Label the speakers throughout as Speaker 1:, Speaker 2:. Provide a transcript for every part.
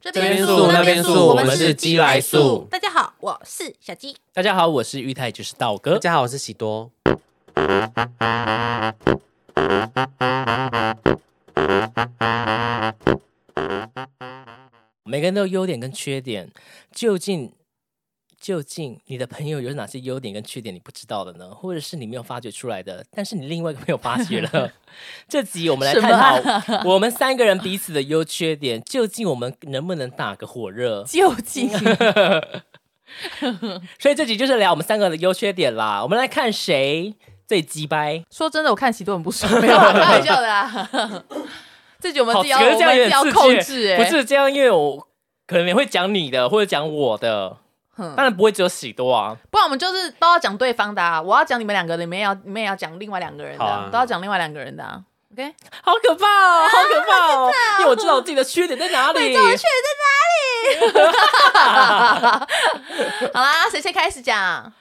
Speaker 1: 这
Speaker 2: 这边
Speaker 1: 素
Speaker 2: 素那边
Speaker 1: 素，
Speaker 2: 素，我们
Speaker 1: 是
Speaker 2: 是鸡来素。
Speaker 1: 大家好，我是小鸡。
Speaker 3: 大家好，我是玉泰，就是道
Speaker 2: 大
Speaker 3: 哥。
Speaker 2: 家好，我是喜多。
Speaker 3: 每个人都有优点跟缺点，究竟究竟你的朋友有哪些优点跟缺点你不知道的呢？或者是你没有发掘出来的，但是你另外一个朋友发掘 了。这集我们来
Speaker 1: 什么
Speaker 3: 探讨 我们三个人彼此的优缺点，究竟我们能不能打个火热？
Speaker 1: 究竟
Speaker 3: 所以这集就是聊我们三个的优缺点啦。我们来看谁最鸡掰。
Speaker 4: 说真的，我看喜多很不 爽，没有啦，开玩笑的啦。这集我们
Speaker 3: 好，
Speaker 4: 自
Speaker 3: 可
Speaker 4: 己要，
Speaker 3: 是
Speaker 4: 我们
Speaker 3: 这样有
Speaker 4: 自己
Speaker 3: 点
Speaker 4: 要
Speaker 3: 刺
Speaker 4: 控
Speaker 3: 激
Speaker 4: 制、
Speaker 3: 耶，
Speaker 4: 欸，
Speaker 3: 不是这样，因为我可能也会讲你的，或者讲我的。
Speaker 4: 哼，
Speaker 3: 当然不会只有喜多啊，
Speaker 4: 不然我们就是都要讲对方的、啊，我要讲你们两个的，你们也要你们也要讲另外两个人的、
Speaker 2: 好啊
Speaker 4: 都要讲另外两个人的、啊。OK，
Speaker 3: 好可怕哦，好可怕哦！因为我知道我自己的缺点在哪 里。
Speaker 4: 好啦，谁先开始讲？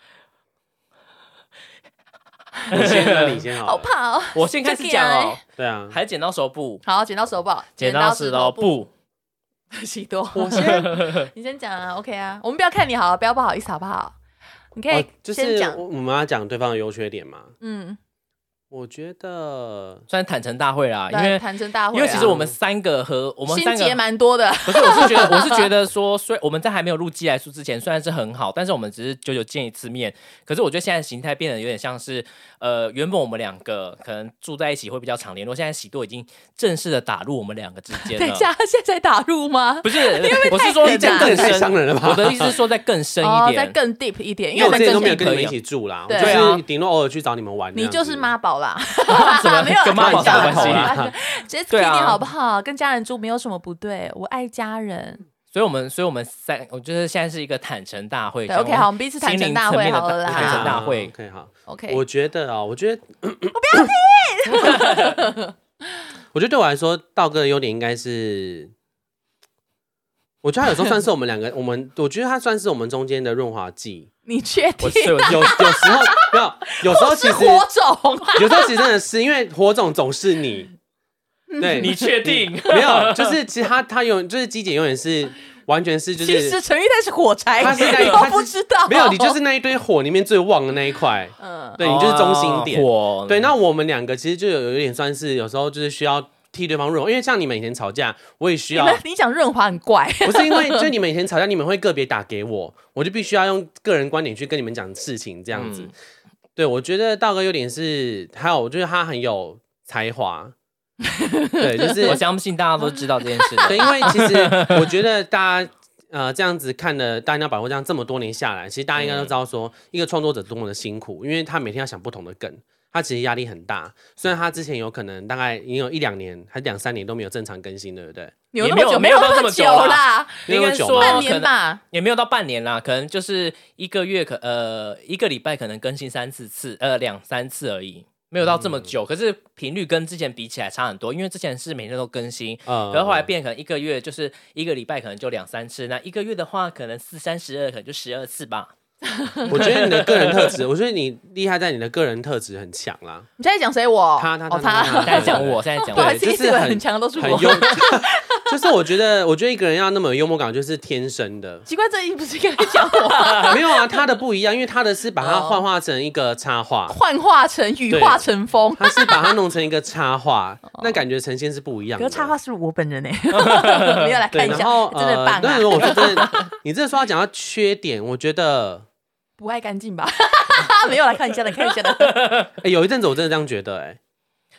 Speaker 2: 你先了，你先好
Speaker 4: 好
Speaker 2: 了。
Speaker 4: 怕哦。
Speaker 3: 我先开始讲哦，
Speaker 2: 对啊，
Speaker 3: 还是剪刀手布，
Speaker 4: 好，剪刀手不好？
Speaker 3: 剪刀石头，布。
Speaker 4: 喜多，我先，你先讲啊，OK 啊，我们不要看你好了，不要不好意思，好不好？你可以
Speaker 2: 哦就是
Speaker 4: 哎先讲，
Speaker 2: 我我们要讲对方的优缺点嘛。
Speaker 4: 嗯，
Speaker 2: 我觉得
Speaker 3: 算坦诚大会啦，因
Speaker 4: 来
Speaker 3: 为
Speaker 4: 谈成大会啊，
Speaker 3: 因为其实我们三个和我们
Speaker 4: 心
Speaker 3: 三
Speaker 4: 结
Speaker 3: 个。
Speaker 4: 蛮多的，
Speaker 3: 不是，我是觉得， 我是觉得说，虽我们在还没有录寄来书之前，虽然是很好，但是我们只是久久见一次面。可是我觉得现在形态变得有点像是，呃，原本我们两个可能住在一起会比较常联络，现在喜多已经正式的打入我们两个之间了。
Speaker 4: 等一下，现在打入吗？
Speaker 3: 不是，我是说
Speaker 4: 太
Speaker 3: 在
Speaker 4: 这
Speaker 2: 也
Speaker 3: 更
Speaker 2: 太伤
Speaker 3: 深，
Speaker 2: 人了吧？
Speaker 3: 我的意思是说再更深
Speaker 4: 哦，
Speaker 3: 一点，
Speaker 4: 再更 deep 一点，
Speaker 2: 因为我
Speaker 4: 再
Speaker 2: 之前都
Speaker 4: 更
Speaker 2: 没有
Speaker 4: deep，
Speaker 2: 跟你们一
Speaker 3: 可以啊
Speaker 2: 起住啦，我
Speaker 4: 对啊
Speaker 2: 就是顶多偶尔去找你们玩这
Speaker 4: 你
Speaker 2: 样子。
Speaker 4: 就是妈宝啦，
Speaker 3: 什么
Speaker 4: 没 有
Speaker 3: 跟妈宝
Speaker 4: 开
Speaker 3: 有
Speaker 4: 玩笑
Speaker 3: 关系？
Speaker 4: 啦
Speaker 2: 啦，
Speaker 4: 直接 k
Speaker 3: 对
Speaker 4: i
Speaker 3: 啊
Speaker 4: 好不好？跟家人住没有什么不对，我爱家人。
Speaker 3: 所以我们，所以我们三，我觉得现在是一个坦诚大会。
Speaker 4: 对
Speaker 3: 想
Speaker 4: ，OK，好，我们彼此坦
Speaker 3: 心
Speaker 4: 诚
Speaker 3: 灵
Speaker 4: 大
Speaker 3: 层
Speaker 4: 会
Speaker 3: 面的
Speaker 4: 好了
Speaker 3: 大坦诚
Speaker 4: 啦。
Speaker 3: 大会
Speaker 2: OK，好。
Speaker 4: 啊 OK，
Speaker 2: 我觉得啊、我觉得我不要听。 我觉得对我来说，道哥的优点应该是，我觉得他有时候算是我们两个，我们我觉得他算是我们中间的润滑剂。
Speaker 4: 你确
Speaker 3: 我
Speaker 4: 定
Speaker 3: 所以我就
Speaker 2: 有有时候没有，有时候其
Speaker 4: 是
Speaker 2: 实
Speaker 4: 火种啊？
Speaker 2: 有时候其实真的是因为火种总是你，
Speaker 4: 嗯
Speaker 2: 对，
Speaker 3: 你确定？
Speaker 2: 没有，就是其实他他永就是机姐永远是完全是就
Speaker 4: 其
Speaker 2: 是
Speaker 4: 实陈玉泰是火柴，
Speaker 2: 他是在
Speaker 4: 你
Speaker 2: 他
Speaker 4: 都
Speaker 2: 是
Speaker 4: 不知道。
Speaker 2: 没有，你就是那一堆火里面最旺的那一块，
Speaker 4: 嗯，
Speaker 2: 对你就是中心点。
Speaker 3: 啊火
Speaker 2: 对，那我们两个其实就有有点算是有时候就是需要替对方润滑，因为像你们以前吵架，我也需
Speaker 4: 你
Speaker 2: 要，
Speaker 4: 们你讲润滑很怪，
Speaker 2: 不是因为就你们以前吵架，你们会个别打给我，我就必须要用个人观点去跟你们讲事情这样子。
Speaker 3: 嗯
Speaker 2: 对，我觉得道哥优点是，还有就是他很有才华，对，就是
Speaker 3: 我相信大家都知道这件 事。
Speaker 2: 对，因为其实我觉得大家。呃，这样子看的《大家百货》这样这么多年下来，其实大家应该都知道说，一个创作者多么的辛苦，因为他每天要想不同的梗，他其实压力很大。虽然他之前有可能大概已经有一两年还两三年都没有正常更新，对不对？
Speaker 4: 你有那
Speaker 3: 也没
Speaker 4: 么久，没
Speaker 3: 有没有
Speaker 4: 有那
Speaker 3: 到这么
Speaker 4: 么
Speaker 3: 久
Speaker 4: 久
Speaker 3: 啦
Speaker 4: 啦，
Speaker 3: 应该
Speaker 2: 那么久
Speaker 3: 说
Speaker 2: 吗
Speaker 4: 半
Speaker 3: 可
Speaker 4: 年
Speaker 3: 能
Speaker 4: 吧。
Speaker 3: 也没有到半年啦，可能就是一个月可呃一个礼拜可能更新三四次，呃两三次而已，没有到
Speaker 2: 嗯
Speaker 3: 这么久。可是频率跟之前比起来差很多，因为之前是每天都更新，
Speaker 2: 呃，
Speaker 3: 然后后来变可能一个月就是一个礼拜可能就两三次，那一个月的话可能四三十二可能就十二次吧。
Speaker 2: 我觉得你的个人特质，我 觉得你厉害在你的个人特质很强啦。
Speaker 4: 你现在讲谁？我
Speaker 2: 他他
Speaker 4: 哦
Speaker 2: 他
Speaker 3: 现
Speaker 2: 他
Speaker 3: 在讲我，现在讲
Speaker 4: 不好
Speaker 3: 我
Speaker 4: 意，思，
Speaker 2: 对
Speaker 4: 一
Speaker 2: 就是
Speaker 4: 直
Speaker 2: 很
Speaker 4: 很强的都是
Speaker 2: 很
Speaker 4: 我。
Speaker 2: 幽， 就是我觉得，我觉得一个人要那么有幽默感，就是天 生的。
Speaker 4: 奇怪，这一不是应该讲 我
Speaker 2: 没有啊，他的不一样，因为他的是把它幻化成一个插画。
Speaker 4: 幻化成雨
Speaker 2: 对
Speaker 4: 化成风？
Speaker 2: 他是把它弄成一个插画，那感觉呈现是不一样
Speaker 4: 哦可
Speaker 2: 的。
Speaker 4: 是插画是我本人哎、 欸，没有来
Speaker 2: 对，
Speaker 4: 看一
Speaker 2: 然
Speaker 4: 下
Speaker 2: 后，
Speaker 4: 真的棒
Speaker 2: 呃，那
Speaker 4: 啊！
Speaker 2: 如果说真 的，你这说要讲到缺点，我觉得，
Speaker 4: 不爱干 净吧？没有来看一下的，看一下的。
Speaker 2: 哎，有一阵子我真的这样觉得，哎，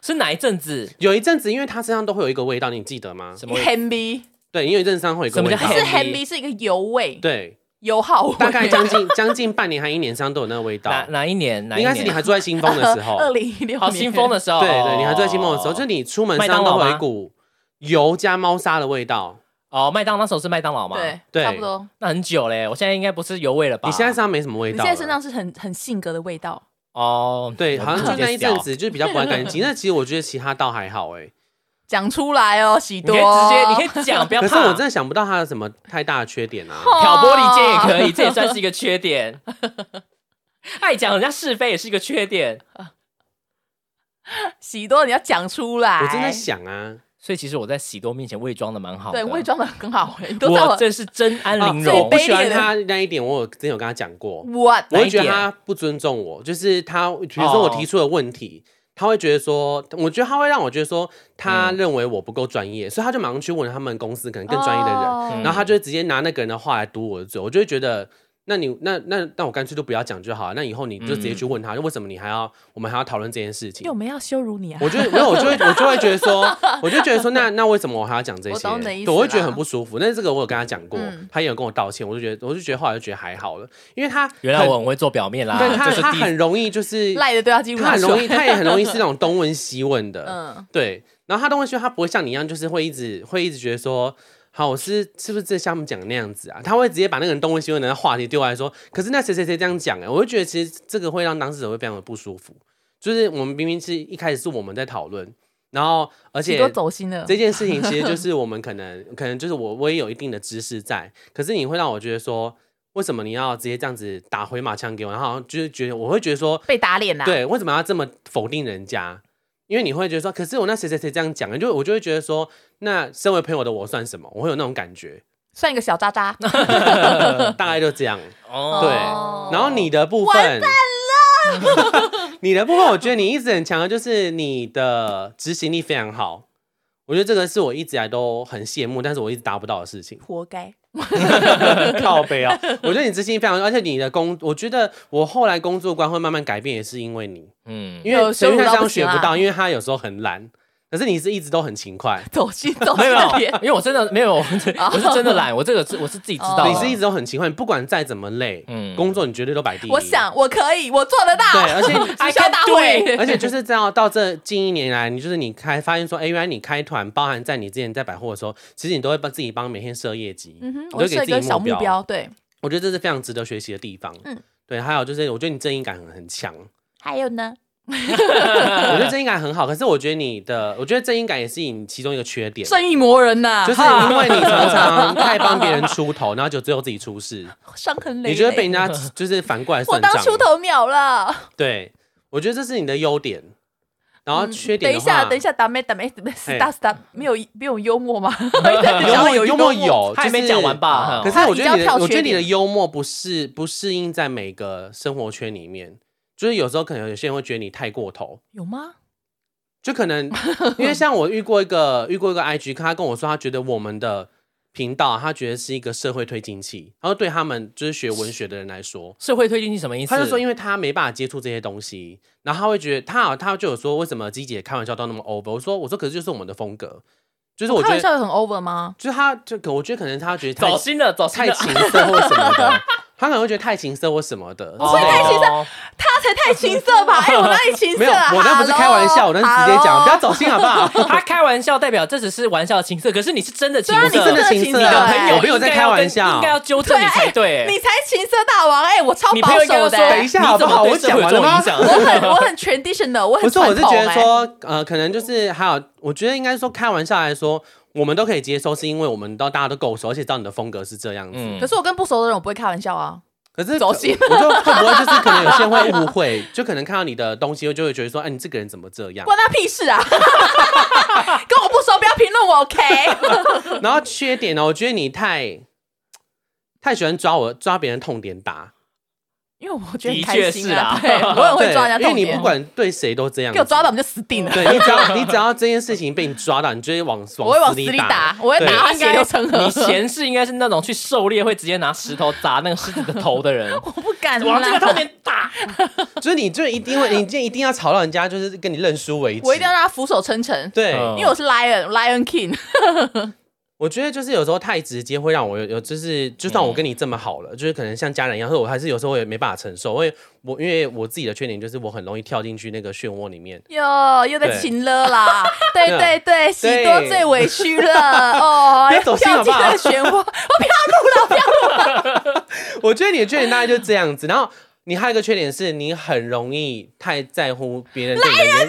Speaker 3: 是哪一阵子？
Speaker 2: 有一阵子，因为他身上都会有一个味道，你记得吗？
Speaker 3: 什么？
Speaker 4: Henry
Speaker 2: 对，因为一阵子身上会有一个
Speaker 3: 什么
Speaker 2: 味
Speaker 3: 叫
Speaker 2: 道
Speaker 4: 是，
Speaker 3: Henry？
Speaker 4: Henry 是一个油味，
Speaker 2: 对，
Speaker 4: 油耗味。
Speaker 2: 大概将近将近半年还一年身上都有那个味
Speaker 3: 哪
Speaker 2: 道，
Speaker 3: 哪一年？哪一
Speaker 2: 应
Speaker 3: 年？
Speaker 2: 该是你还住在新丰的时 候，
Speaker 4: 二零一六
Speaker 3: 哦，
Speaker 4: 年
Speaker 3: 新风的时候，哦
Speaker 2: 对对，你还住在
Speaker 3: 做
Speaker 2: 新丰的时候，就是你出门
Speaker 3: 麦
Speaker 2: 身
Speaker 3: 当
Speaker 2: 上都会有
Speaker 3: 劳
Speaker 2: 一
Speaker 3: 吗
Speaker 2: 股油加猫砂的味道。
Speaker 3: 哦，麦当那时候是麦当劳嘛？，
Speaker 4: 对
Speaker 2: 对
Speaker 4: 差不多。
Speaker 3: 那很久嘞，我现在应该不是油味了吧？
Speaker 2: 你现在身上没什么味
Speaker 4: 你
Speaker 2: 道了，
Speaker 4: 现在身上是很很性格的味道，
Speaker 3: 哦，
Speaker 2: 对，
Speaker 3: 我
Speaker 2: 好像
Speaker 3: 不
Speaker 2: 就那一阵
Speaker 3: 知道，
Speaker 2: 子就是比较不爱 干净。那其实我觉得其他倒还好哎、
Speaker 4: 讲出来哦，喜
Speaker 3: 你
Speaker 4: 多。
Speaker 3: 可以直接，你可以讲，不要
Speaker 2: 可是
Speaker 3: 怕。
Speaker 2: 我真的想不到他有什么太大的缺点啊。
Speaker 3: 挑拨离间也可以，这也算是一个缺点。 爱讲人家是非也是一个缺点。
Speaker 4: 喜多你要讲出来。
Speaker 2: 我正在想啊，
Speaker 3: 所以其实我在喜多面前伪装的蛮好的，
Speaker 4: 对，伪装的很好欸，你都在
Speaker 3: 我
Speaker 4: 我
Speaker 3: 这是真安陵
Speaker 2: 哦我
Speaker 3: 容
Speaker 2: 不
Speaker 4: 卑，
Speaker 2: 喜欢
Speaker 4: 劣的
Speaker 2: 他那一点，我有之前有跟他讲过，
Speaker 4: what
Speaker 3: 哪
Speaker 2: 我会
Speaker 3: 一
Speaker 2: 觉得
Speaker 3: 点
Speaker 2: 他不尊重我，就是他，比如说我提出的问题，
Speaker 3: 哦
Speaker 2: 他会觉得说，我觉得他会让我觉得说，
Speaker 3: 嗯
Speaker 2: 他认为我不够专业，所以他就马上去问他们公司可能更专业的人，
Speaker 4: 哦
Speaker 3: 嗯
Speaker 2: 然后他就会直接拿那个人的话来堵我的嘴，我就会觉得。那你那那那我干脆就不要讲就好了。那以后你就直接去问他，为什么你还要我们还要讨论这件事情
Speaker 4: 因为？我们要羞辱你啊
Speaker 2: 我！就没有，我就会我就会觉得说， 我就觉得说，那那为什么我还要讲这些？
Speaker 4: 我懂你的意思
Speaker 2: 对我会觉得
Speaker 4: 啦
Speaker 2: 很不舒服。但是这个我有跟他讲过，
Speaker 4: 嗯
Speaker 2: 他也有跟我道歉，我就觉得我就觉得后来就觉得还好了，因为他
Speaker 3: 原来
Speaker 2: 很
Speaker 3: 我很会做表面啦，
Speaker 2: 但他、
Speaker 3: 啊就是
Speaker 2: 他
Speaker 3: 第一
Speaker 2: 很容易就是
Speaker 4: 赖的都要进入
Speaker 2: 他很
Speaker 4: 脑
Speaker 2: 容
Speaker 4: 水
Speaker 2: 易，他也很容易是那 种东问西问的，
Speaker 4: 嗯，
Speaker 2: 对。然后他东问西问，他不会像你一样，就是会一直会一直觉得说。好，我是是不是这像他们讲的那样子啊？他会直接把那个人东问西问的话题丢过来说，可是那谁谁谁这样讲哎、我就觉得其实这个会让当事者会非常的不舒服。就是我们明明是一开始是我们在讨论，然后而且
Speaker 4: 你都走心了。
Speaker 2: 这件事情其实就是我们可能 可能就是我我也有一定的知识在，可是你会让我觉得说，为什么你要直接这样子打回马枪给我？然后好像就是觉得我会觉得说，
Speaker 4: 被打脸啦、啊
Speaker 2: 对，为什么要这么否定人家？因为你会觉得说，可是我那谁谁谁这样讲，就我就会觉得说，那身为朋友的我算什么？我会有那种感觉，
Speaker 4: 算一个小渣渣。。
Speaker 2: 大概就这样。
Speaker 3: 哦
Speaker 2: 对然后你的部分， 你的部分，我觉得你一直很强的就是你的执行力非常好。我觉得这个是我一直以来都很羡慕，但是我一直达不到的事情
Speaker 4: 活该，
Speaker 2: 靠背啊！我觉得你执行力非常，而且你的工，我觉得我后来工作观会慢慢改变，也是因为你，
Speaker 3: 嗯，
Speaker 2: 因
Speaker 4: 有
Speaker 2: 为
Speaker 4: 羞
Speaker 2: 陈
Speaker 4: 辱
Speaker 2: 玉
Speaker 4: 到
Speaker 2: 他这
Speaker 4: 不行
Speaker 2: 样学不
Speaker 4: 啊
Speaker 2: 到，因为他有时候很懒，可是你是一直都很勤快，
Speaker 4: 走 心走
Speaker 3: 没
Speaker 4: 心
Speaker 3: 有
Speaker 4: 的
Speaker 3: 没有
Speaker 4: 脸，，
Speaker 3: 因为我真的没有，我是我是真的懒，我这个是我是自己知道
Speaker 4: 哦
Speaker 3: 的，
Speaker 2: 你是一直都很勤快，你不管再怎么累，
Speaker 3: 嗯
Speaker 2: 工作你绝对都摆第一。
Speaker 4: 我想我可以，我做得到。
Speaker 2: 对，而且
Speaker 4: 直
Speaker 3: I
Speaker 4: 销
Speaker 3: can
Speaker 4: 大
Speaker 3: do
Speaker 4: 会，
Speaker 2: 而且就是这样，到这近一年来，你就是你开发现说，哎、原来你开团，包含在你之前在百货的时候，其实你都会帮自己帮每天设业绩，
Speaker 4: 嗯哼，
Speaker 2: 你
Speaker 4: 我
Speaker 2: 会给
Speaker 4: 设
Speaker 2: 自
Speaker 4: 一个
Speaker 2: 己
Speaker 4: 小目
Speaker 2: 标。
Speaker 4: 标，对，
Speaker 2: 我觉得这是非常值得学习的地方。
Speaker 4: 嗯
Speaker 2: 对，还有就是，我觉得你正义感很 很强，
Speaker 4: 还有呢，
Speaker 2: 我觉得正义感很好。可是我觉得你的，我觉得正义感也是你其中一个缺点，
Speaker 4: 正义魔人呐、
Speaker 2: 就是
Speaker 4: 哈
Speaker 2: 因为你常常太帮别人出头，然后就最后自己出事，
Speaker 4: 伤痕累累。
Speaker 2: 你就会被人家就是反过来
Speaker 4: 我
Speaker 2: 算账
Speaker 4: 当。出头鸟了。
Speaker 2: 对，我觉得这是你的优点，然后缺
Speaker 4: 嗯等
Speaker 2: 点的
Speaker 4: 一
Speaker 2: 话，哎
Speaker 4: 下，等一下，打没打没，stop stop，没有没有幽默 吗？
Speaker 2: 幽
Speaker 4: 幽
Speaker 2: 默幽默
Speaker 4: 有，
Speaker 2: 有，
Speaker 3: 他还没
Speaker 2: 就是啊
Speaker 3: 讲完吧？
Speaker 2: 可
Speaker 3: 嗯
Speaker 2: 是我觉得
Speaker 4: 他一
Speaker 2: 你
Speaker 4: 定要
Speaker 2: 的，
Speaker 4: 跳
Speaker 2: 我
Speaker 4: 缺
Speaker 2: 觉得你
Speaker 4: 点
Speaker 2: 的幽默不适不适应在每个生活圈里面，就是有时候可能有些人会觉得你太过头，
Speaker 4: 有吗？
Speaker 2: 就 可能因为像我遇过一个遇过一个 IG，他跟我说他觉得我们的频道他觉得是一个社会推进器，然后对他们就是学文学的人来说。
Speaker 3: 社会推进是什么意思？
Speaker 2: 他就说，因为他没办法接触这些东西，然后他会觉得他好，他就有说为什么鸡姐开玩笑到那么 over？我说我说可是就是我们的风格，就是我
Speaker 4: 哦开
Speaker 2: 觉
Speaker 4: 玩
Speaker 2: 得
Speaker 4: 笑很 over 吗？
Speaker 2: 就是他就可我觉得可能他觉得太
Speaker 3: 走心了，走心
Speaker 2: 太
Speaker 3: 了，
Speaker 2: 情色或什 么的，他可能会觉得太情色或什么的之类的。
Speaker 4: 太
Speaker 3: 哦
Speaker 4: 情他才太青涩吧？哎，我哪里青涩
Speaker 2: 没有，
Speaker 4: 啊？
Speaker 2: 我那不是开玩笑，我那是直接讲，不要走心好不 好？
Speaker 3: 他开玩笑代表这只是玩笑的情色，可是你是真的情
Speaker 4: 对啊
Speaker 2: 我
Speaker 3: 色，
Speaker 2: 是真的
Speaker 4: 情
Speaker 2: 情色
Speaker 4: 色
Speaker 2: 啊，
Speaker 4: 哎
Speaker 2: 我没有在开玩
Speaker 3: 应
Speaker 2: 笑
Speaker 3: 该。要纠正你才对。
Speaker 4: 你才情色大王，哎，我超
Speaker 3: 你朋
Speaker 4: 保
Speaker 3: 友应该
Speaker 4: 守
Speaker 3: 要
Speaker 4: 的
Speaker 3: 说，
Speaker 4: 哎，
Speaker 2: 等一下好不好
Speaker 3: 你怎么对社会做影响
Speaker 4: 我很我很 traditional，我
Speaker 2: 不
Speaker 4: 很
Speaker 2: 是，我
Speaker 4: 传
Speaker 2: 是
Speaker 4: 统
Speaker 2: 觉得
Speaker 4: 哎
Speaker 2: 说，呃，可能就是还有，我觉得应该说开玩笑来说，我们都可以接受，是因为我们都大家都够熟，而且知道你的风格是这样子。
Speaker 3: 嗯
Speaker 4: 可是我跟不熟的人，我不会开玩笑啊。
Speaker 2: 可是
Speaker 4: 走心
Speaker 2: 我就会不会就是可能有些人会误会，就可能看到你的东西，就会觉得说，哎，你这个人怎么这样？
Speaker 4: 关他屁事啊！ 跟我不熟，不要评论我，OK？
Speaker 2: 然后缺点呢，我觉得你太太喜欢抓我抓别人痛点打。
Speaker 4: 因为我觉得很
Speaker 3: 的
Speaker 4: 开
Speaker 3: 确
Speaker 4: 心
Speaker 3: 是
Speaker 4: 啊
Speaker 3: 啊，
Speaker 4: 对，我很会抓人家
Speaker 2: 对
Speaker 4: 痛
Speaker 2: 因为你
Speaker 4: 点
Speaker 2: 不，管对谁都这样子。
Speaker 4: 给我抓到我们就死 定了。
Speaker 2: 对你只要你只要这件事情被你抓到，你就会往
Speaker 4: 我会往
Speaker 2: 往
Speaker 4: 死里
Speaker 2: 打
Speaker 4: 打，，我会
Speaker 2: 对
Speaker 4: 打他血流成河
Speaker 3: 你。闲事应该是那种去狩猎会直接拿石头砸那个狮子的头的人，
Speaker 4: 我不敢
Speaker 3: 往这个
Speaker 4: 啦
Speaker 3: 头，面打。
Speaker 2: 就是你就一定会，你今天一定要吵到人家就是跟你认输为止。
Speaker 4: 我一定要让他俯首称臣，
Speaker 2: 对，
Speaker 3: 嗯
Speaker 4: 因为我是 lion lion king。
Speaker 2: 我觉得就是有时候太直接会让我有有就是，就算我跟你这么好了，就是可能像家人一样，所以我还是有时候我也没办法承受，因为我因为我自己的缺点就是我很容易跳进去那个漩涡里面。
Speaker 4: 哟，又在
Speaker 2: 对
Speaker 4: 情了 啦！对
Speaker 2: 对啊
Speaker 4: 对对，喜多最委屈了 哦，
Speaker 2: 别走心
Speaker 4: 跳
Speaker 2: 好不
Speaker 4: 进
Speaker 2: 好
Speaker 4: 了漩涡。
Speaker 2: 我觉得你的缺点大概就这样子，然后。你还有一个缺点是你很容易太在乎别人对你的眼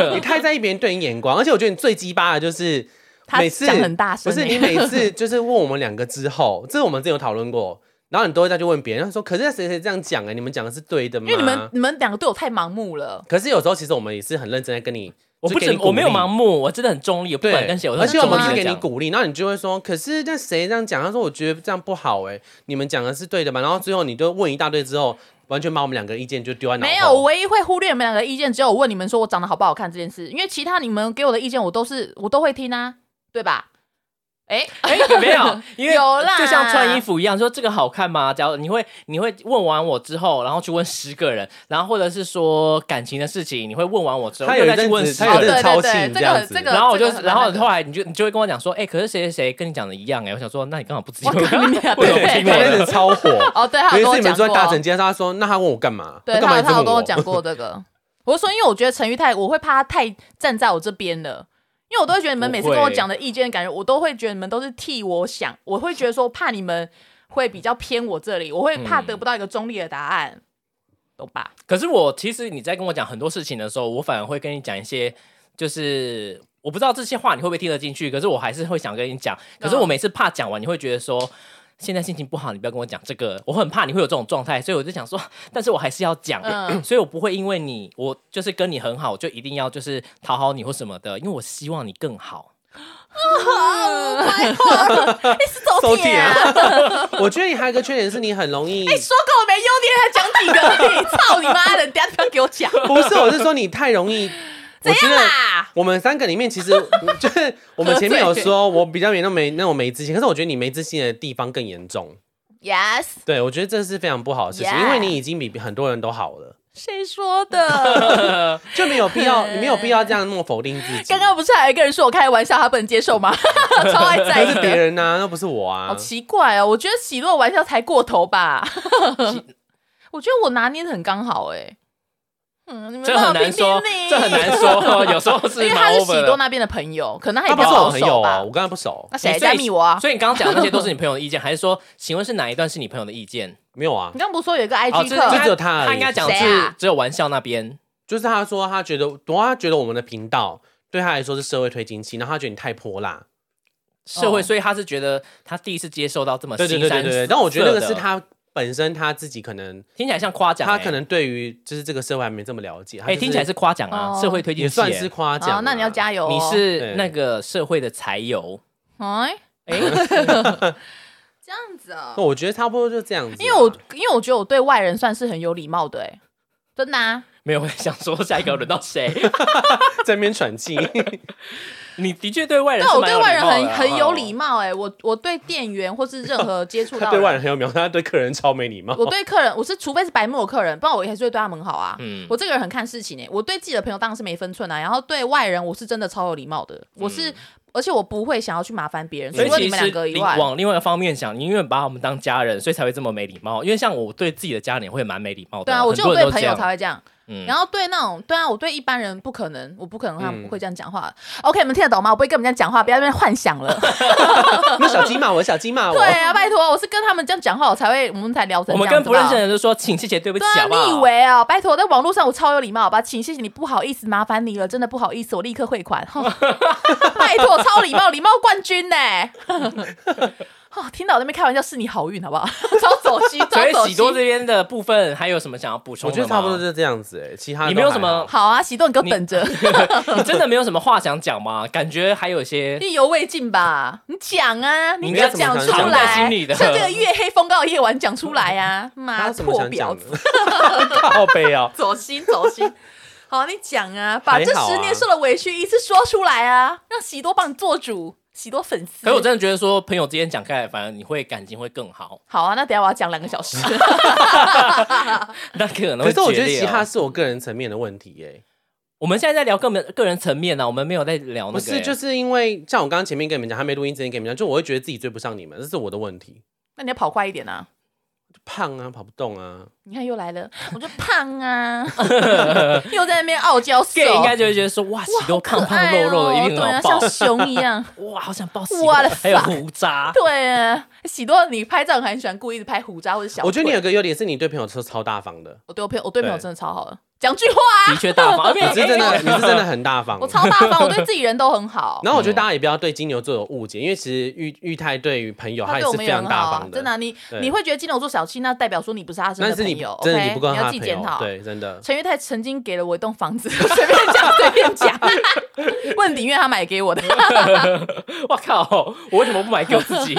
Speaker 2: 光， 你太在意别人对你眼光，而且我觉得你最鸡巴的就是
Speaker 4: 他
Speaker 2: 每次
Speaker 4: 讲很大声
Speaker 2: 不
Speaker 4: 欸
Speaker 2: 是你每次就是问我们两个之后，这是我们之前有讨论过，然后你都会再去问别人，他说可是谁谁这样讲哎、你们讲的是对的吗？
Speaker 4: 因为你们你们两个对我太盲目了，
Speaker 2: 可是有时候其实我们也是很认真在跟你
Speaker 3: 我不
Speaker 2: 只给
Speaker 3: 止
Speaker 2: 你鼓励
Speaker 3: 我没有盲目，我真的很中立，我不管
Speaker 2: 对，
Speaker 3: 跟谁，我都
Speaker 2: 而且我
Speaker 3: 很
Speaker 2: 们
Speaker 3: 中立的
Speaker 2: 是给你
Speaker 3: 讲。
Speaker 2: 鼓励，然后你就会说，可是那谁这样讲？他说我觉得这样不好哎、你们讲的是对的嘛？然后最后你就问一大堆之后，完全把我们两个意见就丢在脑后。
Speaker 4: 没有，我唯一会忽略你们两个意见，只有我问你们说我长得好不好看这件事，因为其他你们给我的意见我都是我都会听啊，对吧？哎、
Speaker 3: 哎，没 有，因为
Speaker 4: 有啦
Speaker 3: 就像穿衣服一样，说这个好看吗？假如你会你会问完我之后，然后去问十个人，然后或者是说感情的事情，你会问完我之后，
Speaker 2: 他
Speaker 3: 又再
Speaker 2: 有一
Speaker 3: 去
Speaker 2: 阵
Speaker 3: 问
Speaker 2: 子，
Speaker 3: 十
Speaker 2: 他
Speaker 3: 个
Speaker 2: 有
Speaker 3: 人
Speaker 4: 哦
Speaker 2: 一
Speaker 4: 对对
Speaker 2: 阵超
Speaker 4: 对
Speaker 2: 信
Speaker 4: 这
Speaker 2: 样
Speaker 4: 个
Speaker 2: 子。
Speaker 4: 这个
Speaker 3: 然后我就，
Speaker 4: 很
Speaker 3: 然后
Speaker 4: 难的
Speaker 3: 后来你就你就会跟我讲说，哎、可是谁谁谁跟你讲的一样哎、我想说，那你刚好不知道，
Speaker 4: 我靠你啊
Speaker 3: 为什么不
Speaker 4: 对
Speaker 3: 听
Speaker 2: 他
Speaker 3: 我
Speaker 2: 那
Speaker 3: 的？
Speaker 2: 阵超火。
Speaker 4: 哦，对，他
Speaker 2: 有
Speaker 4: 有跟
Speaker 2: 一次
Speaker 4: 我
Speaker 2: 你
Speaker 4: 讲过
Speaker 2: 们坐
Speaker 4: 啊、
Speaker 2: 在大整街，他说：“那他问我干嘛？
Speaker 4: 对
Speaker 2: 干
Speaker 4: 他
Speaker 2: 嘛一
Speaker 4: 有
Speaker 2: 直
Speaker 4: 他有
Speaker 2: 问
Speaker 4: 跟我讲过这个，我说因为我觉得陈玉泰，我会怕他太站在我这边了。因为我都会觉得你们每次
Speaker 3: 不会
Speaker 4: 跟我讲的意见，感觉我都会觉得你们都是替我想，我会觉得说怕你们会比较偏我这里，我会
Speaker 2: 嗯
Speaker 4: 怕得不到一个中立的答案，懂 吧？
Speaker 3: 可是我其实你在跟我讲很多事情的时候，我反而会跟你讲一些，就是我不知道这些话你会不会听得进去，可是我还是会想跟你
Speaker 4: 嗯
Speaker 3: 讲。可是我每次怕讲完，你会觉得说。现在心情不好，你不要跟我讲这个，我很怕你会有这种状态，所以我就想说，但是我还是要讲，
Speaker 4: 嗯
Speaker 3: 所以我不会因为你，我就是跟你很好，我就一定要就是讨好你或什么的，因为我希望你 更好。
Speaker 2: 收
Speaker 4: 铁啊！
Speaker 2: 啊！”我觉得你还有一个缺点是你很 容易，
Speaker 4: 哎说够没优点，还讲几个？ 你操你妈的！你等下不要给我讲，
Speaker 2: 不是，我是说你太 容易。我
Speaker 4: 啊
Speaker 2: 觉得
Speaker 4: 啦
Speaker 2: 我们三个里面，其实 就是我们前面有说，我比较没那没那种没自信，可是我觉得你没自信的地方更严重。
Speaker 4: Yes，
Speaker 2: 对，我觉得这是非常不好的事情
Speaker 4: Yeah
Speaker 2: 因为你已经比很多人都好了，
Speaker 4: 谁说的？
Speaker 2: 就没有必要，你没有必要这样那么否定自己。
Speaker 4: 刚刚不是还有一个人说我开玩笑，他不能接受吗？ 超爱在
Speaker 2: 那
Speaker 4: 意
Speaker 2: 是
Speaker 4: 的
Speaker 2: 别人呐、那不是我
Speaker 4: 好
Speaker 2: 啊。
Speaker 4: 奇怪哦，我觉得喜乐玩笑才过头吧。 我觉得我拿捏的很刚好哎、嗯，你们
Speaker 3: 这很
Speaker 4: 帮我
Speaker 3: 难说
Speaker 4: 评评理，
Speaker 3: 这很难， 说，有时候是
Speaker 4: 因为他
Speaker 3: 蛮
Speaker 4: 是
Speaker 3: over
Speaker 4: 喜
Speaker 3: 的
Speaker 4: 多那边的朋友，可能他也
Speaker 2: 他
Speaker 4: 比
Speaker 2: 不是
Speaker 4: 较
Speaker 2: 我
Speaker 4: 保
Speaker 2: 朋友
Speaker 4: 守
Speaker 2: 啊，
Speaker 4: 吧
Speaker 2: 我。跟他不熟，
Speaker 4: 那
Speaker 3: 哦你
Speaker 4: 谁
Speaker 3: 所以
Speaker 4: 在密我啊？
Speaker 3: 所以你刚刚讲的那些都是你朋友的意见，还是说，请问是哪一段是你朋友的意见？
Speaker 2: 没有啊
Speaker 4: 你。刚不是说有一个
Speaker 3: 哦，
Speaker 4: IG
Speaker 3: 这
Speaker 4: 课？
Speaker 2: 就只有他而已
Speaker 3: 他应该讲的
Speaker 4: 谁
Speaker 3: 是
Speaker 4: 啊
Speaker 3: 只有玩笑那边。
Speaker 2: 就是他说他觉得，他觉得我们的频道对他来说是社会推进器，然后他觉得你太泼辣。
Speaker 3: 社会，
Speaker 4: 哦
Speaker 3: 所以他是觉得他第一次接受到这么
Speaker 2: 对对对
Speaker 3: 新
Speaker 2: 对
Speaker 3: 三
Speaker 2: 对
Speaker 3: 色
Speaker 2: 对，
Speaker 3: 的，
Speaker 2: 但我觉得那个是他本身他自己可能，
Speaker 3: 听起来像夸奖欸，
Speaker 2: 他可能对于就是这个社会还没这么了解。他
Speaker 3: 哎，
Speaker 2: 就
Speaker 3: 听起来是夸奖啊，
Speaker 4: 哦
Speaker 3: 社会推进
Speaker 2: 也
Speaker 3: 器欸
Speaker 2: 算是夸奖啊、
Speaker 4: 好，那你要加油、哦。
Speaker 3: 你
Speaker 2: 对
Speaker 3: 是那个社会的柴油，
Speaker 4: 哎，
Speaker 3: 哎，
Speaker 4: 这样子啊、
Speaker 2: 那我觉得差不多就这样子啊、
Speaker 4: 因为我因为我觉得我对外人算是很有礼貌的哎、真的啊。
Speaker 3: 没有我想说下一个要轮 到谁？
Speaker 2: 在那边喘气，
Speaker 3: 你的确对外人
Speaker 4: 对，
Speaker 3: 是
Speaker 4: 我
Speaker 3: 蛮
Speaker 4: 对
Speaker 3: 有
Speaker 4: 外
Speaker 3: 礼
Speaker 4: 人
Speaker 3: 貌的
Speaker 4: 很
Speaker 3: 啊，
Speaker 4: 很有礼貌哎、我我对店员或是任何接触到
Speaker 2: 他
Speaker 4: 的
Speaker 2: 对
Speaker 4: 人
Speaker 2: 外人很有苗，他对客人超没礼貌。
Speaker 4: 欸我对客人，我是除非是白目的客人，不然我还是会对他们好啊。
Speaker 3: 嗯
Speaker 4: 我这个人很看事情诶、欸我对自己的朋友当然是没分寸啊，然后对外人我是真的超有礼貌的，我是、而且我不会想要去麻烦别人，除
Speaker 3: 嗯所以
Speaker 4: 了
Speaker 3: 其
Speaker 4: 你们两个
Speaker 3: 实
Speaker 4: 以
Speaker 3: 另
Speaker 4: 外，
Speaker 3: 往另外一个方面想，你因为把我们当家人，所以才会这么没礼貌。因为像我对自己的家人也会蛮没礼貌的。
Speaker 4: 对啊，我
Speaker 3: 很
Speaker 4: 就
Speaker 3: 多
Speaker 4: 对
Speaker 3: 人都
Speaker 4: 朋
Speaker 3: 这
Speaker 4: 友
Speaker 3: 样
Speaker 4: 才会这样，
Speaker 3: 嗯
Speaker 4: 然后对那种对啊，我对一般人不可能，我不可能他
Speaker 2: 嗯
Speaker 4: 们会这样讲话。OK，你们听得懂吗？我不会跟人家讲话，不要在那边幻想 了。
Speaker 2: 那小鸡骂我，小鸡骂我
Speaker 4: 对，啊，拜托，我是跟他们这样讲话，我才会我们才聊成
Speaker 3: 我
Speaker 4: 这
Speaker 3: 们
Speaker 4: 样
Speaker 3: 跟
Speaker 4: 子
Speaker 3: 不认
Speaker 4: 吧
Speaker 3: 识的人就说，请谢谢，对不起，
Speaker 4: 对啊，
Speaker 3: 好不好？
Speaker 4: 你以为啊？拜托，在网络上我超有礼貌，好吧？请谢谢你，不好意思，麻烦你了，真的不好意思，我立刻汇款。哼拜托，超礼貌，礼貌冠军呢、哦，听到我在那边开玩笑，是你好运，好不好？ 超走心，
Speaker 3: 所
Speaker 4: 超走
Speaker 3: 以喜多
Speaker 4: 心。
Speaker 3: 这边的部分还有什么想要补充
Speaker 2: 我
Speaker 3: 的
Speaker 2: 觉
Speaker 3: 吗？
Speaker 2: 得差不 多就这样子、欸。其他的
Speaker 3: 你
Speaker 2: 都
Speaker 3: 没有
Speaker 2: 还
Speaker 3: 什么
Speaker 2: 好，
Speaker 4: 好啊，喜多，你给我等着，
Speaker 3: 你真的没有什么话想讲 吗？感觉还有一些
Speaker 4: 意犹未尽吧？你讲啊，你
Speaker 2: 应
Speaker 4: 不
Speaker 2: 该
Speaker 4: 要
Speaker 2: 怎么
Speaker 4: 讲
Speaker 2: 讲
Speaker 4: 出
Speaker 2: 藏在
Speaker 4: 来，
Speaker 3: 心里的
Speaker 4: 像这个月黑风高的夜晚讲出来啊！
Speaker 2: 他
Speaker 4: 妈
Speaker 2: 有什么
Speaker 4: 破
Speaker 2: 想
Speaker 4: 婊
Speaker 2: 讲
Speaker 4: 子
Speaker 2: 的，？靠背哦。
Speaker 4: 走心走 心。好，你讲啊，把
Speaker 2: 还
Speaker 4: 这
Speaker 2: 好啊
Speaker 4: 十年受的委屈一次说出来啊，让喜多帮你做主，喜多粉丝。
Speaker 3: 可是我真的觉得说，朋友之间讲开来，反而你会感情会更好。
Speaker 4: 好啊，那等一下我要讲两个小时。
Speaker 3: 那可能
Speaker 2: 可
Speaker 3: 会
Speaker 2: 是我觉得
Speaker 3: 决裂
Speaker 2: 嘻
Speaker 3: 哦
Speaker 2: 哈是我个人层面的问题欸耶、
Speaker 3: 我们现在在聊个人个人层面呢、我们没有在聊那
Speaker 2: 不
Speaker 3: 个、哎
Speaker 2: 是，就是因为像我刚刚前面跟你们讲，还没录音之前跟你们讲，就我会觉得自己追不上你们，这是我的问题。
Speaker 4: 那你要跑快一点啊！
Speaker 2: 胖啊，跑不动啊，
Speaker 4: 你看又来了，我就胖 啊，又在那边傲娇瘦
Speaker 3: gay 应该就会觉得说，哇，喜多
Speaker 4: 可
Speaker 3: 胖胖
Speaker 4: 爱
Speaker 3: 肉肉
Speaker 4: 哦
Speaker 3: 的，一定
Speaker 4: 对
Speaker 3: 很
Speaker 4: 啊，
Speaker 3: 好抱
Speaker 4: 像。熊一 样。
Speaker 3: 哇，好想抱喜多，
Speaker 4: 我的
Speaker 3: 还有
Speaker 4: fuck
Speaker 3: 胡渣。
Speaker 4: 对啊，喜多，你拍照很喜欢故意拍胡渣或者小腿。哦
Speaker 2: 我觉得你有个优点是你对朋友超超大方的，
Speaker 4: 我对我朋友，我对朋友
Speaker 2: 对
Speaker 3: 嗯
Speaker 4: 真的超好的，讲句话
Speaker 3: 的
Speaker 4: 啊！
Speaker 3: 确大哎方，
Speaker 2: 你是真的，你 是真的很大方
Speaker 4: 我。超大方，我对自己人都很好。
Speaker 2: 然后我觉得大家也不要对金牛座有误解，因为其实玉玉泰对于朋友
Speaker 4: 他
Speaker 2: 他也
Speaker 4: 对我
Speaker 2: 是
Speaker 4: 们
Speaker 2: 非
Speaker 4: 也
Speaker 2: 常
Speaker 4: 很
Speaker 2: 大
Speaker 4: 好
Speaker 2: 方
Speaker 4: 啊，
Speaker 2: 的，
Speaker 4: 真的啊、你
Speaker 2: 对
Speaker 4: 你会觉得金牛座小气，那代表说你不是他真
Speaker 2: 但
Speaker 4: 的
Speaker 2: 是
Speaker 4: 朋
Speaker 2: 你
Speaker 4: 友哦
Speaker 2: 真的你
Speaker 4: OK，
Speaker 2: 不跟
Speaker 4: 你
Speaker 2: 他
Speaker 4: 要
Speaker 2: 的
Speaker 4: 自己
Speaker 2: 朋
Speaker 4: 检
Speaker 2: 友，
Speaker 4: 讨。
Speaker 2: 对，真的。
Speaker 4: 陈玉泰曾经给了我一栋房子， 随便讲随便讲，问鼎月他买给 我的，
Speaker 3: 我靠，我为什么不买给我自 己？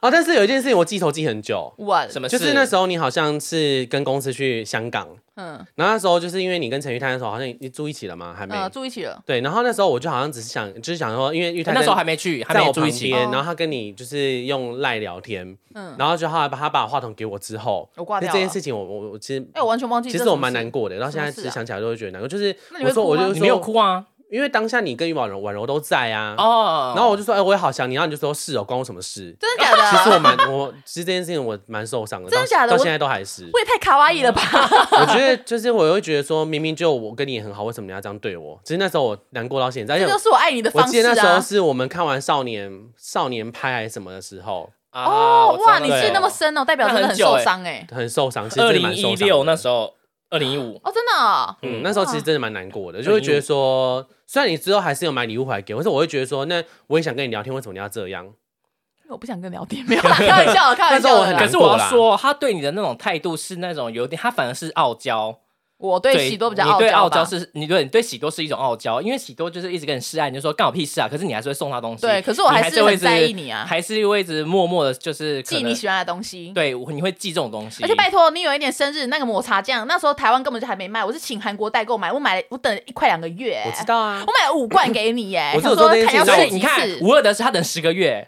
Speaker 2: 哦，但是有一件事情我记仇记很久，
Speaker 4: 我
Speaker 3: 什么事？
Speaker 2: 就是那时候你好像是跟公司去香港，
Speaker 4: 嗯
Speaker 2: 然后那时候就是因为你跟陈玉泰那时候好像你你住一起了吗？还没。
Speaker 4: 呃住一起了，
Speaker 2: 对，然后那时候我就好像只是想，就是想说，因为玉泰
Speaker 3: 哎那时候
Speaker 2: 在
Speaker 3: 还没去，还
Speaker 2: 在
Speaker 3: 没
Speaker 2: 我
Speaker 3: 住
Speaker 2: 旁
Speaker 3: 一起。
Speaker 2: 边，
Speaker 4: 哦
Speaker 2: 然后他跟你就是用赖聊天，
Speaker 4: 嗯，
Speaker 2: 然后就后来把他把话筒给我之后，
Speaker 4: 我挂
Speaker 2: 那
Speaker 4: 掉
Speaker 2: 这
Speaker 4: 了
Speaker 2: 件事情我我我其实
Speaker 4: 哎、我完全忘记
Speaker 2: 其
Speaker 4: 这
Speaker 2: 实
Speaker 4: 什
Speaker 2: 我
Speaker 4: 么
Speaker 2: 蛮
Speaker 4: 事
Speaker 2: 难过的，到现在
Speaker 4: 什么
Speaker 2: 只
Speaker 4: 事啊
Speaker 2: 想起来都会觉得难过。就是
Speaker 4: 那你
Speaker 2: 我
Speaker 4: 会
Speaker 2: 说
Speaker 4: 哭
Speaker 2: 我就
Speaker 4: 吗
Speaker 2: 说
Speaker 3: 你没有，哭啊？
Speaker 2: 因为当下你跟于婉柔婉柔都在啊。
Speaker 3: 哦，
Speaker 2: 然后我就说，哎，我也好想你，然后你就说是哦，关我什么事？
Speaker 4: 真的假的？
Speaker 2: 其实我蛮我其实这件事情我蛮受伤的，
Speaker 4: 真的
Speaker 2: 到
Speaker 4: 假的
Speaker 2: 到
Speaker 4: 我
Speaker 2: 现在都还是。
Speaker 4: 我也太卡哇伊了吧！
Speaker 2: 我觉得就是我会觉得说，明明就我跟你也很好，为什么你要这样对我？其实那时候我难过到现在，而
Speaker 4: 这
Speaker 2: 且
Speaker 4: 就是我爱你的
Speaker 2: 哎我
Speaker 4: 方式
Speaker 2: 记得那时候
Speaker 4: 啊！
Speaker 2: 是我们看完少年少年拍还是什么的时候，
Speaker 3: 啊
Speaker 4: 哦，哇，你
Speaker 2: 道
Speaker 4: 是
Speaker 2: 了
Speaker 4: 那么深哦，代表
Speaker 3: 那
Speaker 4: 真的
Speaker 3: 很
Speaker 4: 很
Speaker 3: 久
Speaker 4: 受
Speaker 3: 哎
Speaker 4: 伤哎、
Speaker 2: 很欸受伤。其实
Speaker 3: 二
Speaker 2: 真的
Speaker 3: 零
Speaker 2: 蛮受
Speaker 3: 一
Speaker 2: 伤的
Speaker 3: 六那时候，二零一五，
Speaker 4: 哦，真的哦、
Speaker 2: 嗯，那时候其实真的蛮难过的，就会觉得说，虽然你之后还是有买礼物回来给我，但是我会觉得说，那我也想跟你聊天，为什么你要这样？
Speaker 4: 因为我不想跟你聊天，没有 啦，开玩笑的，开玩
Speaker 2: 那时候
Speaker 4: 笑的
Speaker 2: 我很
Speaker 4: 啦。
Speaker 3: 可
Speaker 2: 难
Speaker 3: 是
Speaker 2: 过啦
Speaker 3: 我要说，他对你的那种态度是那种有点，他反而是傲娇。
Speaker 4: 我对喜多比较
Speaker 3: 你
Speaker 4: 傲
Speaker 3: 对傲
Speaker 4: 娇
Speaker 3: 娇
Speaker 4: 吧，
Speaker 3: 是，你对你对喜多是一种傲娇，因为喜多就是一直跟你示爱，你就说干我屁事啊，可是你还是会送他东西。
Speaker 4: 对，，可是我
Speaker 3: 你
Speaker 4: 还
Speaker 3: 还
Speaker 4: 是
Speaker 3: 会
Speaker 4: 很
Speaker 3: 一直
Speaker 4: 在意你啊，
Speaker 3: 还是会一直默默的，就是可
Speaker 4: 记
Speaker 3: 能
Speaker 4: 你喜欢的东西。
Speaker 3: 对，我你会记这种东西。
Speaker 4: 而且拜托，你有一年生日那个抹茶酱，那时候台湾根本就还没卖，我是请韩国代购买，我买了，我等了一快两个月，
Speaker 2: 我知道啊，
Speaker 4: 我，买了五罐给你耶
Speaker 2: 我是有
Speaker 4: 想
Speaker 2: 做
Speaker 4: 说
Speaker 2: 这件
Speaker 4: 看
Speaker 2: 事情
Speaker 4: 要
Speaker 3: 所
Speaker 4: 做
Speaker 3: 以
Speaker 4: 几
Speaker 3: 你看，
Speaker 4: 次。
Speaker 3: 吴二德是他等十 个月，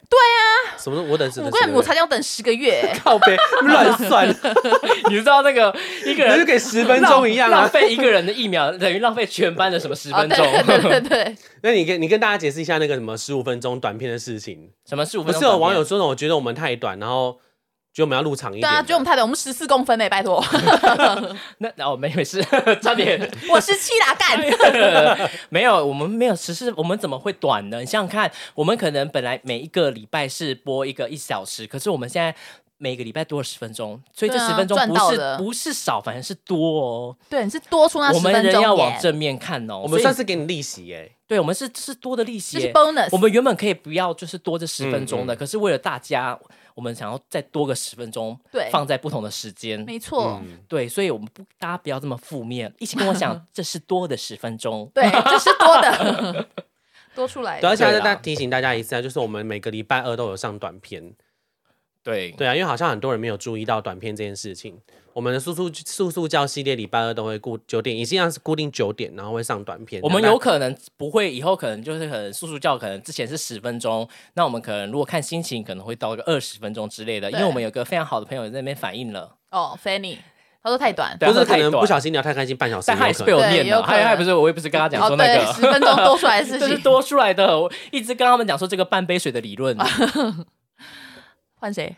Speaker 2: 什么都我等什么
Speaker 4: 五罐抹茶酱等十个月，
Speaker 2: 靠背 乱算，
Speaker 3: 你知道那个一个
Speaker 2: 那就
Speaker 3: 人
Speaker 2: 给十分钟一样
Speaker 3: 浪
Speaker 2: 啊。
Speaker 3: 费一个人的疫苗，等于浪费全班的什么十
Speaker 4: 哦，
Speaker 3: 分钟？
Speaker 4: 对对对对对，
Speaker 2: 那你跟你跟大家解释一下那个什么十五分钟短片的事情，
Speaker 3: 什么十五
Speaker 2: 不
Speaker 3: 分
Speaker 2: 是
Speaker 3: 钟？
Speaker 2: 有网友说什么觉得我们太短，然后觉得我们要录长一
Speaker 4: 对
Speaker 2: 点
Speaker 4: 啊，
Speaker 2: 的，
Speaker 4: 觉得我们太短，我们十四公分嘞，拜托，
Speaker 3: 那哦，没没事， 差点
Speaker 4: 我十七啦，干，
Speaker 3: 没有，我们没有实施，我们怎么会短呢？你想想看，我们可能本来每一个礼拜是播一个一小时，可是我们现在。每个礼拜多了十分钟，所以这
Speaker 4: 对啊
Speaker 3: 十分钟
Speaker 4: 赚
Speaker 3: 不
Speaker 4: 到
Speaker 3: 是、
Speaker 4: 的
Speaker 3: 不是少，反而是多哦。
Speaker 4: 对，你是多出那
Speaker 3: 我
Speaker 4: 十
Speaker 3: 们
Speaker 4: 分
Speaker 3: 人
Speaker 4: 钟
Speaker 3: 要往
Speaker 4: 耶，
Speaker 3: 正面看哦。
Speaker 2: 我们
Speaker 3: 所以
Speaker 2: 算是给你利息耶、
Speaker 3: 对，我们是是多的利息
Speaker 4: 这
Speaker 3: 耶。
Speaker 4: 是 bonus。
Speaker 3: 我们原本可以不要，就是多这十分钟的，
Speaker 2: 嗯嗯
Speaker 3: 可是为了大家，我们想要再多个十分钟，
Speaker 4: 对
Speaker 3: 放在不同的时间，
Speaker 4: 没错，
Speaker 2: 嗯
Speaker 3: 对，所以我们不，大家不要这么负面，一起跟我 想，这是多的十分钟，
Speaker 4: 对，这是多的，多出来
Speaker 2: 对，
Speaker 4: 的。
Speaker 2: 而且
Speaker 3: 对
Speaker 2: 再
Speaker 3: 啦
Speaker 2: 再提醒大家一次啊，就是我们每个礼拜二都有上短片，
Speaker 3: 对
Speaker 2: 对啊，因为好像很多人没有注意到短片这件事情。我们的速速速速教系列礼拜二都会固九点，一定要是固定九点，然后会上短片。
Speaker 3: 我们
Speaker 2: 那
Speaker 3: 有可能不会，以后可能就是可能速速教，可能之前是十分钟，那我们可能如果看心情，可能会到个二十分钟之类的，因
Speaker 4: 对
Speaker 3: 为我们有个非常好的朋友在那边反映了，
Speaker 4: 哦，Fanny，他说太短，
Speaker 3: 对啊
Speaker 2: 或者可
Speaker 3: 太
Speaker 2: 能
Speaker 3: 短
Speaker 2: 不小心聊太开心，半小时
Speaker 3: 但他
Speaker 2: 也
Speaker 3: 也
Speaker 2: 有
Speaker 3: 是
Speaker 2: 可
Speaker 3: 被
Speaker 2: 能。
Speaker 3: 我
Speaker 4: 对
Speaker 3: 念
Speaker 4: 有
Speaker 3: 了，
Speaker 4: 可
Speaker 3: 他也他也
Speaker 4: 能
Speaker 3: 不是我也不是跟他讲
Speaker 4: 哦，
Speaker 3: 说那
Speaker 4: 对，
Speaker 3: 个
Speaker 4: 十。分钟多出来的事
Speaker 3: 这是
Speaker 4: 情，
Speaker 3: 多出来的，我一直跟他们讲说这个半杯水的理论，
Speaker 4: 换谁？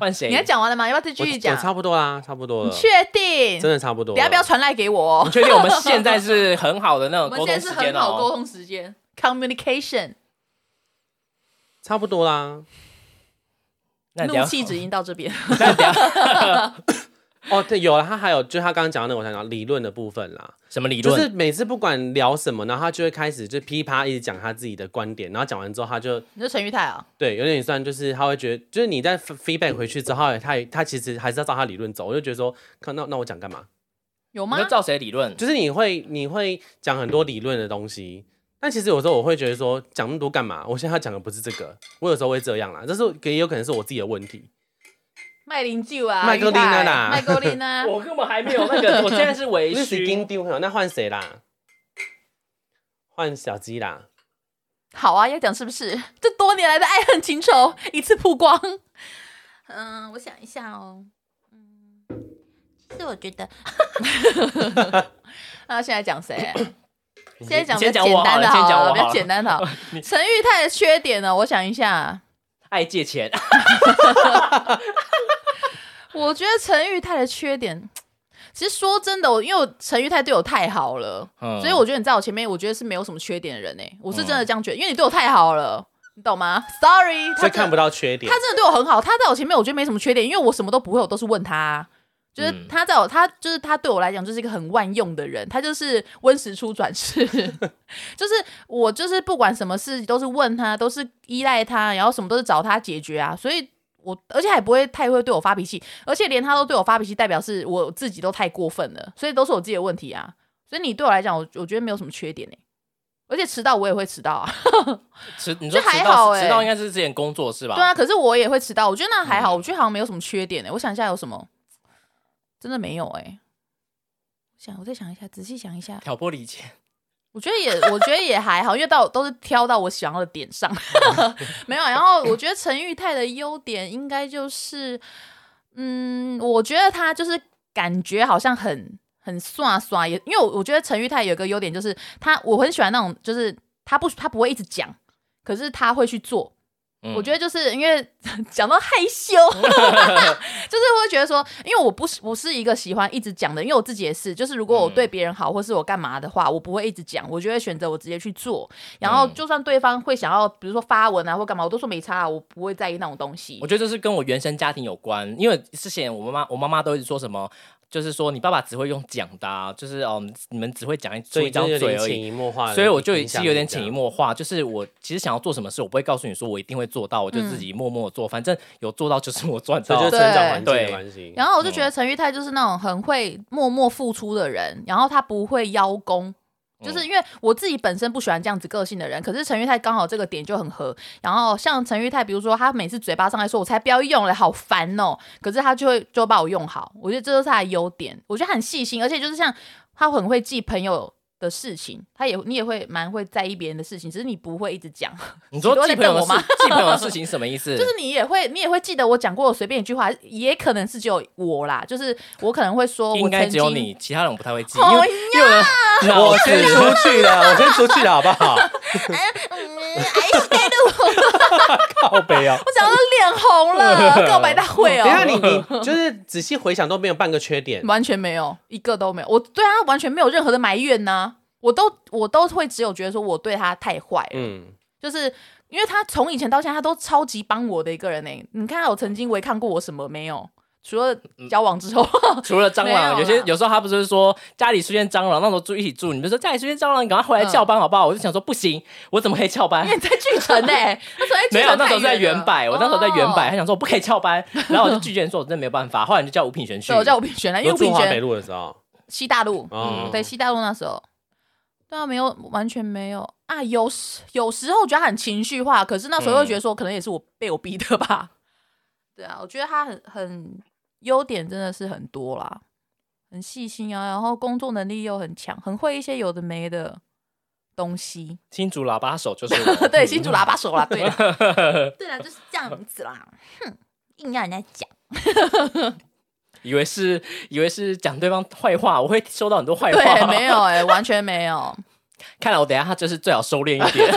Speaker 3: 换谁？
Speaker 4: 你还讲完了吗？要不要再继
Speaker 2: 我
Speaker 4: 续
Speaker 2: 我
Speaker 4: 讲？
Speaker 2: 差不多啦，差不多
Speaker 4: 啊你
Speaker 2: 了，
Speaker 4: 确定？
Speaker 2: 真的差不多了。
Speaker 4: 不要不要传赖给我
Speaker 3: 你
Speaker 4: 哦。
Speaker 3: 确定我们现在是很好的那种沟通时间哦？
Speaker 4: 通时间，communication，
Speaker 2: 差不多啦。
Speaker 3: 那你
Speaker 4: 怒
Speaker 3: 要
Speaker 4: 气 只应到这边。
Speaker 2: 哦，对，有了，他还有就是他刚刚讲的那个，我想讲理论的部分啦，
Speaker 3: 什么理
Speaker 2: 就
Speaker 3: 论？
Speaker 2: 是每次不管聊什么，然后他就会开始就噼啪一直讲他自己的观点，然后讲完之后他就
Speaker 4: 你说陈玉泰啊？
Speaker 2: 对，有点算就是他会觉得，就是你在 f- feedback 回去之后，他也他其实还是要照他理论走。我就觉得说，看那那我讲干嘛？
Speaker 4: 有
Speaker 3: 你
Speaker 4: 吗
Speaker 3: 就？照谁理论？
Speaker 2: 就是你会你会讲很多理论的东西，但其实有时候我会觉得说，讲那么多干嘛？我现在要讲的不是这个，我有时候会这样啦，这是也有可能是我自己的问题。
Speaker 4: 麦灵舅啊，
Speaker 2: 麦格
Speaker 4: 玉泰
Speaker 2: 丽娜啦
Speaker 4: 麦格啊丽娜，
Speaker 3: 我根本还没有那 个，我现在是微
Speaker 2: 那是
Speaker 3: 醺
Speaker 2: 金。丢，那换谁啦？换小鸡啦。
Speaker 4: 好啊，要讲是不是？ 这多年来的爱恨情仇一次曝光。 嗯，我想一下哦。
Speaker 1: 其实我觉得
Speaker 4: 那现在讲谁？啊现在讲
Speaker 3: 你
Speaker 4: 比较
Speaker 3: 先讲我
Speaker 4: 简单的
Speaker 3: 好了先讲
Speaker 4: 好
Speaker 3: 我
Speaker 4: 了，比
Speaker 3: 好
Speaker 4: 较
Speaker 3: 了
Speaker 4: 简单的 好了。陈玉泰的缺点呢？我想一下，
Speaker 3: 爱借钱，
Speaker 4: 我觉得陈玉泰的缺点，其实说真的，我因为我陈玉泰对我太好了，
Speaker 3: 嗯
Speaker 4: 所以我觉得你在我前面，我觉得是没有什么缺点的人诶、我是真的这样觉得，因为你对我太好了，你懂吗？Sorry，
Speaker 2: 所
Speaker 4: 他
Speaker 2: 以看
Speaker 4: 真
Speaker 2: 不
Speaker 4: 的
Speaker 2: 到缺点
Speaker 4: 他。真的对我很好，他在我前面我觉得没什么缺点，因为我什么都不会，我都是问他。啊就是
Speaker 3: 嗯
Speaker 4: 他在我，他就是他对我来讲就是一个很万用的人，他就是温实初转世， 就是我就是不管什么事都是问他，都是依赖他，然后什么都是找他解决啊，所以我而且还不会太会对我发脾气，而且连他都对我发脾气，代表是我自己都太过分了，所以都是我自己的问题啊，所以你对我来讲，我我觉得没有什么缺点呢、欸而且迟到我也会迟到啊，
Speaker 3: 迟，你说
Speaker 4: 这还
Speaker 3: 迟到
Speaker 4: 好
Speaker 3: 是，
Speaker 4: 欸
Speaker 3: 迟到应该是之前工作是吧？
Speaker 4: 对啊，可是我也会迟到，我觉得那还好，我觉得好像没有什么缺点诶、我想一下有什么，真的没有诶、想我再想一下，仔细想一下，
Speaker 3: 挑拨离间，
Speaker 4: 我觉得也， 我觉得也还好，因为到都是挑到我想要的点上， 没有。然后我觉得陈玉泰的优点应该就是，嗯，我觉得他就是感觉好像很很刷刷，也因为我我觉得陈玉泰有一个优点就是他，我很喜欢那种就是他不他不会一直讲，可是他会去做，
Speaker 3: 嗯
Speaker 4: 我觉得就是因为 讲到害 羞，就是会觉得说，因为我不是不是一个喜欢一直讲的，因为我自己也是，就是如果我
Speaker 3: 嗯
Speaker 4: 对别人好或是我干嘛的话，我不会一直讲，我就会选择我直接去做。然后
Speaker 3: 嗯
Speaker 4: 就算对方会想要，比如说发文啊或干嘛，我都说没差啊，我不会在意那种东西
Speaker 3: 我。觉得这是跟我原生家庭有关，因为之前我妈妈，我妈妈都一直说什么，就是说你爸爸只会用讲的、啊，就是哦，你们只会讲一出
Speaker 2: 所以
Speaker 3: 一张
Speaker 2: 就有
Speaker 3: 嘴
Speaker 2: 点
Speaker 3: 而
Speaker 2: 潜
Speaker 3: 已。
Speaker 2: 移默化的影响你这
Speaker 3: 所
Speaker 2: 样，
Speaker 3: 以我就其实有点潜移默化，就是我其实想要做什么事，我不会告诉你说我一定会做到，我就自己默默地做，反正有做到就是我赚
Speaker 2: 所以
Speaker 3: 到
Speaker 2: 就是。
Speaker 4: 嗯对
Speaker 2: 成长环境
Speaker 3: 对
Speaker 2: 的关系。
Speaker 4: 然后我就觉得陈玉泰就是那种很会默默付出的人，然后他不会邀功。就是因为我自己本身不喜欢这样子个性的人，可是陈玉泰刚好这个点就很合。然后像陈玉泰，比如说他每次嘴巴上来说“我才不要用了，好烦哦”，可是他就会就把我用好。我觉得这就是他的优点，我觉得他很细心，而且就是像他很会记朋友的事情，他也你也会蛮会在意别人的事情，只是你不会一直讲。
Speaker 3: 你说
Speaker 4: 多
Speaker 3: 记
Speaker 4: 在
Speaker 3: 朋友
Speaker 4: 瞪
Speaker 3: 的
Speaker 4: 我
Speaker 3: 事
Speaker 4: 妈，
Speaker 3: 记朋友的事情什么意 思？
Speaker 4: 就是你也会，你也会记得我讲过的随便一句话，也可能是只有我啦，就是我可能会说，我
Speaker 3: 应该
Speaker 4: 曾
Speaker 3: 只
Speaker 4: 经
Speaker 3: 有
Speaker 4: 哦
Speaker 3: 你，其他人我不太会记，
Speaker 4: 好
Speaker 3: 因为因为我的脑
Speaker 2: 我先
Speaker 3: 子
Speaker 2: 出去了， 我先出去了，好不 好？
Speaker 4: 哎
Speaker 2: 靠北啊！
Speaker 4: 我讲到脸红了，告白大会哦、
Speaker 2: 等一下你你就是仔细回想都没有半个缺点，
Speaker 4: 完全没有一个都没有，我对他完全没有任何的埋怨呐、我都我都会只有觉得说我对他太坏了，
Speaker 2: 嗯，
Speaker 4: 就是因为他从以前到现在，他都超级帮我的一个人呢、你看他有曾经违抗过我什么没有？除了
Speaker 3: 嗯
Speaker 4: 交往之后，
Speaker 3: 除了蟑螂，
Speaker 4: 没有啦
Speaker 3: 有些有时候他不是说家里出现蟑螂，那时候住一起住，你就说家里出现蟑螂，你赶快回来翘班好不好？我就想说不行，我怎么可以翘
Speaker 4: 嗯
Speaker 3: 班
Speaker 4: 因？为你在巨城呢、他曾在巨
Speaker 3: 没有，
Speaker 4: 城
Speaker 3: 那时候在
Speaker 4: 太远
Speaker 3: 原
Speaker 4: 了
Speaker 3: 百，我那时候在原百，
Speaker 4: 哦
Speaker 3: 他想说我不可以 翘班，然后我就拒绝说，我真的没有办法。后来你就叫吴品璇去，
Speaker 4: 对，我叫吴品璇来，因为
Speaker 2: 就
Speaker 4: 吴
Speaker 2: 住
Speaker 4: 品
Speaker 2: 哦华北
Speaker 4: 璇
Speaker 2: 路的时候，
Speaker 4: 西大路，
Speaker 2: 哦
Speaker 3: 嗯
Speaker 4: 对，西大陆那时候，对啊，没有，完全没有啊。有时有时候我觉得他很情绪化，可是那时
Speaker 2: 嗯
Speaker 4: 候又觉得说，可能也是我被我逼的吧。对啊，我觉得他很很优点真的是很多啦，很细心啊，然后工作能力又很强，很会一些有的没的东西。
Speaker 3: 新竹喇叭手就是我
Speaker 2: 嗯
Speaker 4: 对，新主喇叭手啦，对 啦，对啦，就是这样子啦。哼，硬要人家讲，
Speaker 3: 以为是以为是讲对方坏话，我会收到很多坏
Speaker 4: 对，
Speaker 3: 话。
Speaker 4: 没有哎、完全没有。
Speaker 3: 看来我等一下他就是最好收敛 一点。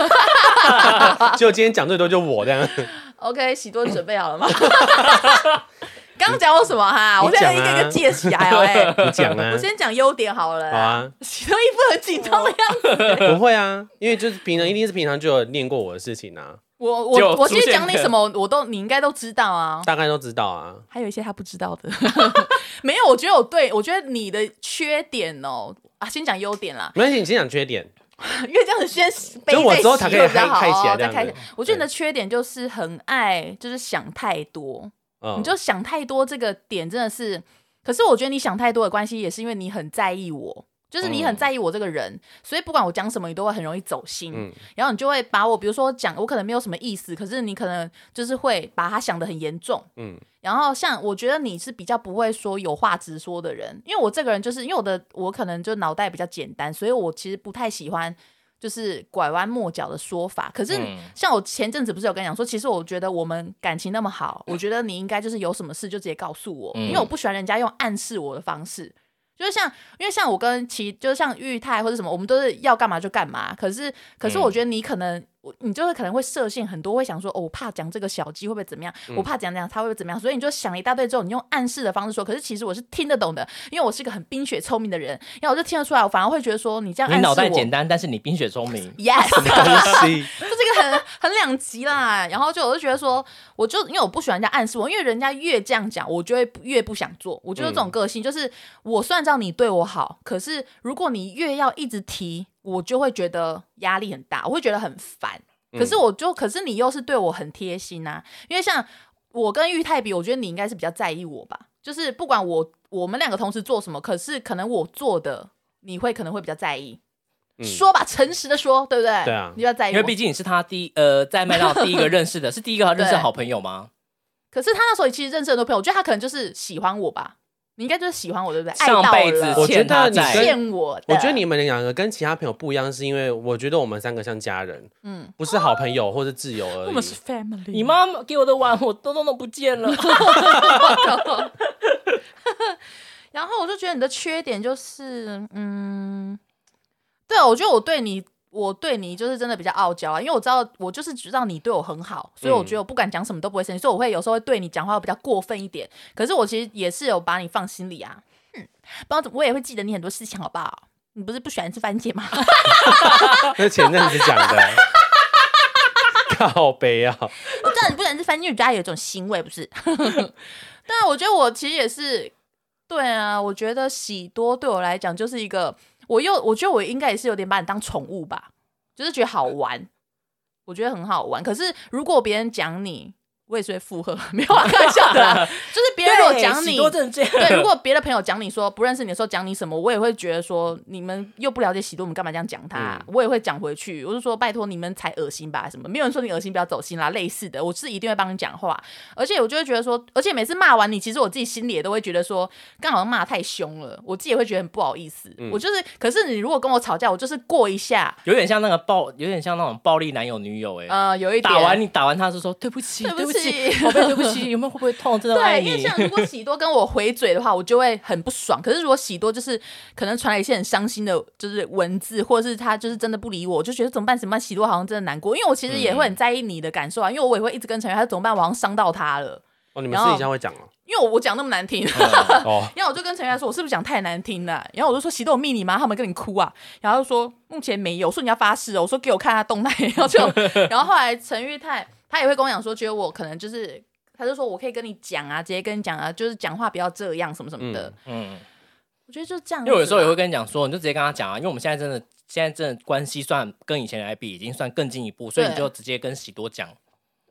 Speaker 4: 啊
Speaker 2: 就今天讲最多就我这样，
Speaker 4: OK，喜多，你准备好 了吗？刚刚讲我什么哈？
Speaker 2: 你
Speaker 4: 我现在一
Speaker 2: 讲啊
Speaker 4: 个一个记得起来哦、哎、
Speaker 2: 你讲啊
Speaker 4: 我，先讲优点好了。
Speaker 2: 好，啊，
Speaker 4: 喜多一副很紧张的样子。
Speaker 2: 不会啊，因为就是平常一定是平常就有念过我的事情啊，
Speaker 4: 我
Speaker 3: 就
Speaker 4: 我我今
Speaker 3: 出
Speaker 4: 天
Speaker 3: 现
Speaker 4: 讲你
Speaker 3: 了
Speaker 4: 什么，我都你应该都知道啊。
Speaker 2: 大概都知道啊。
Speaker 4: 还有一些他不知道的， 没有。我觉得我对我觉得你的缺点哦、啊，先讲优点啦，
Speaker 2: 没关系，你先讲缺点，
Speaker 4: 因为这样子先背
Speaker 2: 就我
Speaker 4: 在
Speaker 2: 之后
Speaker 4: 心
Speaker 2: 才可以
Speaker 4: 会比较
Speaker 2: 嗨
Speaker 4: 好
Speaker 2: 嗨起来
Speaker 4: 哦
Speaker 2: 这
Speaker 4: 再
Speaker 2: 样
Speaker 4: 开
Speaker 2: 子
Speaker 4: 始。我觉得你的缺点就是很爱，就是想太多。
Speaker 2: 嗯，
Speaker 4: 你就想太多这个点真的是，可是我觉得你想太多的关系也是因为你很在意我，就是你很在意我这个人，所以不管我讲什么，你都会很容易走心。
Speaker 2: 嗯
Speaker 4: 然后你就会把我，比如说讲我可能没有什么意思，可是你可能就是会把它想得很严重。
Speaker 2: 嗯，
Speaker 4: 然后像我觉得你是比较不会说有话直说的人，因为我这个人就是因为我的我可能就脑袋比较简单，所以我其实不太喜欢就是拐弯抹角的说法。可是
Speaker 3: 嗯
Speaker 4: 像我前阵子不是有跟你讲说，其实我觉得我们感情那么好，我觉得你应该就是有什么事就直接告诉我，
Speaker 3: 嗯
Speaker 4: 因为我不喜欢人家用暗示我的方式。就是像，因为像我跟其，就是像玉泰或者什么，我们都是要干嘛就干嘛。可是，可是
Speaker 3: 嗯
Speaker 4: 我觉得你可能，我你就是可能会设限很多，会想说哦，我怕讲这个小鸡会不会怎么样，
Speaker 3: 嗯
Speaker 4: 我怕讲讲他会不会怎么样，所以你就想了一大堆之后，你用暗示的方式说，可是其实我是听得懂的，因为我是个很冰雪聪明的人，然后我就听得出来，我反而会觉得说你这样
Speaker 3: 你
Speaker 4: 暗示
Speaker 3: 脑
Speaker 4: 我
Speaker 3: 袋简单，但是你冰雪聪明。
Speaker 4: ，yes，
Speaker 2: 东西，
Speaker 4: 就 这个很很两极啦。然后就我就觉得说，我就因为我不喜欢人家暗示我，因为人家越这样讲，我就会越不想做。我就是这种个性，就是我算账你对我好，可是如果你越要一直提，我就会觉得压力很大，我会觉得很烦。可是我就，可是你又是对我很贴心啊，因为像我跟玉泰比，我觉得你应该是比较在意我吧，就是不管我我们两个同时做什么，可是可能我做的你会可能会比较在意。
Speaker 2: 嗯
Speaker 4: 说吧，诚实的说，对不对？
Speaker 2: 对啊
Speaker 4: 你比较在意
Speaker 3: 因
Speaker 4: 哎我，
Speaker 3: 为毕竟你是他第一呃，在麦当劳第一个 认识的，是第一个认识的好朋友吗？
Speaker 4: 可是他那时候其实认识很多朋友，我觉得他可能就是喜欢我吧，你应该就是喜欢我，对不对？
Speaker 3: 上辈子
Speaker 4: 爱到
Speaker 2: 我
Speaker 4: 了
Speaker 2: 觉
Speaker 3: 欠
Speaker 2: 得
Speaker 3: 他
Speaker 2: 你
Speaker 3: 债，
Speaker 4: 骗我的，
Speaker 2: 我觉得你们两个跟其他朋友不一样，是因为我觉得我们三个像家人，
Speaker 4: 嗯，
Speaker 2: 不是好朋友或者挚友而已。
Speaker 4: family，
Speaker 3: 你妈妈给我的碗我都弄弄不 见了。
Speaker 4: 然后我就觉得你的缺点就是，嗯，对，我觉得我对你，我对你就是真的比较傲娇啊，因为我知道我就是知道你对我很好，所以我觉得我不管讲什么都不会生气，所以我会有时候会对你讲话比较过分一点。可是我其实也是有把你放心里啊，哼，不知道我也会记得你很多事情，好不好？你不是不喜欢吃番茄吗？
Speaker 2: 那前阵子讲的， 靠背啊，
Speaker 4: 我知道你不喜欢吃番茄，因为我觉得它有一种腥味，不是？ 对啊，我觉得我其实也是，对啊，我觉得喜多对我来讲就是一个，我又我觉得我应该也是有点把你当宠物吧，就是觉得好玩，我觉得很好玩。可是如果别人讲你，我也是会附和， 没有啊，开玩笑的啦，就是别人如果讲你
Speaker 3: 喜。多正 见。
Speaker 4: 对，如果别的朋友讲你说不认识你的时候讲你什么，我也会觉得说你们又不了解喜多，我们干嘛这样讲他、
Speaker 2: 嗯
Speaker 4: 我也会讲回去，我就说拜托你们才恶心吧，什么没有人说你恶心，不要走心啦，类似的，我是一定会帮你讲话，而且我就会觉得说，而且每次骂完你，其实我自己心里也都会觉得说，刚好像骂得太凶了，我自己也会觉得很不好意思。
Speaker 3: 嗯
Speaker 4: 我就是，可是你如果跟我吵架，我就是过一下，
Speaker 3: 有点像那个暴，有点像那种暴力男友女友哎、
Speaker 4: 呃，有一点
Speaker 3: 打完你打完他是说对不起，
Speaker 4: 对
Speaker 3: 对
Speaker 4: 不
Speaker 3: 不
Speaker 4: 起
Speaker 3: 起，宝贝，对不 起，有没有会不会痛？真的爱
Speaker 4: 对，因
Speaker 3: 你
Speaker 4: 为。像如果喜多跟我回嘴的话，我就会很不爽。可是如果喜多就是可能传来一些很伤心的，就是文字，或者是他就是真的不理我，我就觉得怎么办？怎么办？喜多好像真的难过，因为我其实
Speaker 3: 嗯
Speaker 4: 也会很在意你的感受啊，因为我也会一直跟陈源，他说怎么办？我好像伤到他了，
Speaker 2: 哦，你们私底下会讲哦。
Speaker 4: 因为我我讲那么难听。
Speaker 3: 嗯
Speaker 2: 哦，
Speaker 4: 然后我就跟陈源说，我是不是讲太难听了？然后我就说，喜多有密你吗？他们跟你哭啊？然后他就说目前没有。我说你要发誓哦，我说给我看他动态。然 后就，然后后来陈玉泰他也会跟我讲说，觉得我可能就是，他就说我可以跟你讲啊，直接跟你讲啊，就是讲话不要这样什么什么的。
Speaker 3: 嗯，
Speaker 4: 我觉得就这样子啊
Speaker 3: 因
Speaker 4: 吧。
Speaker 3: 为有时候也会跟你讲说，你就直接跟他讲啊，因为我们现在真的现在真的关系算跟以前来比已经算更进一步，所以
Speaker 4: 对
Speaker 3: 你就直接跟喜多讲。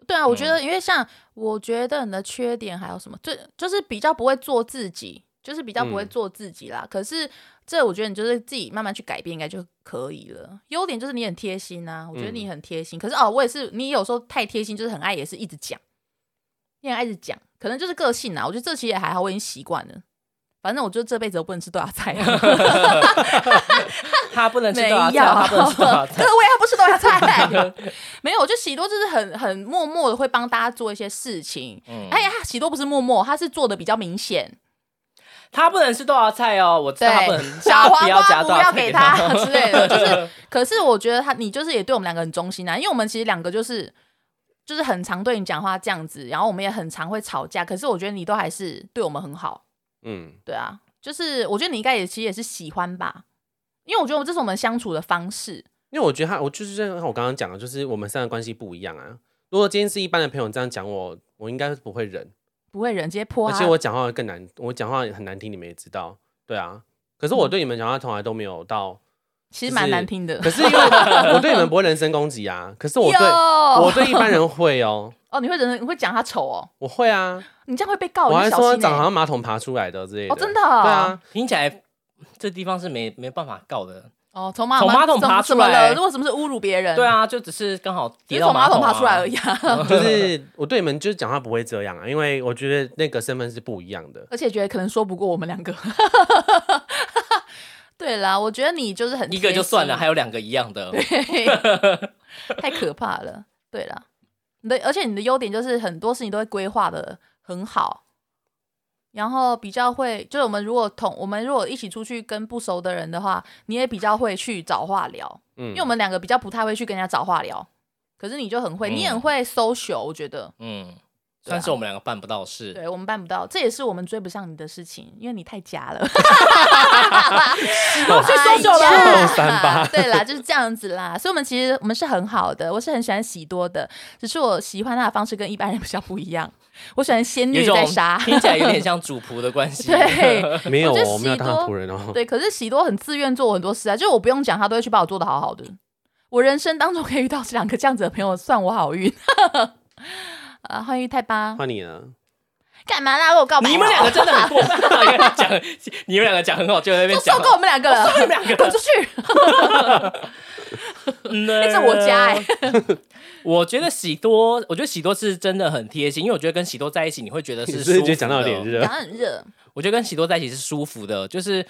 Speaker 4: 对啊，我觉得因为像我觉得你的缺点还有什么，最就是比较不会做自己，就是比较不会
Speaker 2: 嗯
Speaker 4: 做自己啦。可是这我觉得你就是自己慢慢去改变，应该就可以了。优点就是你很贴心啊，我觉得你很贴心。可是哦，我也是，你有时候太贴心，就是很爱也是一直讲，你很爱一直讲，可能就是个性啊。我觉得这其实也还好，我已经习惯了。反正我就这辈子都不能吃豆芽菜、啊，
Speaker 3: 他不能吃
Speaker 4: 没
Speaker 3: 豆
Speaker 4: 有，
Speaker 3: 芽菜，他不能吃豆
Speaker 4: 各
Speaker 3: 芽菜。
Speaker 4: 位，他不吃豆芽菜。 没有，我觉得喜多就是很很默默的会帮大家做一些事情。
Speaker 3: 嗯
Speaker 4: 哎呀，他喜多不是默默，他是做的比较明显。
Speaker 3: 他不能吃豆芽菜哦，我知道他不能，
Speaker 4: 小
Speaker 3: 大家
Speaker 4: 黄
Speaker 3: 不要
Speaker 4: 瓜
Speaker 3: 加
Speaker 4: 不
Speaker 3: 豆芽
Speaker 4: 要
Speaker 3: 菜
Speaker 4: 给他之类 的。就是，可是我觉得他，你就是也对我们两个很忠心啊，因为我们其实两个就是就是很常对你讲话这样子，然后我们也很常会吵架。可是我觉得你都还是对我们很好。
Speaker 2: 嗯，
Speaker 4: 对啊，就是我觉得你应该也其实也是喜欢吧，因为我觉得这是我们相处的方式。
Speaker 2: 因为我觉得他，我就是像我刚刚讲的，就是我们三个关系不一样啊。如果今天是一般的朋友这样讲我，我应该不会忍，
Speaker 4: 不会人直接泼
Speaker 2: 而
Speaker 4: 他，
Speaker 2: 且我讲话更难，我讲话很难听，你们也知道，对啊。可是我对你们讲话从来都没有到，
Speaker 4: 其实蛮难听的。
Speaker 2: 可是因为 我对你们不会人身攻击啊，可是我对
Speaker 4: 哟
Speaker 2: 我对一般人会哦，
Speaker 4: 哦，你会人你会讲他丑哦，
Speaker 2: 我会啊，
Speaker 4: 你这样会被告，
Speaker 2: 我还
Speaker 4: 你小
Speaker 2: 说
Speaker 4: 心
Speaker 2: 长
Speaker 4: 欸
Speaker 2: 好像马桶爬出来的之类的，
Speaker 4: 哦，真的、
Speaker 2: 对
Speaker 4: 哦、
Speaker 2: 啊，，
Speaker 3: 听起来这地方是没没办法告的。
Speaker 4: 哦，从马
Speaker 3: 从马桶爬
Speaker 4: 怎么
Speaker 3: 出来
Speaker 4: 了？为什么是侮辱别人？
Speaker 3: 对，啊，就只是刚好
Speaker 4: 只嗯
Speaker 3: 跌
Speaker 4: 是
Speaker 3: 到
Speaker 4: 从马
Speaker 3: 桶嗯
Speaker 4: 桶爬出来而
Speaker 3: 已。
Speaker 4: 已啊，
Speaker 2: 就是我对你们就是讲话不会这样啊，因为我觉得那个身份是不一样 的。
Speaker 4: 而且觉得可能说不过我们两个。 对啦，我觉得你就是很
Speaker 3: 一个就算了，
Speaker 4: 贴
Speaker 3: 还有两个一样的。
Speaker 4: 心太可怕了。对啦，你的而且你的优点就是很多事情都会规划的很好，然后比较会就是我们如果同我们如果一起出去跟不熟的人的话，你也比较会去找话聊。
Speaker 2: 嗯，
Speaker 4: 因为我们两个比较不太会去跟人家找话聊，可是你就很会，
Speaker 3: 嗯
Speaker 4: 你很会 social，我觉得。
Speaker 3: 嗯，
Speaker 4: 对啊
Speaker 3: 算是我们两个办不到的事。
Speaker 4: 对我们办不到，这也是我们追不上你的事情，因为你太假了。
Speaker 2: 哦
Speaker 4: 去搜救了
Speaker 2: 哎呀 638
Speaker 4: 对啦，就是这样子啦。所以，我们其实我们是很好的，我是很喜欢喜多的，只是我喜欢他的方式跟一般人比较不一样。我喜欢仙
Speaker 3: 有一
Speaker 4: 女
Speaker 3: 种
Speaker 4: 在杀，
Speaker 3: 听起来有点像主仆的关系。
Speaker 4: 对
Speaker 2: 没有
Speaker 4: 我
Speaker 2: 哦，
Speaker 4: 觉得
Speaker 2: 我没有
Speaker 4: 喜
Speaker 2: 当他
Speaker 4: 多
Speaker 2: 仆人哦。
Speaker 4: 对。可是喜多很自愿做我很多事啊，就是我不用讲，他都会去把我做的好好的。我人生当中可以遇到这两个这样子的朋友，算我好运。 啊，欢迎太吧，
Speaker 2: 换你了，
Speaker 4: 干嘛啦？我有告白哦，
Speaker 3: 你们两个真的很过分，跟他讲，你们两个讲很好，就在那边
Speaker 4: 都
Speaker 3: 讲 啊
Speaker 4: 受，够我们两个了，
Speaker 3: 你们两
Speaker 4: 滚
Speaker 3: 个，
Speaker 4: 出去！
Speaker 3: 那
Speaker 4: 这是我家哎、
Speaker 3: 嗯 我觉得喜多，我觉得喜多是真的很贴心，因为我觉得跟喜多在一起，你会觉得
Speaker 2: 你
Speaker 3: 是
Speaker 2: 是
Speaker 3: 舒服
Speaker 2: 不是
Speaker 3: 的。哦
Speaker 2: 讲到有
Speaker 3: 啊
Speaker 2: 点热
Speaker 4: 然，后很热，
Speaker 3: 我觉得跟喜多在一起是舒服的，就是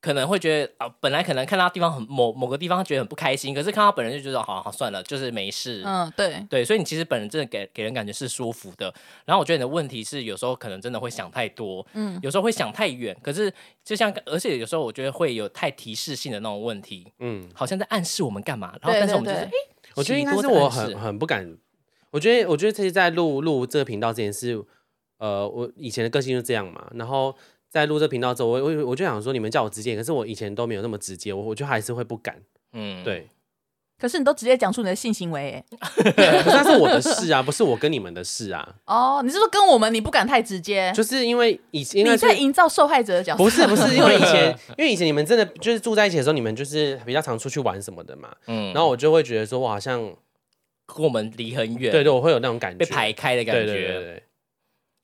Speaker 3: 可能会觉得啊、本来可能看到地方很某某个地方觉得很不开心，可是看到本人就觉得好好算了，就是没事。
Speaker 4: 嗯，对，
Speaker 3: 对，所以你其实本人真的给给人感觉是舒服的。然后我觉得你的问题是，有时候可能真的会想太多，嗯
Speaker 4: 嗯，
Speaker 3: 有时候会想太远。可是就像，而且有时候我觉得会有太提示性的那种问题，
Speaker 2: 嗯，
Speaker 3: 好像在暗示我们干嘛。然后
Speaker 4: 对
Speaker 3: 但是我们
Speaker 4: 对
Speaker 3: 就是，
Speaker 4: 对
Speaker 3: 诶
Speaker 2: 我觉得应该
Speaker 3: 喜
Speaker 2: 是
Speaker 3: 多在
Speaker 2: 我
Speaker 3: 暗示
Speaker 2: 很很不敢。我觉得，我觉得其实，在录录这个频道之前是，呃，我以前的个性就这样嘛。然后在录这频道之后，我我我就想说，你们叫我直接，可是我以前都没有那么直接，我我就还是会不敢。
Speaker 3: 嗯，
Speaker 2: 对，
Speaker 4: 可是你都直接讲出你的性行为、欸，
Speaker 2: 可是那是我的事啊，不是我跟你们的事啊。
Speaker 4: 哦，你是说跟我们你不敢太直接？
Speaker 2: 就是因为以前应
Speaker 4: 你
Speaker 2: 该是
Speaker 4: 在营造受害者的角色？
Speaker 2: 不是不是，因为以前因为以前你们真的就是住在一起的时候，你们就是比较常出去玩什么的嘛。
Speaker 3: 嗯，
Speaker 2: 然后我就会觉得说，我好像
Speaker 3: 跟我们离很远，
Speaker 2: 对对，我会有那种感觉
Speaker 3: 被排开的感觉。
Speaker 2: 对对对对，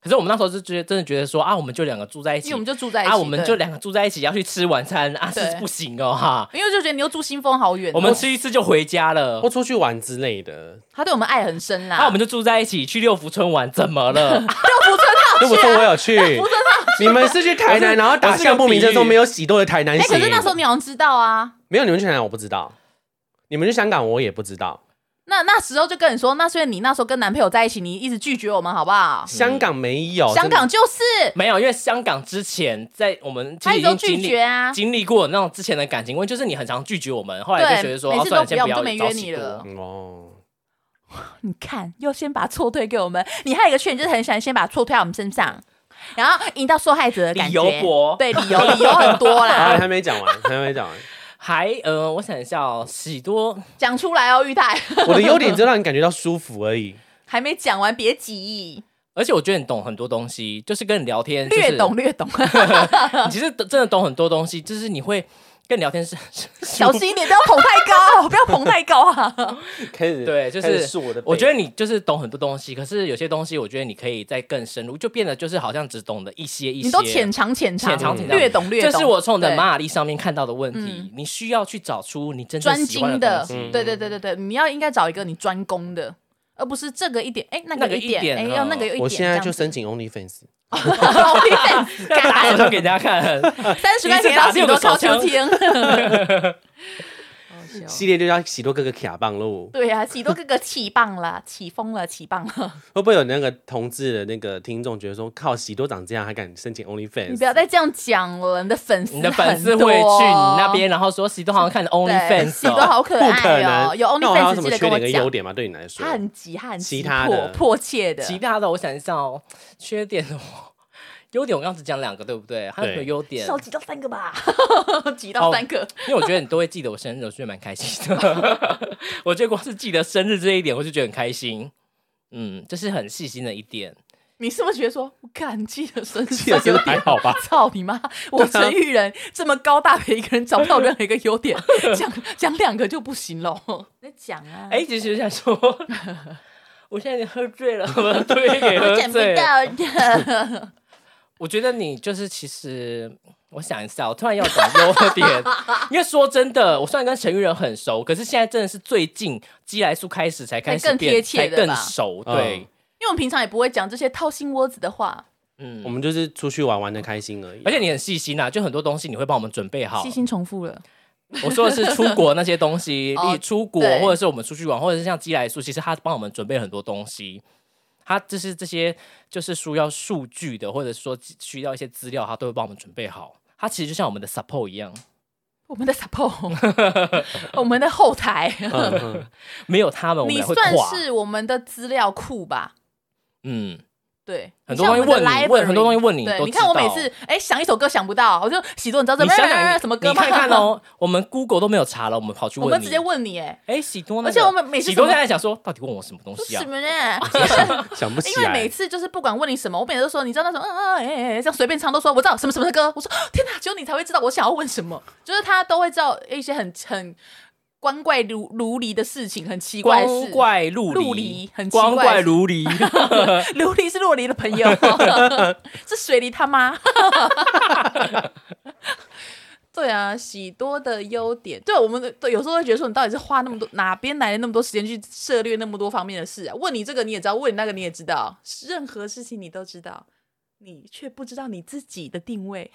Speaker 3: 可是我们那时候是觉得真的觉得说啊，我们就两个住在 一
Speaker 4: 因
Speaker 3: 起，
Speaker 4: 为我们就住在一起，
Speaker 3: 啊，我们就
Speaker 4: 对
Speaker 3: 两个住在一起要去吃晚餐啊，
Speaker 4: 对
Speaker 3: 是不行哦哈。
Speaker 4: 因为就觉得你又住新丰好远，哦
Speaker 3: 我们吃一次就回家了
Speaker 2: 或，出去玩之类的。
Speaker 4: 他对我们爱很深啦。
Speaker 3: 啊，我们就住在一起，去六福村玩，怎么 了？
Speaker 2: 那我说我有去，你们是去台南，然后打相不明针都没有喜多的台南
Speaker 4: 哎、
Speaker 2: 行。
Speaker 4: 可是那时候你好像知道啊，
Speaker 2: 没有你们去台南，我不知道。你们去香港，我也不知道。
Speaker 4: 那那时候就跟你说，那虽然你那时候跟男朋友在一起，你一直拒绝我们，好不好？
Speaker 2: 香港没有，
Speaker 4: 香港就是
Speaker 3: 没有，因为香港之前在我们其
Speaker 4: 他
Speaker 3: 实
Speaker 4: 一
Speaker 3: 已
Speaker 4: 直都
Speaker 3: 经经
Speaker 4: 拒
Speaker 3: 历
Speaker 4: 绝啊，
Speaker 3: 经历过那种之前的感情问，就是你很常拒绝我们，后来就觉得
Speaker 4: 对，
Speaker 3: 说，
Speaker 4: 每
Speaker 3: 啊
Speaker 4: 次
Speaker 3: 算
Speaker 4: 都
Speaker 3: 了，先
Speaker 4: 要，我
Speaker 3: 不
Speaker 4: 们都没
Speaker 3: 要找
Speaker 4: 约
Speaker 3: 喜
Speaker 4: 你
Speaker 3: 多
Speaker 4: 了。
Speaker 2: 真的哦。
Speaker 4: 你看，又先把错推给我们。你还有一个缺点，就是很喜欢先把错推到我们身上，然后引到受害者的感觉。
Speaker 3: 理由薄
Speaker 4: 对理由理由很多
Speaker 2: 还
Speaker 4: 啦，
Speaker 2: 还没讲完，还没讲完。
Speaker 3: 还呃，我想一下哦，喜多
Speaker 4: 讲出来哦，玉泰
Speaker 2: 我的优点就让你感觉到舒服而已。
Speaker 4: 还没讲完，别急，
Speaker 3: 而且我觉得你懂很多东西，就是跟你聊天，就是
Speaker 4: 略懂 略懂，
Speaker 3: 你其实真的懂很多东西，就是你会跟你聊天是， 是
Speaker 4: 小心一点，不要捧太高，不要捧太高啊！
Speaker 2: 开始
Speaker 3: 对就是
Speaker 2: 开始竖我的背，
Speaker 3: 我觉得你就是懂很多东西，可是有些东西我觉得你可以再更深入，就变得就是好像只懂得一些一些。
Speaker 4: 你都浅尝浅
Speaker 3: 浅尝浅尝
Speaker 4: 略懂略
Speaker 3: 这
Speaker 4: 懂。
Speaker 3: 是我从你的
Speaker 4: 对
Speaker 3: 玛雅历上面看到的问题
Speaker 4: 嗯，
Speaker 3: 你需要去找出你真正
Speaker 4: 专
Speaker 3: 喜欢
Speaker 4: 精的
Speaker 3: 的 东西。，
Speaker 2: 嗯
Speaker 4: 对对对对对，你要应该找一个你专攻的，而不是这个一点，哎，那
Speaker 3: 那
Speaker 4: 个
Speaker 3: 个
Speaker 4: 一
Speaker 3: 一
Speaker 4: 点，
Speaker 3: 点
Speaker 4: 哎，
Speaker 3: 嗯
Speaker 4: 要那个有一点。
Speaker 2: 我现在就申
Speaker 4: 生气，
Speaker 2: 请 OnlyFans，
Speaker 4: 哦
Speaker 3: 要打
Speaker 4: 哎
Speaker 3: 手枪给人家看，
Speaker 4: 三十块
Speaker 3: 一次
Speaker 4: 钱
Speaker 3: 打
Speaker 4: 要
Speaker 3: 六
Speaker 4: 请
Speaker 3: 个
Speaker 4: 多
Speaker 3: 手
Speaker 4: 高
Speaker 3: 枪
Speaker 4: 秋 天。哦
Speaker 2: 系列就叫喜多哥哥卡棒喽。
Speaker 4: 对啊，喜多哥哥起棒了，起风了，起棒 了！
Speaker 2: 会不会有那个同志的那个听众觉得说，靠，喜多长这样还敢申请 OnlyFans？
Speaker 4: 你不要再这样讲了，你的粉丝
Speaker 3: 你的粉丝
Speaker 4: 很多哦
Speaker 3: 会去你那边，然后说喜多好像看的
Speaker 4: 对
Speaker 3: OnlyFans，
Speaker 4: 喜多
Speaker 3: 哦
Speaker 4: 好可
Speaker 2: 不可
Speaker 4: 爱
Speaker 2: 能
Speaker 4: 哦，有
Speaker 2: 那我还有
Speaker 4: OnlyFans
Speaker 2: 什
Speaker 4: 记
Speaker 2: 么
Speaker 4: 得
Speaker 2: 缺
Speaker 4: 跟我
Speaker 2: 点跟优
Speaker 4: 讲。
Speaker 2: 点吗？对你来说，
Speaker 4: 他很急，他很急
Speaker 2: 其他的
Speaker 4: 迫迫切的，
Speaker 3: 其他的我想一下哦， 缺点的话，优点我刚刚只讲两个，对不对？还有什么
Speaker 2: 对
Speaker 3: 优点？
Speaker 4: 少急到三个 吧，急到三个。
Speaker 3: 因为我觉得你都会记得我生日，我觉得蛮开心的。 我觉得光是记得生日这一点，我就觉得很开心。嗯，这是很细心的一点。
Speaker 4: 你是不是觉得说，我感激的身
Speaker 2: 记得
Speaker 4: 上
Speaker 2: 真
Speaker 4: 有
Speaker 2: 的还
Speaker 4: 点？
Speaker 2: 好吧？
Speaker 4: 操你妈！我
Speaker 3: 啊
Speaker 4: 陈玉人这么高大的一个人，找不到任何一个优点， 讲讲两个就不行喽。那讲啊，
Speaker 3: 哎、其实想说， 我现在有点喝醉了，我的哎对给
Speaker 4: 我
Speaker 3: 喝
Speaker 4: 讲不
Speaker 3: 醉了。
Speaker 4: 到 的。
Speaker 3: 我觉得你就是其实。我想一下，我突然要讲优点， 因为说真的，我虽然跟陈玉仁很熟，可是现在真的是最近基来素开始才开始
Speaker 4: 才更
Speaker 3: 变
Speaker 4: 贴切
Speaker 3: 才
Speaker 4: 的
Speaker 3: 更
Speaker 4: 吧
Speaker 3: 熟，
Speaker 2: 嗯
Speaker 3: 对，
Speaker 4: 因为我们平常也不会讲这些掏心窝子的话，
Speaker 3: 嗯，
Speaker 2: 我们就是出去玩玩的开心而已。
Speaker 3: 而且你很细心啊，就很多东西你会帮我们准备好，
Speaker 4: 细心重复了。
Speaker 3: 我说的是出国那些东西，
Speaker 4: 哦
Speaker 3: 你出国
Speaker 4: 对
Speaker 3: 或者是我们出去玩，或者是像基来素，其实他帮我们准备了很多东西。他就是这些，就是需要数据的，或者说需要一些资料，他都会帮我们准备好。他其实就像我们的 support 一样，
Speaker 4: 我们的 support，我们的后 台，
Speaker 2: 嗯嗯
Speaker 3: 没有他们，我们
Speaker 4: 你
Speaker 3: 俩会
Speaker 4: 算
Speaker 3: 垮。
Speaker 4: 是我们的资料库吧？
Speaker 3: 嗯，
Speaker 4: 对，
Speaker 3: 很多东西问你，问很多东
Speaker 4: 西。
Speaker 3: 西问你，
Speaker 4: 对，
Speaker 3: 都
Speaker 4: 你
Speaker 3: 知
Speaker 4: 看我每
Speaker 3: 道
Speaker 4: 次哎想一首歌想不到，我就喜多，你知道这
Speaker 3: 你想想
Speaker 4: 什么歌
Speaker 3: 你
Speaker 4: 吗？
Speaker 3: 看看，哦，我们 Google 都没有查了，我们跑去问
Speaker 4: 我
Speaker 3: 你，
Speaker 4: 们直接问你哎，
Speaker 3: 哎，喜多那个，
Speaker 4: 而且我们每次
Speaker 3: 喜多
Speaker 4: 什么
Speaker 3: 在那想说，到底问我什么东
Speaker 4: 说
Speaker 3: 西啊
Speaker 4: 什？么呢？
Speaker 2: 嗯 想不起
Speaker 4: 因为每
Speaker 2: 来。
Speaker 4: 次就是不管问你什么，我每次都说，你知道那种嗯嗯哎哎哎这样随便唱都说我知道什么什么的歌，我说天哪，只有你才会知道我想要问什么，就是他都会知道一些很很光怪如如离的事情，很奇怪的
Speaker 3: 光
Speaker 4: 事。
Speaker 3: 怪陆
Speaker 4: 陆离很奇怪
Speaker 3: 光怪陆离，
Speaker 4: 琉璃是洛璃的朋 友，是水梨他妈。 对啊，喜多的优点，对我们的对有时候会觉得说，你到底是花那么多哪边来的那么多时间去涉猎那么多方面的事啊？问你这个你也知道，问你那个你也知道，任何事情你都知道，你却不知道你自己的定位。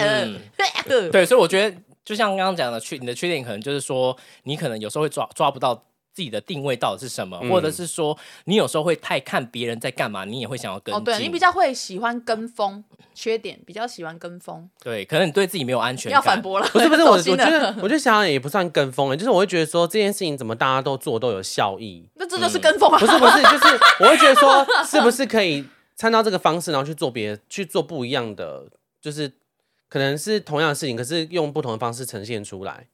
Speaker 3: 嗯
Speaker 4: 对
Speaker 3: 对，所以我觉得就像刚刚讲的，缺你的缺点可能就是说，你可能有时候会抓抓不到自己的定位到底是什么，
Speaker 2: 嗯
Speaker 3: 或者是说你有时候会太看别人在干嘛，你也会想要跟
Speaker 4: 哦，
Speaker 3: 进。
Speaker 4: 对你比较会喜欢跟风，缺点比较喜欢跟风，
Speaker 3: 对，可能你对自己没有安全
Speaker 4: 要
Speaker 3: 感。
Speaker 4: 反驳了，
Speaker 2: 不是不是，
Speaker 4: 走
Speaker 2: 我我
Speaker 4: 心
Speaker 2: 觉
Speaker 4: 了
Speaker 2: 得我觉得想想也不算跟风欸就是我会觉得说这件事情怎么大家都做都有效益，
Speaker 4: 那这就是跟风啊，
Speaker 2: 不是不是，就是我会觉得说是不是可以参照这个方式，然后去做别去做不一样的，就是可能是同样的事情，可是用不同的方式呈现出来。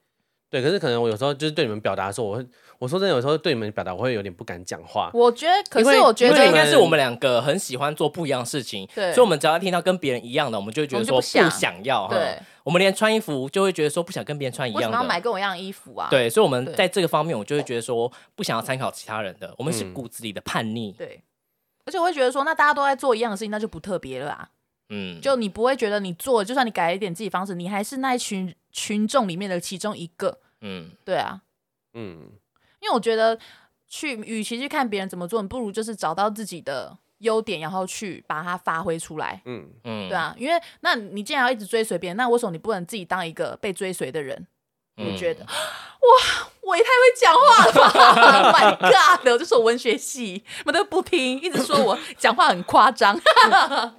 Speaker 2: 对，可是可能我有时候就是对你们表达的时候，我会我说真的，有时候对你们表达我会有点不敢讲话。
Speaker 4: 我觉得，可
Speaker 2: 因为
Speaker 4: 是我觉
Speaker 3: 因为
Speaker 4: 得
Speaker 3: 应
Speaker 2: 你们
Speaker 3: 该是我们两个很喜欢做不一样的事情，
Speaker 4: 对
Speaker 3: 所以我们只要听到跟别人一样的，我们就会觉得说
Speaker 4: 我们就不想
Speaker 3: 想要，
Speaker 4: 对
Speaker 3: 哈，我们连穿衣服就会觉得说不想跟别人穿一
Speaker 4: 为什
Speaker 3: 样
Speaker 4: 么要买
Speaker 3: 的，
Speaker 4: 跟我一样的衣服啊？
Speaker 3: 对，所以我们
Speaker 4: 对
Speaker 3: 在这个方面，我就会觉得说不想要参考其他人的，我们是骨子里的叛逆，
Speaker 4: 对而且我会觉得说，那大家都在做一样的事情，那就不特别了啊。
Speaker 3: 嗯，
Speaker 4: 就你不会觉得你做，就算你改了一点自己方式，你还是那一群群众里面的其中一个。
Speaker 3: 嗯，
Speaker 4: 对啊，
Speaker 2: 嗯，
Speaker 4: 因为我觉得去，与其去看别人怎么做，你不如就是找到自己的优点，然后去把它发挥出来。
Speaker 2: 嗯，
Speaker 3: 嗯，
Speaker 4: 对啊，因为那你既然要一直追随别人，那为什么你不能自己当一个被追随的人？
Speaker 3: 嗯，
Speaker 4: 你觉得？哇，我也太会讲话了吧，Oh！My God，我就说我文学系，我们都不听，一直说我讲话很夸张。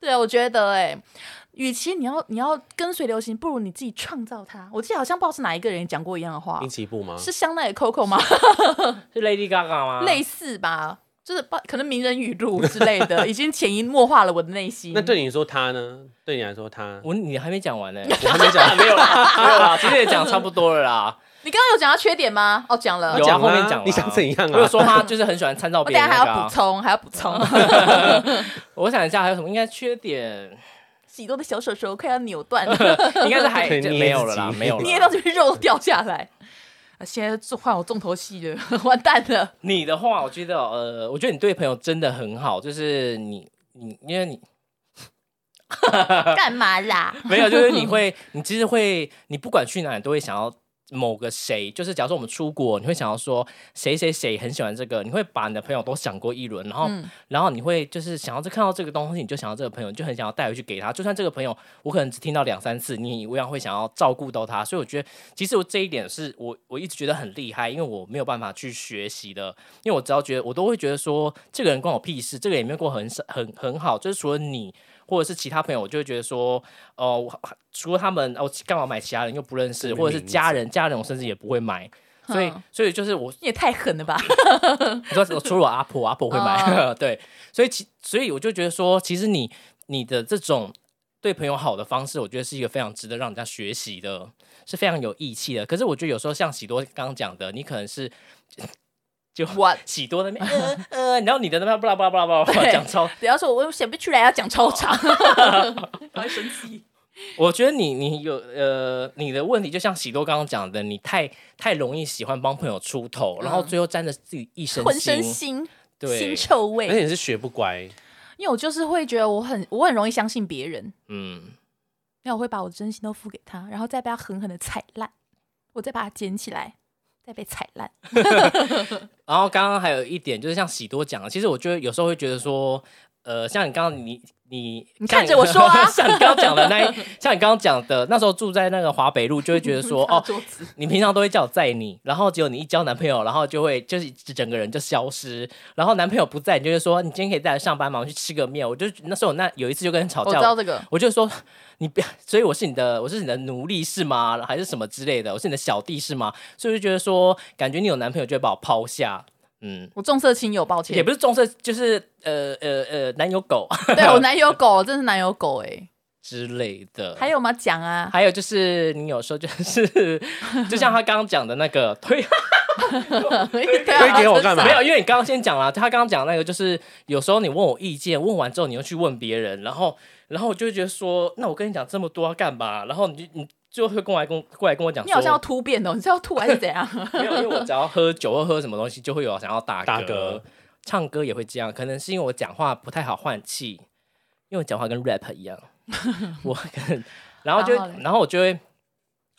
Speaker 4: 对啊，我觉得哎、与其你要你要跟随流行，不如你自己创造它。我记得好像不知道是哪一个人讲过一样的话
Speaker 2: 一，起步吗？
Speaker 4: 是香奈儿 Coco 吗？
Speaker 3: 是啊 Lady Gaga 吗？
Speaker 4: 类似吧，就是不可能名人语录之类的，已经潜移默化了我的内心。
Speaker 2: 那对你说他呢？对你来说他，
Speaker 3: 我你还没讲 完呢，
Speaker 2: 我还没 讲，
Speaker 3: 没有啦，没有啦，其实也讲差不多了啦。
Speaker 4: 你刚刚有讲到缺点吗？哦，讲了
Speaker 2: 我
Speaker 3: 有，啊，
Speaker 2: 讲
Speaker 3: 后
Speaker 2: 啦
Speaker 3: 面讲啦。
Speaker 2: 你想怎样啊
Speaker 3: 我有说他就是很喜欢参照
Speaker 4: 我
Speaker 3: 别
Speaker 4: 等一
Speaker 3: 人
Speaker 4: 下还
Speaker 3: 那个
Speaker 4: 要
Speaker 3: 啊
Speaker 4: 补。充，还要补充。
Speaker 3: 我想一下还有什么，应该缺点，
Speaker 4: 喜多的小手手快要扭断了。
Speaker 3: 应该是还
Speaker 2: 可以捏
Speaker 3: 没有了啦，
Speaker 2: 自己
Speaker 3: 没有 了。
Speaker 4: 捏到这边肉掉下来。啊现在做换我重头戏了， 完蛋 了。
Speaker 3: 你的话，我觉得呃，我觉得你对朋友真的很好，就是你你因为你
Speaker 4: 干嘛啦？
Speaker 3: 没有，就是你会你其实会你不管去哪里都会想要。某个谁，就是假如说我们出国，你会想要说谁谁谁很喜欢这个，你会把你的朋友都想过一轮，然后、
Speaker 4: 嗯
Speaker 3: 然后你会就是想要这看到这个东西，你就想到这个朋友，你就很想要带回去给他。就算这个朋友我可能只听到两三次，你我一样会想要照顾到他。所以我觉得，其实我这一点是我我一直觉得很厉害，因为我没有办法去学习的，因为我只要觉得我都会觉得说这个人关我屁事，这个人也没有过很很很好，就是除了你。或者是其他朋友，我就会觉得说，哦、我除了他们，哦，干嘛买其他人又不认识，
Speaker 2: 这个
Speaker 3: 或者是
Speaker 2: 名字
Speaker 3: 家人，家人我甚至也不会买，所以
Speaker 4: 嗯，
Speaker 3: 所以就是我
Speaker 4: 你也太狠了 吧！
Speaker 3: 你知道，除了我阿婆，阿婆会
Speaker 4: 哦
Speaker 3: 买， 对，所以其所以我就觉得说，其实你你的这种对朋友好的方式，我觉得是一个非常值得让人家学习的，是非常有义气的。可是我觉得有时候像喜多刚刚讲的，你可能是 就
Speaker 4: 我
Speaker 3: 喜多那边呃呃，然后你的那边布拉布拉布拉布拉布拉
Speaker 4: 对
Speaker 3: 讲超，
Speaker 4: 只要说我写不出来，要讲超 长，我会生气。
Speaker 3: 我觉得你你有呃你的问题，就像喜多刚刚讲的，你太太容易喜欢帮朋友出头，然后最后沾着自己一身
Speaker 4: 嗯浑身
Speaker 3: 腥
Speaker 4: 腥，
Speaker 3: 对
Speaker 4: 腥，臭
Speaker 2: 而
Speaker 4: 味。
Speaker 2: 且你是学不乖，
Speaker 4: 因为我就是会觉得我很，我很容易相信别人，
Speaker 3: 嗯。
Speaker 4: 那我会把我真心都付给他，然后再被他狠狠的踩烂，我再把它捡起来，再被踩烂。
Speaker 3: 然后刚刚还有一点就是像喜多讲的，其实我觉得有时候会觉得说，呃，像你刚刚你你
Speaker 4: 你
Speaker 3: 像
Speaker 4: 看着我说啊
Speaker 3: 像你刚刚讲的那一，像你刚刚讲的，那时候住在那个华北路，就会觉 得说哦，
Speaker 4: 桌子
Speaker 3: 你平常都会叫我载你，然后结果你一交男朋友，然后就会就是整个人就消失，然后男朋友不在，你就会说你今天可以带来上班吗？我们去吃个面。我就那时候我那有一次就跟人吵
Speaker 4: 我
Speaker 3: 架，
Speaker 4: 知道这个，
Speaker 3: 我就说你不要，所以我是你的，我是你的奴隶是吗？还是什么之类的？我是你的小弟是吗？所以我就觉得说，感觉你有男朋友就会把我抛下，嗯，
Speaker 4: 我重色轻友，抱
Speaker 3: 也
Speaker 4: 歉。
Speaker 3: 不是重色，就是呃呃呃男友狗
Speaker 4: 对我男友狗，真是男友狗哎。
Speaker 3: 之类的。
Speaker 4: 还有吗？讲啊，
Speaker 3: 还有就是，你有时候就是， 就像他刚刚讲的那个推，
Speaker 4: 对
Speaker 2: 推
Speaker 4: 啊，
Speaker 2: 给我干嘛
Speaker 3: 没？有，因为你刚刚先讲了，他刚刚讲那个就是，有时候你问我意见，问完之后你又去问别人，然后然后我就会觉得说，那我跟你讲这么多要干嘛？然后你就你就会跟我来跟过来跟我讲说，
Speaker 4: 你好像要突变哦，你是要吐还是怎样？
Speaker 3: 没有，因为我只要喝酒或喝什么东西，就会有想要打嗝。
Speaker 2: 打嗝
Speaker 3: 唱歌也会这样，可能是因为我讲话不太好换气，因为我讲话跟 rap 一样，我可能，然后就
Speaker 4: 然后嘞
Speaker 3: 然后我就会。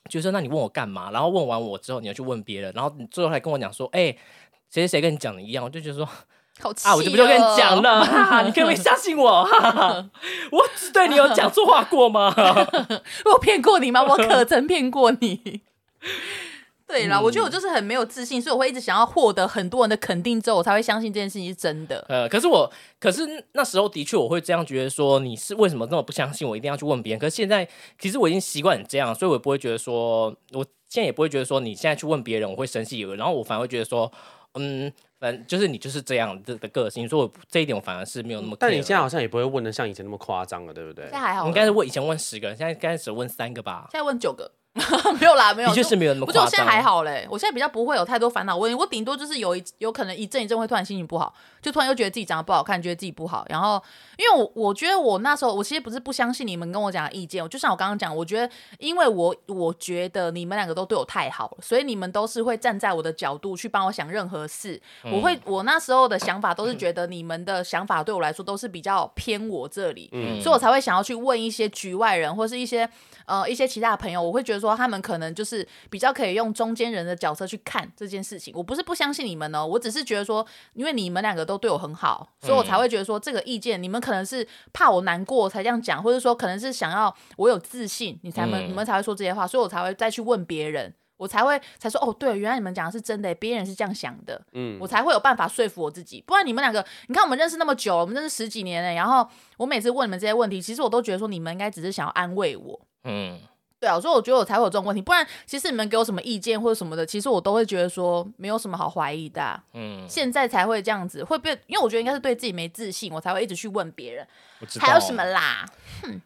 Speaker 3: 就说那你问我干嘛？然后问完我之后，你要去问别人，然后你最后还跟我讲说，哎、谁谁谁跟你讲的一样，我就觉得说
Speaker 4: 好气
Speaker 3: 啊，我就不就跟你讲
Speaker 4: 哦，
Speaker 3: 了，哈哈，你可不可以相信我？哈哈，我只对你有讲错话过吗？
Speaker 4: 我骗过你吗？我 可曾骗过你？ 嗯对啦，我觉得我就是很没有自信，所以我会一直想要获得很多人的肯定之后，我才会相信这件事情是真的。
Speaker 3: 呃，可是我，可是那时候的确我会这样觉得说，你是为什么那么不相信我？一定要去问别人。可是现在，其实我已经习惯你这样，所以我也不会觉得说，我现在也不会觉得说你现在去问别人我会生气，然后我反而会觉得说，嗯，反正就是你就是这样的的个性，所以我这一点我反而是没有那么 care 了。啊
Speaker 2: 但你现在好像也不会问的像以前那么夸张了，对不对
Speaker 4: 现？在还好啦，
Speaker 3: 应该是问以前问十个人，现在应该只问三个吧？
Speaker 4: 现在问九个， 没有啦，没有，
Speaker 3: 的确是没有那么
Speaker 4: 我觉得
Speaker 3: 夸
Speaker 4: 我现在
Speaker 3: 张。
Speaker 4: 还好嘞，我现在比较不会有太多烦恼问题，我顶多就是有一有可能一阵一阵会突然心情不好，就突然又觉得自己长得不好看，觉得自己不好，然后因为我我觉得我那时候我其实不是不相信你们跟我讲的意见，我就像我刚刚讲，我觉得因为我我觉得你们两个都对我太好了，所以你们都是会站在我的角度去帮我想任何事，
Speaker 3: 嗯
Speaker 4: 我会我那时候的想法都是觉得你们的想法对我来说都是比较偏我这里，
Speaker 2: 嗯
Speaker 4: 所以我才会想要去问一些局外人或是一些呃一些其他的朋友，我会觉得说他们可能就是比较可以用中间人的角色去看这件事情。我不是不相信你们哦，我只是觉得说，因为你们两个都对我很好，所以我才会觉得说这个意见，你们可能是怕我难过才这样讲，或者说可能是想要我有自信，你才们、
Speaker 3: 嗯
Speaker 4: 你们才会说这些话，所以我才会再去问别人。我才会才说哦，对，原来你们讲的是真的，别人是这样想的，嗯，我才会有办法说服我自己。不然你们两个，你看我们认识那么久，我们认识十几年了，然后我每次问你们这些问题，其实我都觉得说你们应该只是想要安慰我，
Speaker 3: 嗯，
Speaker 4: 对啊，所以我觉得我才会有这种问题。不然，其实你们给我什么意见或者什么的，其实我都会觉得说没有什么好怀疑的啊、
Speaker 3: 嗯
Speaker 4: 现在才会这样子，会被因为我觉得应该是对自己没自信，我才会一直去问别人
Speaker 3: 我知道。
Speaker 4: 还有什么啦，哼，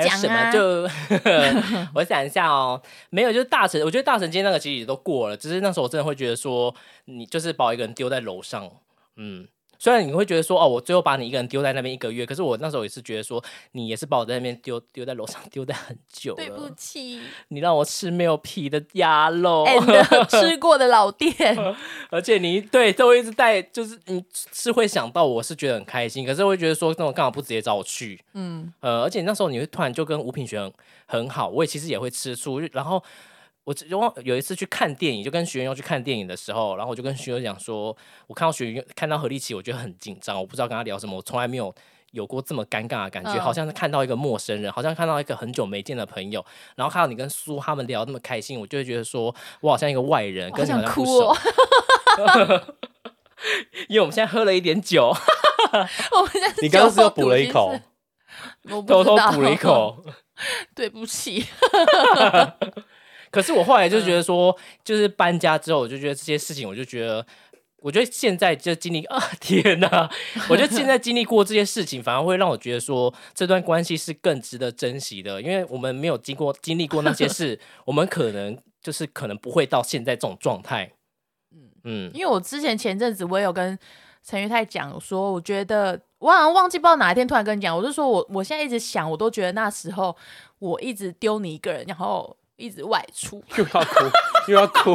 Speaker 4: 你
Speaker 3: 有
Speaker 4: 讲
Speaker 3: 什么
Speaker 4: 啊，
Speaker 3: 就， 我想一下哦，没有，就是大神，我觉得大神今天那个其实也都过了，只是那时候我真的会觉得说，你就是把我一个人丢在楼上，嗯，虽然你会觉得说，哦，我最后把你一个人丢在那边一个月，可是我那时候也是觉得说，你也是把我在那边丢丢在楼上丢在很久
Speaker 4: 对不
Speaker 3: 了，
Speaker 4: 起
Speaker 3: 你让我吃没有皮的鸭肉，
Speaker 4: ，and 吃过的老店，
Speaker 3: 而且你对都一直带，就是你是会想到我是觉得很开心，可是我会觉得说那种干嘛不直接找我去？嗯，呃，而且那时候你会突然就跟吴品璇很很好，我也其实也会吃醋，然后。我只我有一次去看电影，就跟学员要去看电影的时候，然后我就跟学员讲说，我看到学员看到何立奇，我觉得很紧张，我不知道跟他聊什么，我从来没有有过这么尴尬的感觉，
Speaker 4: 嗯
Speaker 3: 好像是看到一个陌生人，好像看到一个很久没见的朋友，然后看到你跟苏他们聊那么开心，我就会觉得说我好像一个外人，
Speaker 4: 好
Speaker 3: 跟你
Speaker 4: 想
Speaker 3: 们好像
Speaker 4: 哭
Speaker 3: 不熟
Speaker 4: 哦。
Speaker 3: 因为我们现在喝了一点酒，
Speaker 4: 我们在
Speaker 2: 你刚刚是又补了一口，
Speaker 4: 我不
Speaker 3: 偷
Speaker 4: 知
Speaker 3: 偷
Speaker 4: 道
Speaker 3: 补了一， 口。
Speaker 4: 对不起，
Speaker 3: 可是我后来就
Speaker 4: 嗯
Speaker 3: 觉得说，就是搬家之后，我就觉得这些事情，我就觉得，我觉得现在就经历啊，天哪、我觉得现在经历过这些事情，反而会让我觉得说，这段关系是更值得珍惜的，因为我们没有经过经历过那 些事，我们可能就是可能不会到现在这种状态。嗯
Speaker 4: 因为我之前前阵子我也有跟陈玉泰讲我说，我觉得我好像忘记不知道哪一天突然跟你讲，我就说我我现在一直想，我都觉得那时候我一直丢你一个人，然后一直外出，
Speaker 2: 又要哭，又要哭，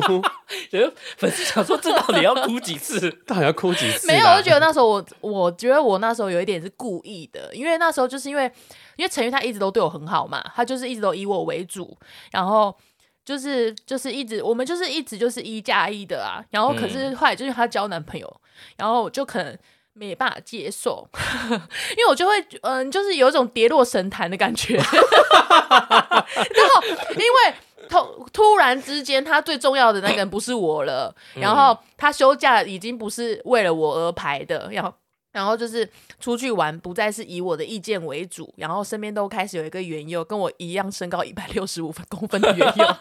Speaker 3: 觉得粉丝想说，这到底要哭几次？
Speaker 2: 到底要哭几次啦？
Speaker 4: 没有，我就觉得那时候我，我觉得我那时候有一点是故意的，因为那时候就是因为，因为陈玉他一直都对我很好嘛，他就是一直都以我为主，然后就是就是一直我们就是一直就是一加一的啊，然后可是后来就是他交男朋友，然后就可能没办法接受， 因为我就会嗯、就是有一种跌落神坛的感觉。 然后因为突突然之间，他最重要的那个人不是我了，然后他休假已经不是为了我而排的，然后。然后就是出去玩，不再是以我的意见为主，然后身边都开始有一个原友，跟我一样身高一百六十五公分的原友，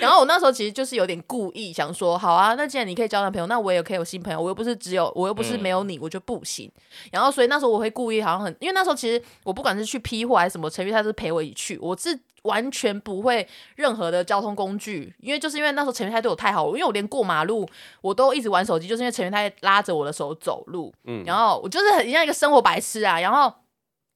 Speaker 4: 然后我那时候其实就是有点故意想说，好啊，那既然你可以交男朋友，那我也可以有新朋友，我又不是只有，我又不是没有你，我就不行。然后所以那时候我会故意好像很，因为那时候其实我不管是去批货还是什么，陈玉他都是陪我一起去，我是。完全不会任何的交通工具，因为就是因为那时候陈玉泰对我太好了，因为我连过马路我都一直玩手机，就是因为陈玉泰拉着我的手走路，
Speaker 2: 嗯
Speaker 4: 然后我就是很像一个生活白痴啊，然后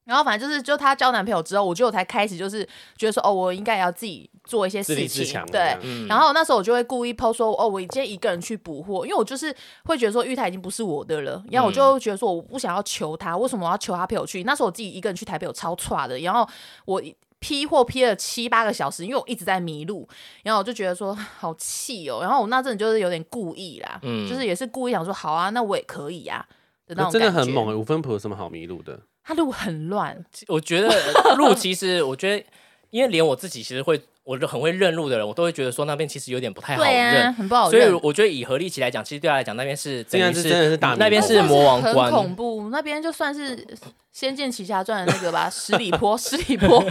Speaker 4: 然后反正就是，就她交男朋友之后，我觉得我才开始就是觉得说，哦，我应该也要自己做一些
Speaker 2: 自
Speaker 4: 事
Speaker 2: 立自
Speaker 4: 情，
Speaker 2: 强了这
Speaker 4: 对
Speaker 2: 样。
Speaker 3: 嗯
Speaker 4: 然后那时候我就会故意抛说，哦，我今天一个人去补货，因为我就是会觉得说玉台已经不是我的
Speaker 3: 嗯
Speaker 4: 了，然后我就觉得说我不想要求他，为什么我要求他陪我去？那时候我自己一个人去台北，我超差的，然后我批货批了七八个小时，因为我一直在迷路，然后我就觉得说好气哦，然后我那阵就是有点故意啦，
Speaker 3: 嗯
Speaker 4: 就是也是故意想说，好啊，那我也可以啊。的那
Speaker 2: 那
Speaker 4: 种
Speaker 2: 真的
Speaker 4: 感
Speaker 2: 很
Speaker 4: 觉
Speaker 2: 猛、欸，五分谱有什么好迷路的？
Speaker 4: 他路很乱，
Speaker 3: 我觉得路其实，我觉得因为连我自己其实会，我就很会认路的人，我都会觉得说那边其实有点不哎太好
Speaker 4: 对啊，
Speaker 3: 认。
Speaker 4: 很不好
Speaker 3: 所
Speaker 4: 认。
Speaker 3: 以我觉得以合力奇来讲，其实对他来讲，那边是
Speaker 2: 竟
Speaker 3: 等
Speaker 2: 然
Speaker 3: 于
Speaker 2: 是真的是大迷
Speaker 3: 那边
Speaker 2: 宫
Speaker 3: 是魔王
Speaker 4: 很
Speaker 3: 关，
Speaker 4: 恐怖，那边就算是《仙剑奇侠传》的那个吧，十里坡，十里坡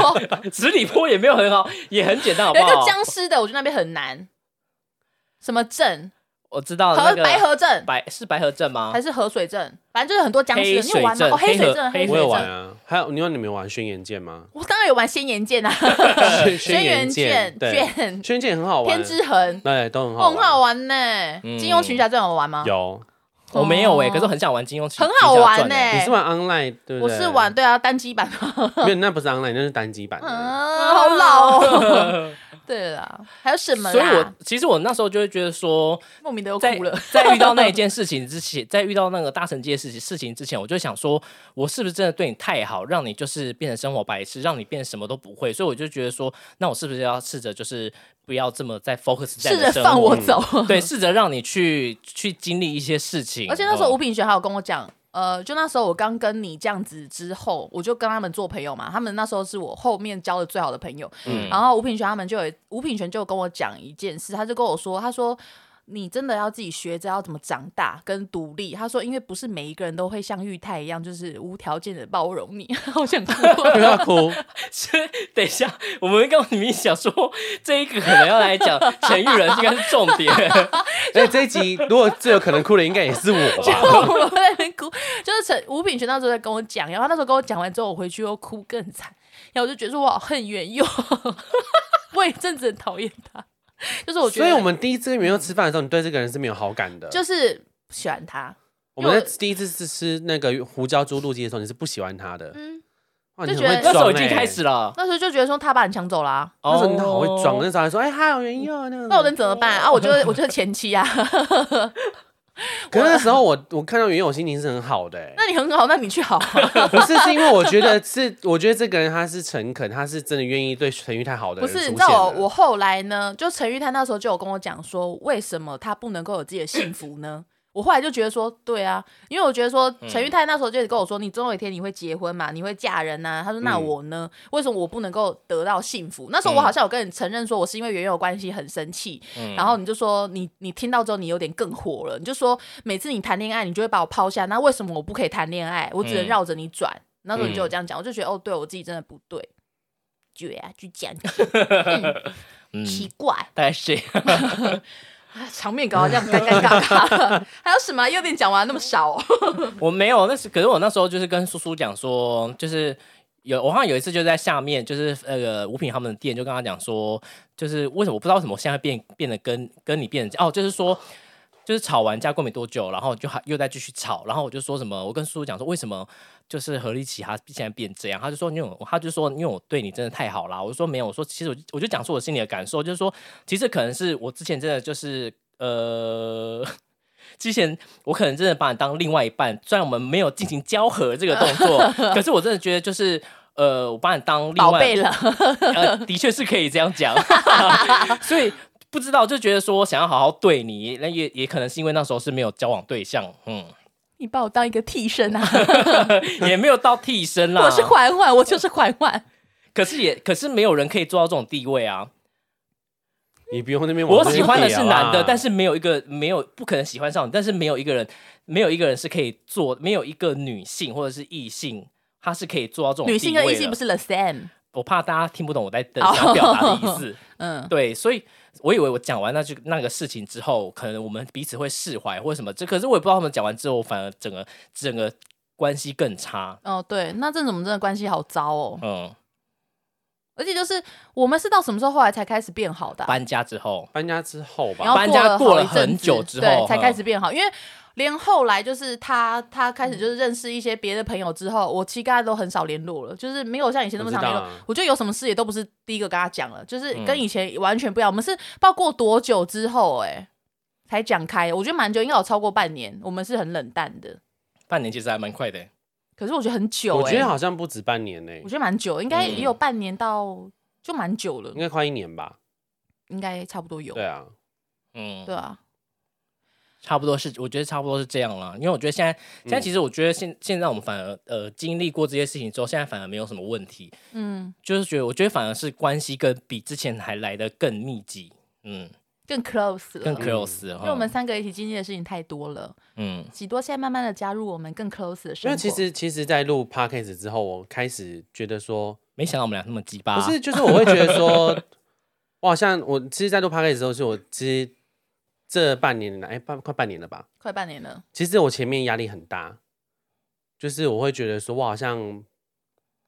Speaker 4: 有
Speaker 3: 十里坡也没有很好，也很简单，好不
Speaker 4: 一个
Speaker 3: 好？
Speaker 4: 僵尸的，我觉得那边很难。什么镇？
Speaker 3: 我知道
Speaker 4: 河、
Speaker 3: 哦那个
Speaker 4: 白河镇
Speaker 3: 白是白河镇吗
Speaker 4: 还？是河水镇？反正就是很多僵尸。
Speaker 3: 黑
Speaker 4: 你有玩吗
Speaker 3: 水？镇
Speaker 4: 哦，黑水镇，
Speaker 3: 黑
Speaker 4: 黑
Speaker 3: 河
Speaker 2: 我
Speaker 4: 水
Speaker 2: 有玩
Speaker 4: 镇。
Speaker 2: 啊，还有你有你们有玩轩辕剑 吗？
Speaker 4: 我当然有玩《仙岩剑》啊，《
Speaker 2: 轩
Speaker 4: 剑
Speaker 2: 辕剑》对
Speaker 4: 卷
Speaker 2: 轩辕剑很好玩
Speaker 4: 天，之痕，
Speaker 2: 对，都很好
Speaker 4: 哦很
Speaker 2: 玩。
Speaker 4: 好玩呢。
Speaker 3: 嗯
Speaker 4: 金庸群侠传有玩吗？
Speaker 2: 有，
Speaker 3: 我没有哎、
Speaker 4: 哦
Speaker 3: 可是我很想玩金庸群，
Speaker 4: 很好玩
Speaker 3: 呢、
Speaker 4: 呢。
Speaker 2: 你是玩 online 对不
Speaker 4: 哎我
Speaker 2: 对？
Speaker 4: 是玩，对啊，单机版。
Speaker 2: 没有，那不是 online，那是单机版的。
Speaker 4: 嗯，好老哦。 对啦，还有什欸么
Speaker 3: 所以我
Speaker 4: 啦？
Speaker 3: 其实我那时候就会觉得说，
Speaker 4: 莫名的又
Speaker 3: 在
Speaker 4: 哭了。
Speaker 3: 在遇到那 一件事情之前，在遇到那个大神界的事情事情之前，我就想说，我是不是真的对你太好，让你就是变成生活白痴，让你变成什么都不会？所以我就觉得说，那我是不是要试着就是不要这么在 focus 在
Speaker 4: 试
Speaker 3: 你的
Speaker 4: 着
Speaker 3: 生
Speaker 4: 放
Speaker 3: 活
Speaker 4: 我走。
Speaker 3: 对，试着让你去去经历一些事情。哦
Speaker 4: 而且那时候吴
Speaker 3: 我
Speaker 4: 品璇还有跟我讲，呃，就那时候我刚跟你这样子之后，我就跟他们做朋友嘛。他们那时候是我后面交的最好的朋友。
Speaker 3: 嗯
Speaker 4: 然后吴品璇他们就有吴品璇就跟我讲一件事，他就跟我说，他说。你真的要自己学着要怎么长大跟独立。他说，因为不是每一个人都会像玉泰一样，就是无条件的包容你。 好想哭哦，
Speaker 2: 不要 哭，
Speaker 3: 是等一下，我们跟你们讲说，这一个可能要来讲 陈玉仁应该是重 点。
Speaker 2: 哎，这一集如果最有可能哭的，应该也是我吧？
Speaker 4: 我在那边哭，就是陈吴品璇那时候在跟我讲，然后他那时候跟我讲完之后，我回去又哭更惨，然后我就觉得说我好恨袁佑， 我也一阵子很讨厌他，就是我觉
Speaker 2: 所
Speaker 4: 得，
Speaker 2: 以我们第一次跟朋友吃饭的时候，你对这个人是没有好感的。
Speaker 4: 就是不喜欢他，
Speaker 2: 我们在第一次吃吃那个胡椒猪肚鸡的时候，你是不喜欢他的。
Speaker 4: 嗯，
Speaker 2: 哇，
Speaker 4: 就
Speaker 2: 你
Speaker 4: 觉得
Speaker 2: 很会
Speaker 3: 那时候
Speaker 2: 装
Speaker 3: 已经
Speaker 2: 欸
Speaker 3: 开始了，
Speaker 4: 那时候就觉得说他把你抢走啦、
Speaker 2: 那时候你好会装，
Speaker 3: 哦
Speaker 2: 那时候还说哎还有原因哦那个。
Speaker 4: 那我能怎么办啊？我 就是我就是前妻啊，
Speaker 2: 可是那时候我我看到原因，我心情是很好的欸。
Speaker 4: 那你很好，那你去好啊，
Speaker 2: 不是，是因为我觉得是，我觉得这个人他是诚恳，他是真的愿意对陈玉泰好的
Speaker 4: 不
Speaker 2: 人出
Speaker 4: 是，
Speaker 2: 现
Speaker 4: 你
Speaker 2: 的。
Speaker 4: 知道我我后来呢，就陈玉他那时候就有跟我讲说，为什么他不能够有自己的幸福 呢？我后来就觉得说，对啊，因为我觉得说
Speaker 2: 嗯
Speaker 4: 陈玉泰那时候就一直跟我说，你总有一天你会结婚嘛，你会嫁人呐、他说
Speaker 2: 嗯
Speaker 4: 那我呢，为什么我不能够得到幸福？那时候我好像有跟你承认说，我是因为原有关系很生气，
Speaker 2: 嗯
Speaker 4: 然后你就说你你听到之后你有点更火了，你就说每次你谈恋爱你就会把我抛下，那为什么我不可以谈恋爱？我只能
Speaker 3: 嗯
Speaker 4: 绕着你转。那时候你就有
Speaker 3: 嗯
Speaker 4: 这样讲，我就觉得哦，对我自己真的不对，对啊，就这样
Speaker 3: 嗯，
Speaker 4: 奇怪，
Speaker 3: 大概是这样。
Speaker 4: 场面搞得这样尴尴尬尬。 还有什么啊？优点讲完那么少哦？
Speaker 3: 我没有，那是可是我那时候就是跟叔叔讲说，就是有我好像有一次就在下面，就是那个吴品他们的店，就跟他讲说，就是为什么我不知道为什么我现在变变得跟跟你变得哦，就是说。就是吵完架过没多久，然后就还又再继续吵，然后我就说什么，我跟叔叔讲说为什么就是何立奇他现在变这样，他就说因为我他就说因为我对你真的太好啦，我就说没有，我说其实我就我就讲出我心里的感受，就是说其实可能是我之前真的就是呃，之前我可能真的把你当另外一半，虽然我们没有进行交合这个动 作，可是我真的觉得就是呃，我把你当 另
Speaker 4: 宝
Speaker 3: 外
Speaker 4: 贝了，
Speaker 3: 呃，的确是可以这样 讲， 所以不知道就觉得说想要好好对你，那也也可能是因为那时候是没有交往对象，嗯，
Speaker 4: 你把我当一个替身啊！
Speaker 3: 也没有到替身啦。
Speaker 4: 我 是缓缓，我就是缓缓。
Speaker 3: 可是也可是没有人可以做到这种地位啊！
Speaker 2: 你不用那边往
Speaker 3: 我
Speaker 2: 这边啊
Speaker 3: 喜欢的是
Speaker 2: 比
Speaker 3: 男
Speaker 2: 啦
Speaker 3: 的，但是没啊有一个没有不可能喜欢上你，但是没有一个人没有一个人是可以做，没有一个女性或者是异性，她是可以做到这种
Speaker 4: 女性
Speaker 3: 地
Speaker 4: 跟
Speaker 3: 位
Speaker 4: 异性
Speaker 3: 的
Speaker 4: 不是哦 the same。
Speaker 3: 我怕大家听不懂我在等想表达的意思。
Speaker 4: 嗯，
Speaker 3: 对，所以我以为我讲完那句那个事情之后，可能我们彼此会释怀或者什么。这可是我也不知道他们讲完之后，反而整个整个关系更差。
Speaker 4: 哦，对，那这种真的关系好糟哦。
Speaker 3: 嗯，
Speaker 4: 而且就是我们是到什么时候后来才开始变好的啊、
Speaker 3: 搬家之后，
Speaker 2: 搬家之后
Speaker 4: 然
Speaker 2: 吧，
Speaker 4: 后
Speaker 3: 搬
Speaker 4: 过
Speaker 3: 家过
Speaker 4: 了
Speaker 3: 了
Speaker 4: 好一阵
Speaker 3: 很
Speaker 4: 子
Speaker 3: 久之
Speaker 4: 对，
Speaker 3: 后
Speaker 4: 才
Speaker 3: 嗯
Speaker 4: 开始变好，因为。连后来就是他，他开始就是认识一些别的朋友之后，我其实跟他都很少联络了，就是没有像以前那么
Speaker 2: 我知
Speaker 4: 常
Speaker 2: 道
Speaker 4: 联络。
Speaker 2: 啊
Speaker 4: 我觉得有什么事也都不是第一个跟他讲了，就是
Speaker 3: 嗯
Speaker 4: 跟以前完全不一样。我们是不知道过多久之后、哎，才讲开。我觉得蛮久，应该有超过半年，我们是很冷淡的。
Speaker 3: 半年其实还蛮快的欸。
Speaker 4: 可是我觉得很久、
Speaker 2: 我
Speaker 4: 哎，
Speaker 2: 觉得好像不止半年呢、
Speaker 4: 我觉得蛮久，应该也有
Speaker 3: 嗯
Speaker 4: 半年到，就蛮久了
Speaker 2: 应，该快一年吧。
Speaker 4: 应该差不多有。
Speaker 2: 对啊，
Speaker 3: 嗯，
Speaker 4: 对啊，
Speaker 3: 差不多是，我觉得差不多是这样啦。因为我觉得现在，现在其实我觉得现现在我们反而呃经历过这些事情之后，现在反而没有什么问题，
Speaker 4: 嗯，
Speaker 3: 就是觉得我觉得反而是关系跟比之前还来的更密集，嗯，
Speaker 4: 更 close 了，
Speaker 3: 更 close 了
Speaker 4: 啊
Speaker 3: 哈。
Speaker 4: 因为我们三个一起经历的事情太多了。
Speaker 3: 嗯
Speaker 4: 喜多现在慢慢的加入我们更 close 的生活。
Speaker 2: 因为其实其实，在录 podcast 之后，我开始觉得说，
Speaker 3: 没想到我们俩那么鸡巴，
Speaker 2: 不是，就是我会觉得说， 我好像我其实，在录 podcast 之后，是我其实这半年来，哎、半快半年了吧。
Speaker 4: 快半年了，
Speaker 2: 其实我前面压力很大，就是我会觉得说，我好像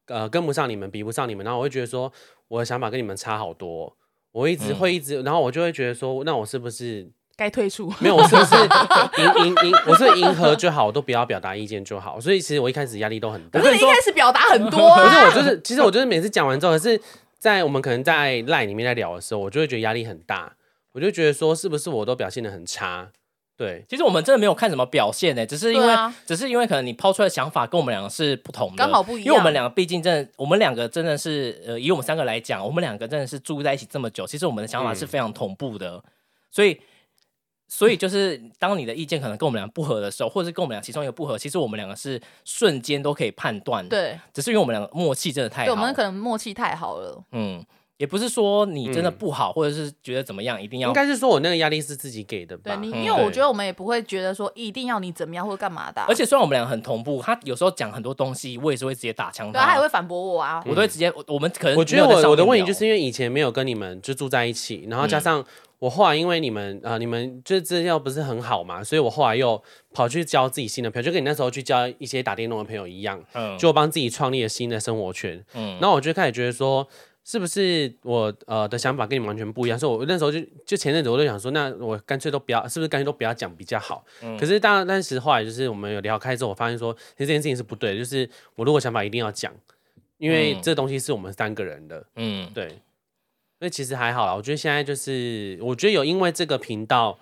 Speaker 2: 呃跟不上你们，比不上你们，然后我会觉得说，我的想法跟你们差好多哦。我一直会一直，然后我就会觉得说，那我是不是
Speaker 4: 该退 出。
Speaker 2: 没有，我是不是迎迎迎，我是不是迎合就好，我都不要表达意见就好。所以其实我一开始压力都很大。
Speaker 4: 可是你一开始表达很多啊
Speaker 2: 可，是我就是，其实我就是每次讲完之后，可是在我们可能在 line 里面在聊的时候，我就会觉得压力很大，我就觉得说是不是我都表现的很差？对，
Speaker 3: 其实我们真的没有看什么表现欸呢、只是因为、
Speaker 4: 对啊
Speaker 3: 只是因为可能你抛出来的想法跟我们两个是不同的，
Speaker 4: 刚好不一样
Speaker 3: 因为我们两个毕竟真的，我们两个真的是呃，以我们三个来讲，我们两个真的是住在一起这么久，其实我们的想法是非常同步
Speaker 4: 嗯
Speaker 3: 的，所以。所以就是，当你的意见可能跟我们俩不合的时候，或者是跟我们俩其中一个不合，其实我们两个是瞬间都可以判断。，
Speaker 4: 对，
Speaker 3: 只是因为我们两个默契真的太
Speaker 4: 对
Speaker 3: 好。
Speaker 4: 我们可能默契太好了。
Speaker 3: 嗯，也不是说你真的
Speaker 2: 嗯
Speaker 3: 不好，或者是觉得怎么样，一定要
Speaker 2: 应该是说我那个压力是自己给的吧？
Speaker 4: 对你，因
Speaker 3: 嗯
Speaker 4: 为我
Speaker 2: 对
Speaker 4: 觉得我们也不会觉得说一定要你怎么样或者干嘛的啊、
Speaker 3: 而且虽然我们俩很同步，他有时候讲很多东西，我也是会直接打枪
Speaker 4: 对啊，他
Speaker 3: 他
Speaker 4: 也，会反驳我啊。
Speaker 3: 我都会直接，我我们可能
Speaker 2: 嗯我觉得我我的问题
Speaker 3: 题
Speaker 2: 就是因为以前没有跟你们就住在一起，然后加
Speaker 3: 嗯
Speaker 2: 上我后来因为你们呃你们就是资料不是很好嘛，所以我后来又跑去交自己新的朋友，就跟你那时候去交一些打电动的朋友一样，
Speaker 3: 嗯
Speaker 2: 就帮自己创立了新的生活圈。
Speaker 3: 嗯
Speaker 2: 然后我就开始觉得说，是不是我呃的想法跟你们完全不一样？所以我那时候就就前阵子我就想说，那我干脆都不要，是不是干脆都不要讲比较好？
Speaker 3: 嗯
Speaker 2: 可是当然，但是后来就是我们有聊开之后，我发现说，其实这件事情是不对的，就是我如果想法一定要讲，因为
Speaker 3: 嗯
Speaker 2: 这东西是我们三个人的，
Speaker 3: 嗯，
Speaker 2: 对。所以其实还好啦，我觉得现在就是，我觉得有因为这个频道。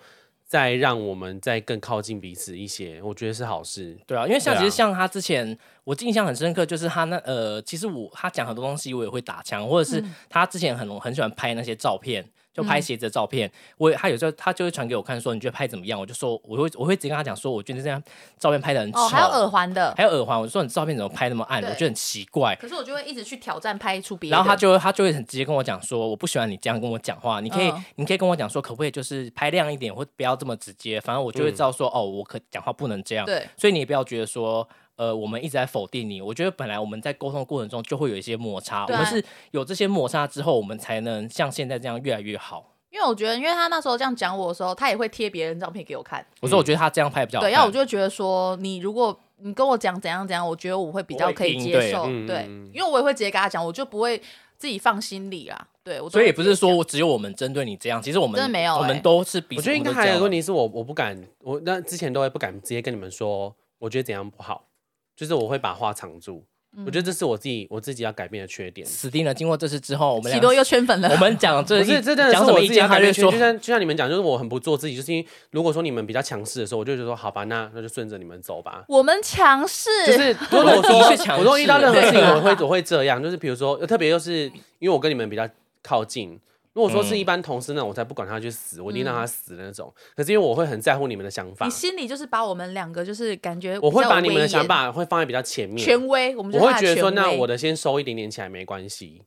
Speaker 2: 再让我们再更靠近彼此一些，我觉得是好事。
Speaker 3: 对啊，因为像
Speaker 2: 对啊
Speaker 3: 其实像他之前，我印象很深刻，就是他那呃，其实我他讲很多东西，我也会打枪，或者
Speaker 4: 嗯
Speaker 3: 是他之前很很喜欢拍那些照片。就拍鞋子的照片，我也他有时候他就会传给我看，说你觉得拍怎么样？我就说我会我会直接跟他讲说，我觉得这张照片拍的很丑，
Speaker 4: 哦，还有耳环的，
Speaker 3: 还有耳环，我就说你照片怎么拍那么暗？
Speaker 4: 对
Speaker 3: 我觉得很奇怪。
Speaker 4: 可是我就会一直去挑战拍出别的。
Speaker 3: 然后他就他就会很直接跟我讲说，我不喜欢你这样跟我讲话，你可以、
Speaker 4: 嗯
Speaker 3: 你可以跟我讲说，可不可以就是拍亮一点，或不要这么直接，反正我就会知道说，哦，我可讲话不能这样。
Speaker 4: 嗯对，
Speaker 3: 所以你也不要觉得说，呃，我们一直在否定你。我觉得本来我们在沟通的过程中就会有一些摩擦，我
Speaker 4: 对啊
Speaker 3: 们是有这些摩擦之后，我们才能像现在这样越来越好。
Speaker 4: 因为我觉得，因为他那时候这样讲我的时候，他也会贴别人照片给我看。
Speaker 3: 我说我觉得他这样拍比较
Speaker 4: 嗯
Speaker 3: 好
Speaker 4: 对，
Speaker 3: 看，
Speaker 4: 然后我就会觉得说，你如果你跟我讲怎样怎样，我觉得我会比较可以
Speaker 3: 我会听
Speaker 4: 接受，
Speaker 2: 对
Speaker 4: 对
Speaker 2: 嗯，
Speaker 4: 因为我也会直接跟他讲，我就不会自己放心里啦。对，我都
Speaker 3: 所以也
Speaker 4: 会
Speaker 3: 不
Speaker 4: 直接
Speaker 3: 是说
Speaker 4: 讲
Speaker 3: 我只有我们针对你这样，其实我们
Speaker 4: 真的没有
Speaker 3: 我
Speaker 4: 欸
Speaker 3: 们都是彼
Speaker 2: 我
Speaker 3: 此。
Speaker 2: 觉得应该
Speaker 3: 我们都这
Speaker 2: 还有
Speaker 3: 样
Speaker 2: 一个问题是我我不敢，我那之前都会不敢直接跟你们说，我觉得怎样不好，就是我会把话藏住。
Speaker 3: 嗯
Speaker 2: 我觉得这是我自己我自己要改变的缺点。
Speaker 3: 死定了。经过这次之后，我们
Speaker 4: 喜
Speaker 3: 俩
Speaker 4: 多又圈粉了
Speaker 3: 我。们讲这
Speaker 2: 不
Speaker 3: 一
Speaker 2: 是，这真的
Speaker 3: 讲
Speaker 2: 是
Speaker 3: 什
Speaker 2: 我
Speaker 3: 么
Speaker 2: 自
Speaker 3: 意
Speaker 2: 己要
Speaker 3: 见，
Speaker 2: 改
Speaker 3: 他
Speaker 2: 变
Speaker 3: 就
Speaker 2: 缺
Speaker 3: 说
Speaker 2: 点。就像就像你们讲，就是我很不做自己，就是因为如果说你们比较强势的时候，我就觉得说好吧，那那就顺着你们走吧。
Speaker 4: 我们强势，
Speaker 2: 就是如果
Speaker 3: 我的确
Speaker 2: 说
Speaker 3: 强
Speaker 2: 我说 遇到任何事情，
Speaker 4: 势
Speaker 2: 我会我会这样，就是比如说，特别又是因为我跟你们比较靠近，如果说
Speaker 3: 嗯
Speaker 2: 是一般同事那种，我才不管他去死，我一定让他死的那种。可是因为我会很在乎你们的想法
Speaker 4: 你，心里就是把我们两个就是感觉
Speaker 2: 我
Speaker 4: 呃比
Speaker 2: 会
Speaker 4: 较
Speaker 2: 把你们的
Speaker 4: 威严
Speaker 2: 想法会放在比较前面。
Speaker 4: 权威，我们就
Speaker 2: 我
Speaker 4: 是
Speaker 2: 会
Speaker 4: 他的
Speaker 2: 觉得说，
Speaker 4: 权
Speaker 2: 那
Speaker 4: 威
Speaker 2: 我的先收一点点起来没关系。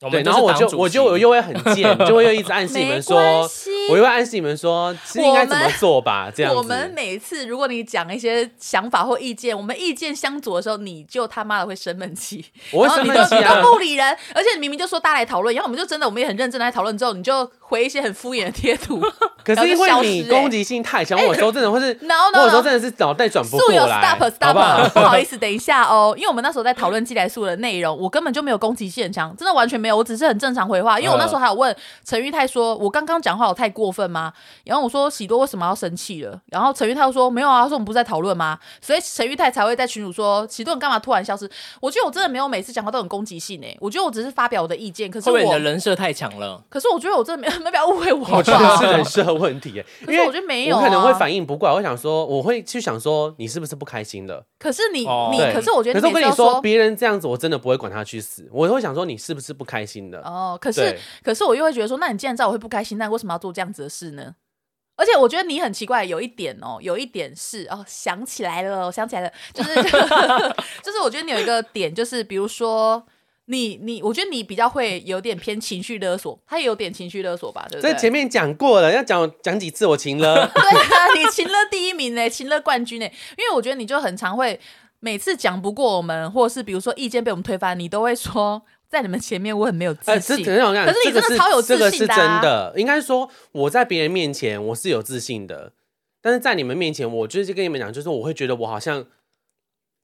Speaker 3: 我
Speaker 2: 对，
Speaker 3: 们
Speaker 2: 然后我
Speaker 3: 是
Speaker 2: 就
Speaker 3: 党主
Speaker 2: 我
Speaker 3: 席
Speaker 2: 就我又会很贱，就会又一直暗示你
Speaker 4: 没
Speaker 2: 们说，
Speaker 4: 关系。
Speaker 2: 我又会暗示你们说，其实应该怎么做吧，这样子。
Speaker 4: 我们每次如果你讲一些想法或意见，我们意见相左的时候，你就他妈的会生闷气，
Speaker 2: 我会
Speaker 4: 然后
Speaker 2: 生
Speaker 4: 你
Speaker 2: 闷
Speaker 4: 都
Speaker 2: 气
Speaker 4: 你
Speaker 2: 啊
Speaker 4: 都。不理人，而且你明明就说大家来讨论，然后我们就真的我们也很认真地来讨论，之后你就回一些很敷衍的贴图
Speaker 2: 可是因为
Speaker 4: 然后就
Speaker 2: 你
Speaker 4: 消失欸
Speaker 2: 攻击性太强，我有时候真的会 是，
Speaker 4: ，no
Speaker 2: 我有
Speaker 4: no
Speaker 2: 时候
Speaker 4: no。
Speaker 2: 真的是脑袋转不
Speaker 4: 素
Speaker 2: 过
Speaker 4: 友
Speaker 2: 来
Speaker 4: stop，
Speaker 2: 好
Speaker 4: stop，
Speaker 2: 不好？
Speaker 4: 不好意思，等一下哦，因为我们那时候在讨论寄来素的内容，我根本就没有攻击性很强，真的完全没有，我只是很正常回话。因为我
Speaker 2: 嗯
Speaker 4: 那时候还有问陈玉泰说，我刚刚讲话有太过分吗？然后我说喜多为什么要生气了？然后陈玉泰又说没有啊，他说我们不是在讨论吗？所以陈玉泰才会在群主说喜多你干嘛突然消失？我觉得我真的没有每次讲话都很攻击性诶、欸我觉得我只是发表我的意见，可是
Speaker 3: 会不
Speaker 4: 我
Speaker 3: 会你的人设太强了？
Speaker 4: 可是我觉得我真的没没必要误会我好
Speaker 2: 我
Speaker 4: 不
Speaker 2: 觉得
Speaker 4: 好？
Speaker 2: 哦是人设问题欸，
Speaker 4: 可
Speaker 2: 因
Speaker 4: 是
Speaker 2: 为
Speaker 4: 我觉得没有、啊，
Speaker 2: 我可能会反应不过来，我会想说，我会去想说，你是不是不开心了？
Speaker 4: 可是你、
Speaker 3: 哦
Speaker 4: 你，
Speaker 2: 对
Speaker 4: 可是我觉得
Speaker 2: 可是我
Speaker 4: 每次
Speaker 2: 跟你
Speaker 4: 都说
Speaker 2: 说，别人这样子，我真的不会管他去死，我会想说你是不是不开心的？
Speaker 4: 哦， 可是
Speaker 2: 对，
Speaker 4: 可是我又会觉得说，那你既然知道我会不开心，那你为什么要做这样子的事呢？而且我觉得你很奇怪，有一点哦，有一点是哦，想起来了，我想起来了，就是 就是我觉得你有一个点，就是比如说你你，我觉得你比较会有点偏情绪勒索，他也有点情绪勒索吧，对不对？。
Speaker 2: 这前面讲过了，要讲讲几次我情了
Speaker 4: 对啊，你擒了第一名 呢，擒了冠军呢，因为我觉得你就很常会每次讲不过我们，或者是比如说意见被我们推翻，你都会说在你们前面我很没有自
Speaker 2: 哎，这
Speaker 4: 信。
Speaker 2: 这种感觉，
Speaker 4: 可是你
Speaker 2: 这个
Speaker 4: 真的超有自
Speaker 2: 这个是
Speaker 4: 信的
Speaker 2: 真
Speaker 4: 啊
Speaker 2: 的。应该说我在别人面前我是有自信的，但是在你们面前，我就是跟你们讲，就是我会觉得我好像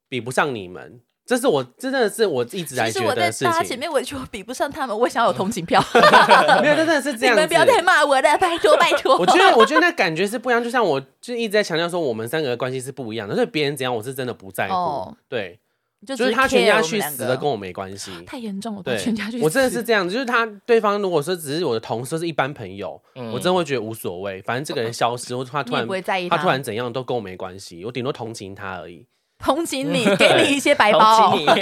Speaker 2: 比不上你们，这是我真的是我一直在
Speaker 4: 其实
Speaker 2: 觉
Speaker 4: 我
Speaker 2: 得
Speaker 4: 在
Speaker 2: 的事
Speaker 4: 大家前
Speaker 2: 情。
Speaker 4: 面，我觉得我比不上他们，我想要有同情 票。
Speaker 2: 没有，真的是这
Speaker 4: 你
Speaker 2: 样子。
Speaker 4: 们不要再骂我了，拜托拜托。
Speaker 2: 我觉得，我觉得那感觉是不一样。就像我就一直在强调说，我们三个的关系是不一样的，所以别人怎样，我是真的不在乎。
Speaker 4: 哦
Speaker 2: 对，
Speaker 4: 就只
Speaker 2: 哎就是他全
Speaker 4: care
Speaker 2: 家
Speaker 4: 我们
Speaker 2: 去
Speaker 4: 两
Speaker 2: 死
Speaker 4: 个
Speaker 2: 了，跟我没关系。
Speaker 4: 太严重了，
Speaker 2: 对
Speaker 4: 他全家去，
Speaker 2: 我真的是
Speaker 4: 死
Speaker 2: 这样子，就是他对方如果说只是我的同事，是一般朋友，
Speaker 3: 嗯
Speaker 2: 我真的会觉得无所谓，反正这个人消失，或者他
Speaker 4: 你
Speaker 2: 突
Speaker 4: 也
Speaker 2: 然
Speaker 4: 不会在意
Speaker 2: 他突然怎样都跟我没关系，我顶多同情他 而已。
Speaker 4: 同情 你，给你一些白
Speaker 3: 同
Speaker 4: 包
Speaker 3: 情。你。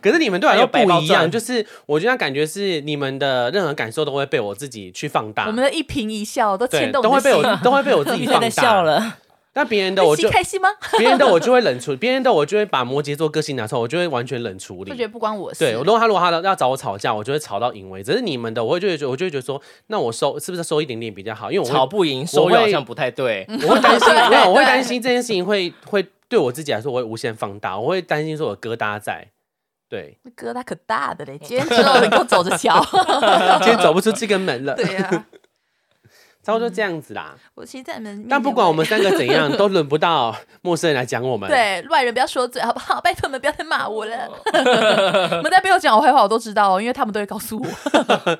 Speaker 2: 可是你们对我来说
Speaker 3: 还有白
Speaker 2: 不
Speaker 3: 包
Speaker 2: 一
Speaker 3: 赚
Speaker 2: 样，就是我觉得感觉是你们的任何感受都会被我自己去放大，
Speaker 4: 我们的一颦一笑都
Speaker 2: 啊对
Speaker 4: 牵动
Speaker 2: 都
Speaker 4: 你
Speaker 2: 会
Speaker 4: 的
Speaker 2: 被我
Speaker 4: 心。
Speaker 2: 都会 被我自己
Speaker 3: 玉
Speaker 2: 放大
Speaker 3: 在笑。了，
Speaker 2: 但别人的我
Speaker 4: 一起
Speaker 2: 就
Speaker 4: 开心吗？
Speaker 2: 别人的我就会冷处，别人的我就会把摩羯座个性拿出来，我就会完全冷处
Speaker 4: 就
Speaker 2: 理
Speaker 4: 觉。得不关我事。
Speaker 2: 对，如果他如果他要找我吵架，我就会吵到赢为止。只是你们的，我会就会觉得，我就会觉得说，那我收是不是收一点点比较好？因 为我
Speaker 3: 吵
Speaker 2: 会
Speaker 3: 不赢，收
Speaker 2: 我
Speaker 3: 入
Speaker 2: 会
Speaker 3: 好像不太对。
Speaker 4: 嗯
Speaker 2: 我会担心，
Speaker 4: 对
Speaker 2: 没有，我会
Speaker 4: 对
Speaker 2: 担心这件事情会会对我自己来说，我会无限放大，我会担心说我疙瘩在。 对，
Speaker 4: 那疙瘩可大的嘞，今天之后你给我走着瞧。
Speaker 2: 今天走不出这个门 了，
Speaker 4: 对啊，
Speaker 2: 差不多就这样子啦。
Speaker 4: 我其实在你们面前，
Speaker 2: 但不管我们三个怎 样，都轮不到陌生人来讲我们。，
Speaker 4: 对外人不要说嘴好不好？拜托你们不要再骂我了。
Speaker 2: 哦
Speaker 4: 你们在背后讲我坏话，我都知道哦，因为他们都会告诉我。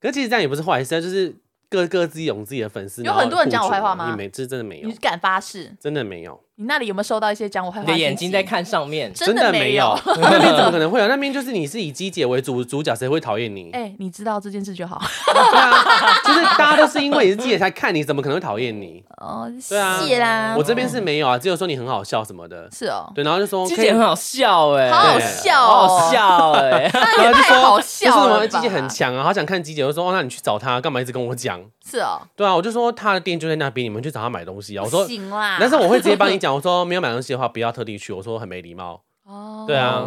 Speaker 2: 可其实这样也不是坏事，啊就是各各自有自己的粉丝。
Speaker 4: 有
Speaker 2: 然后
Speaker 4: 很多人讲我
Speaker 2: 互助
Speaker 4: 坏话
Speaker 2: 嘛
Speaker 4: 吗
Speaker 2: 你没，这真的没 有
Speaker 4: 你，敢发誓？
Speaker 2: 真的没有。
Speaker 4: 你那里有没有收到一些讲我坏话？
Speaker 3: 你的眼睛在，看上面，
Speaker 4: 真
Speaker 2: 的
Speaker 4: 没
Speaker 2: 有。。那边怎么可能会有？那边就是你是以鸡姐为主主角，谁会讨厌你？
Speaker 4: 哎、你知道这件事就 好。
Speaker 2: 对啊，就是大家都是因为你是鸡姐才看你，怎么可能会讨厌你？
Speaker 4: 哦，
Speaker 2: 对啊
Speaker 4: 谢啦。
Speaker 2: 我这边是没有啊，只有说你很好笑什么的。
Speaker 4: 是哦，
Speaker 2: 对，然后就说
Speaker 3: 之
Speaker 2: 可以
Speaker 3: 前很好笑哎，
Speaker 4: 好好
Speaker 2: 对
Speaker 4: 笑
Speaker 3: 好
Speaker 4: 哦，嗯
Speaker 3: 好笑 哎，
Speaker 4: 那也太好
Speaker 2: 就
Speaker 4: 笑
Speaker 2: 说什
Speaker 4: 了吧。
Speaker 2: 么鸡姐很强啊，好想看鸡姐，我就说哦，那你去找她，干嘛一直跟我讲？
Speaker 4: 是哦，
Speaker 2: 对啊，我就说她的店就在那边，你们去找她买东西啊。我说，
Speaker 4: 行啦，
Speaker 2: 但是我会直接帮你讲，我说没有买东西的话，不要特地去，我说很没 礼貌。
Speaker 4: 哦，
Speaker 2: 对啊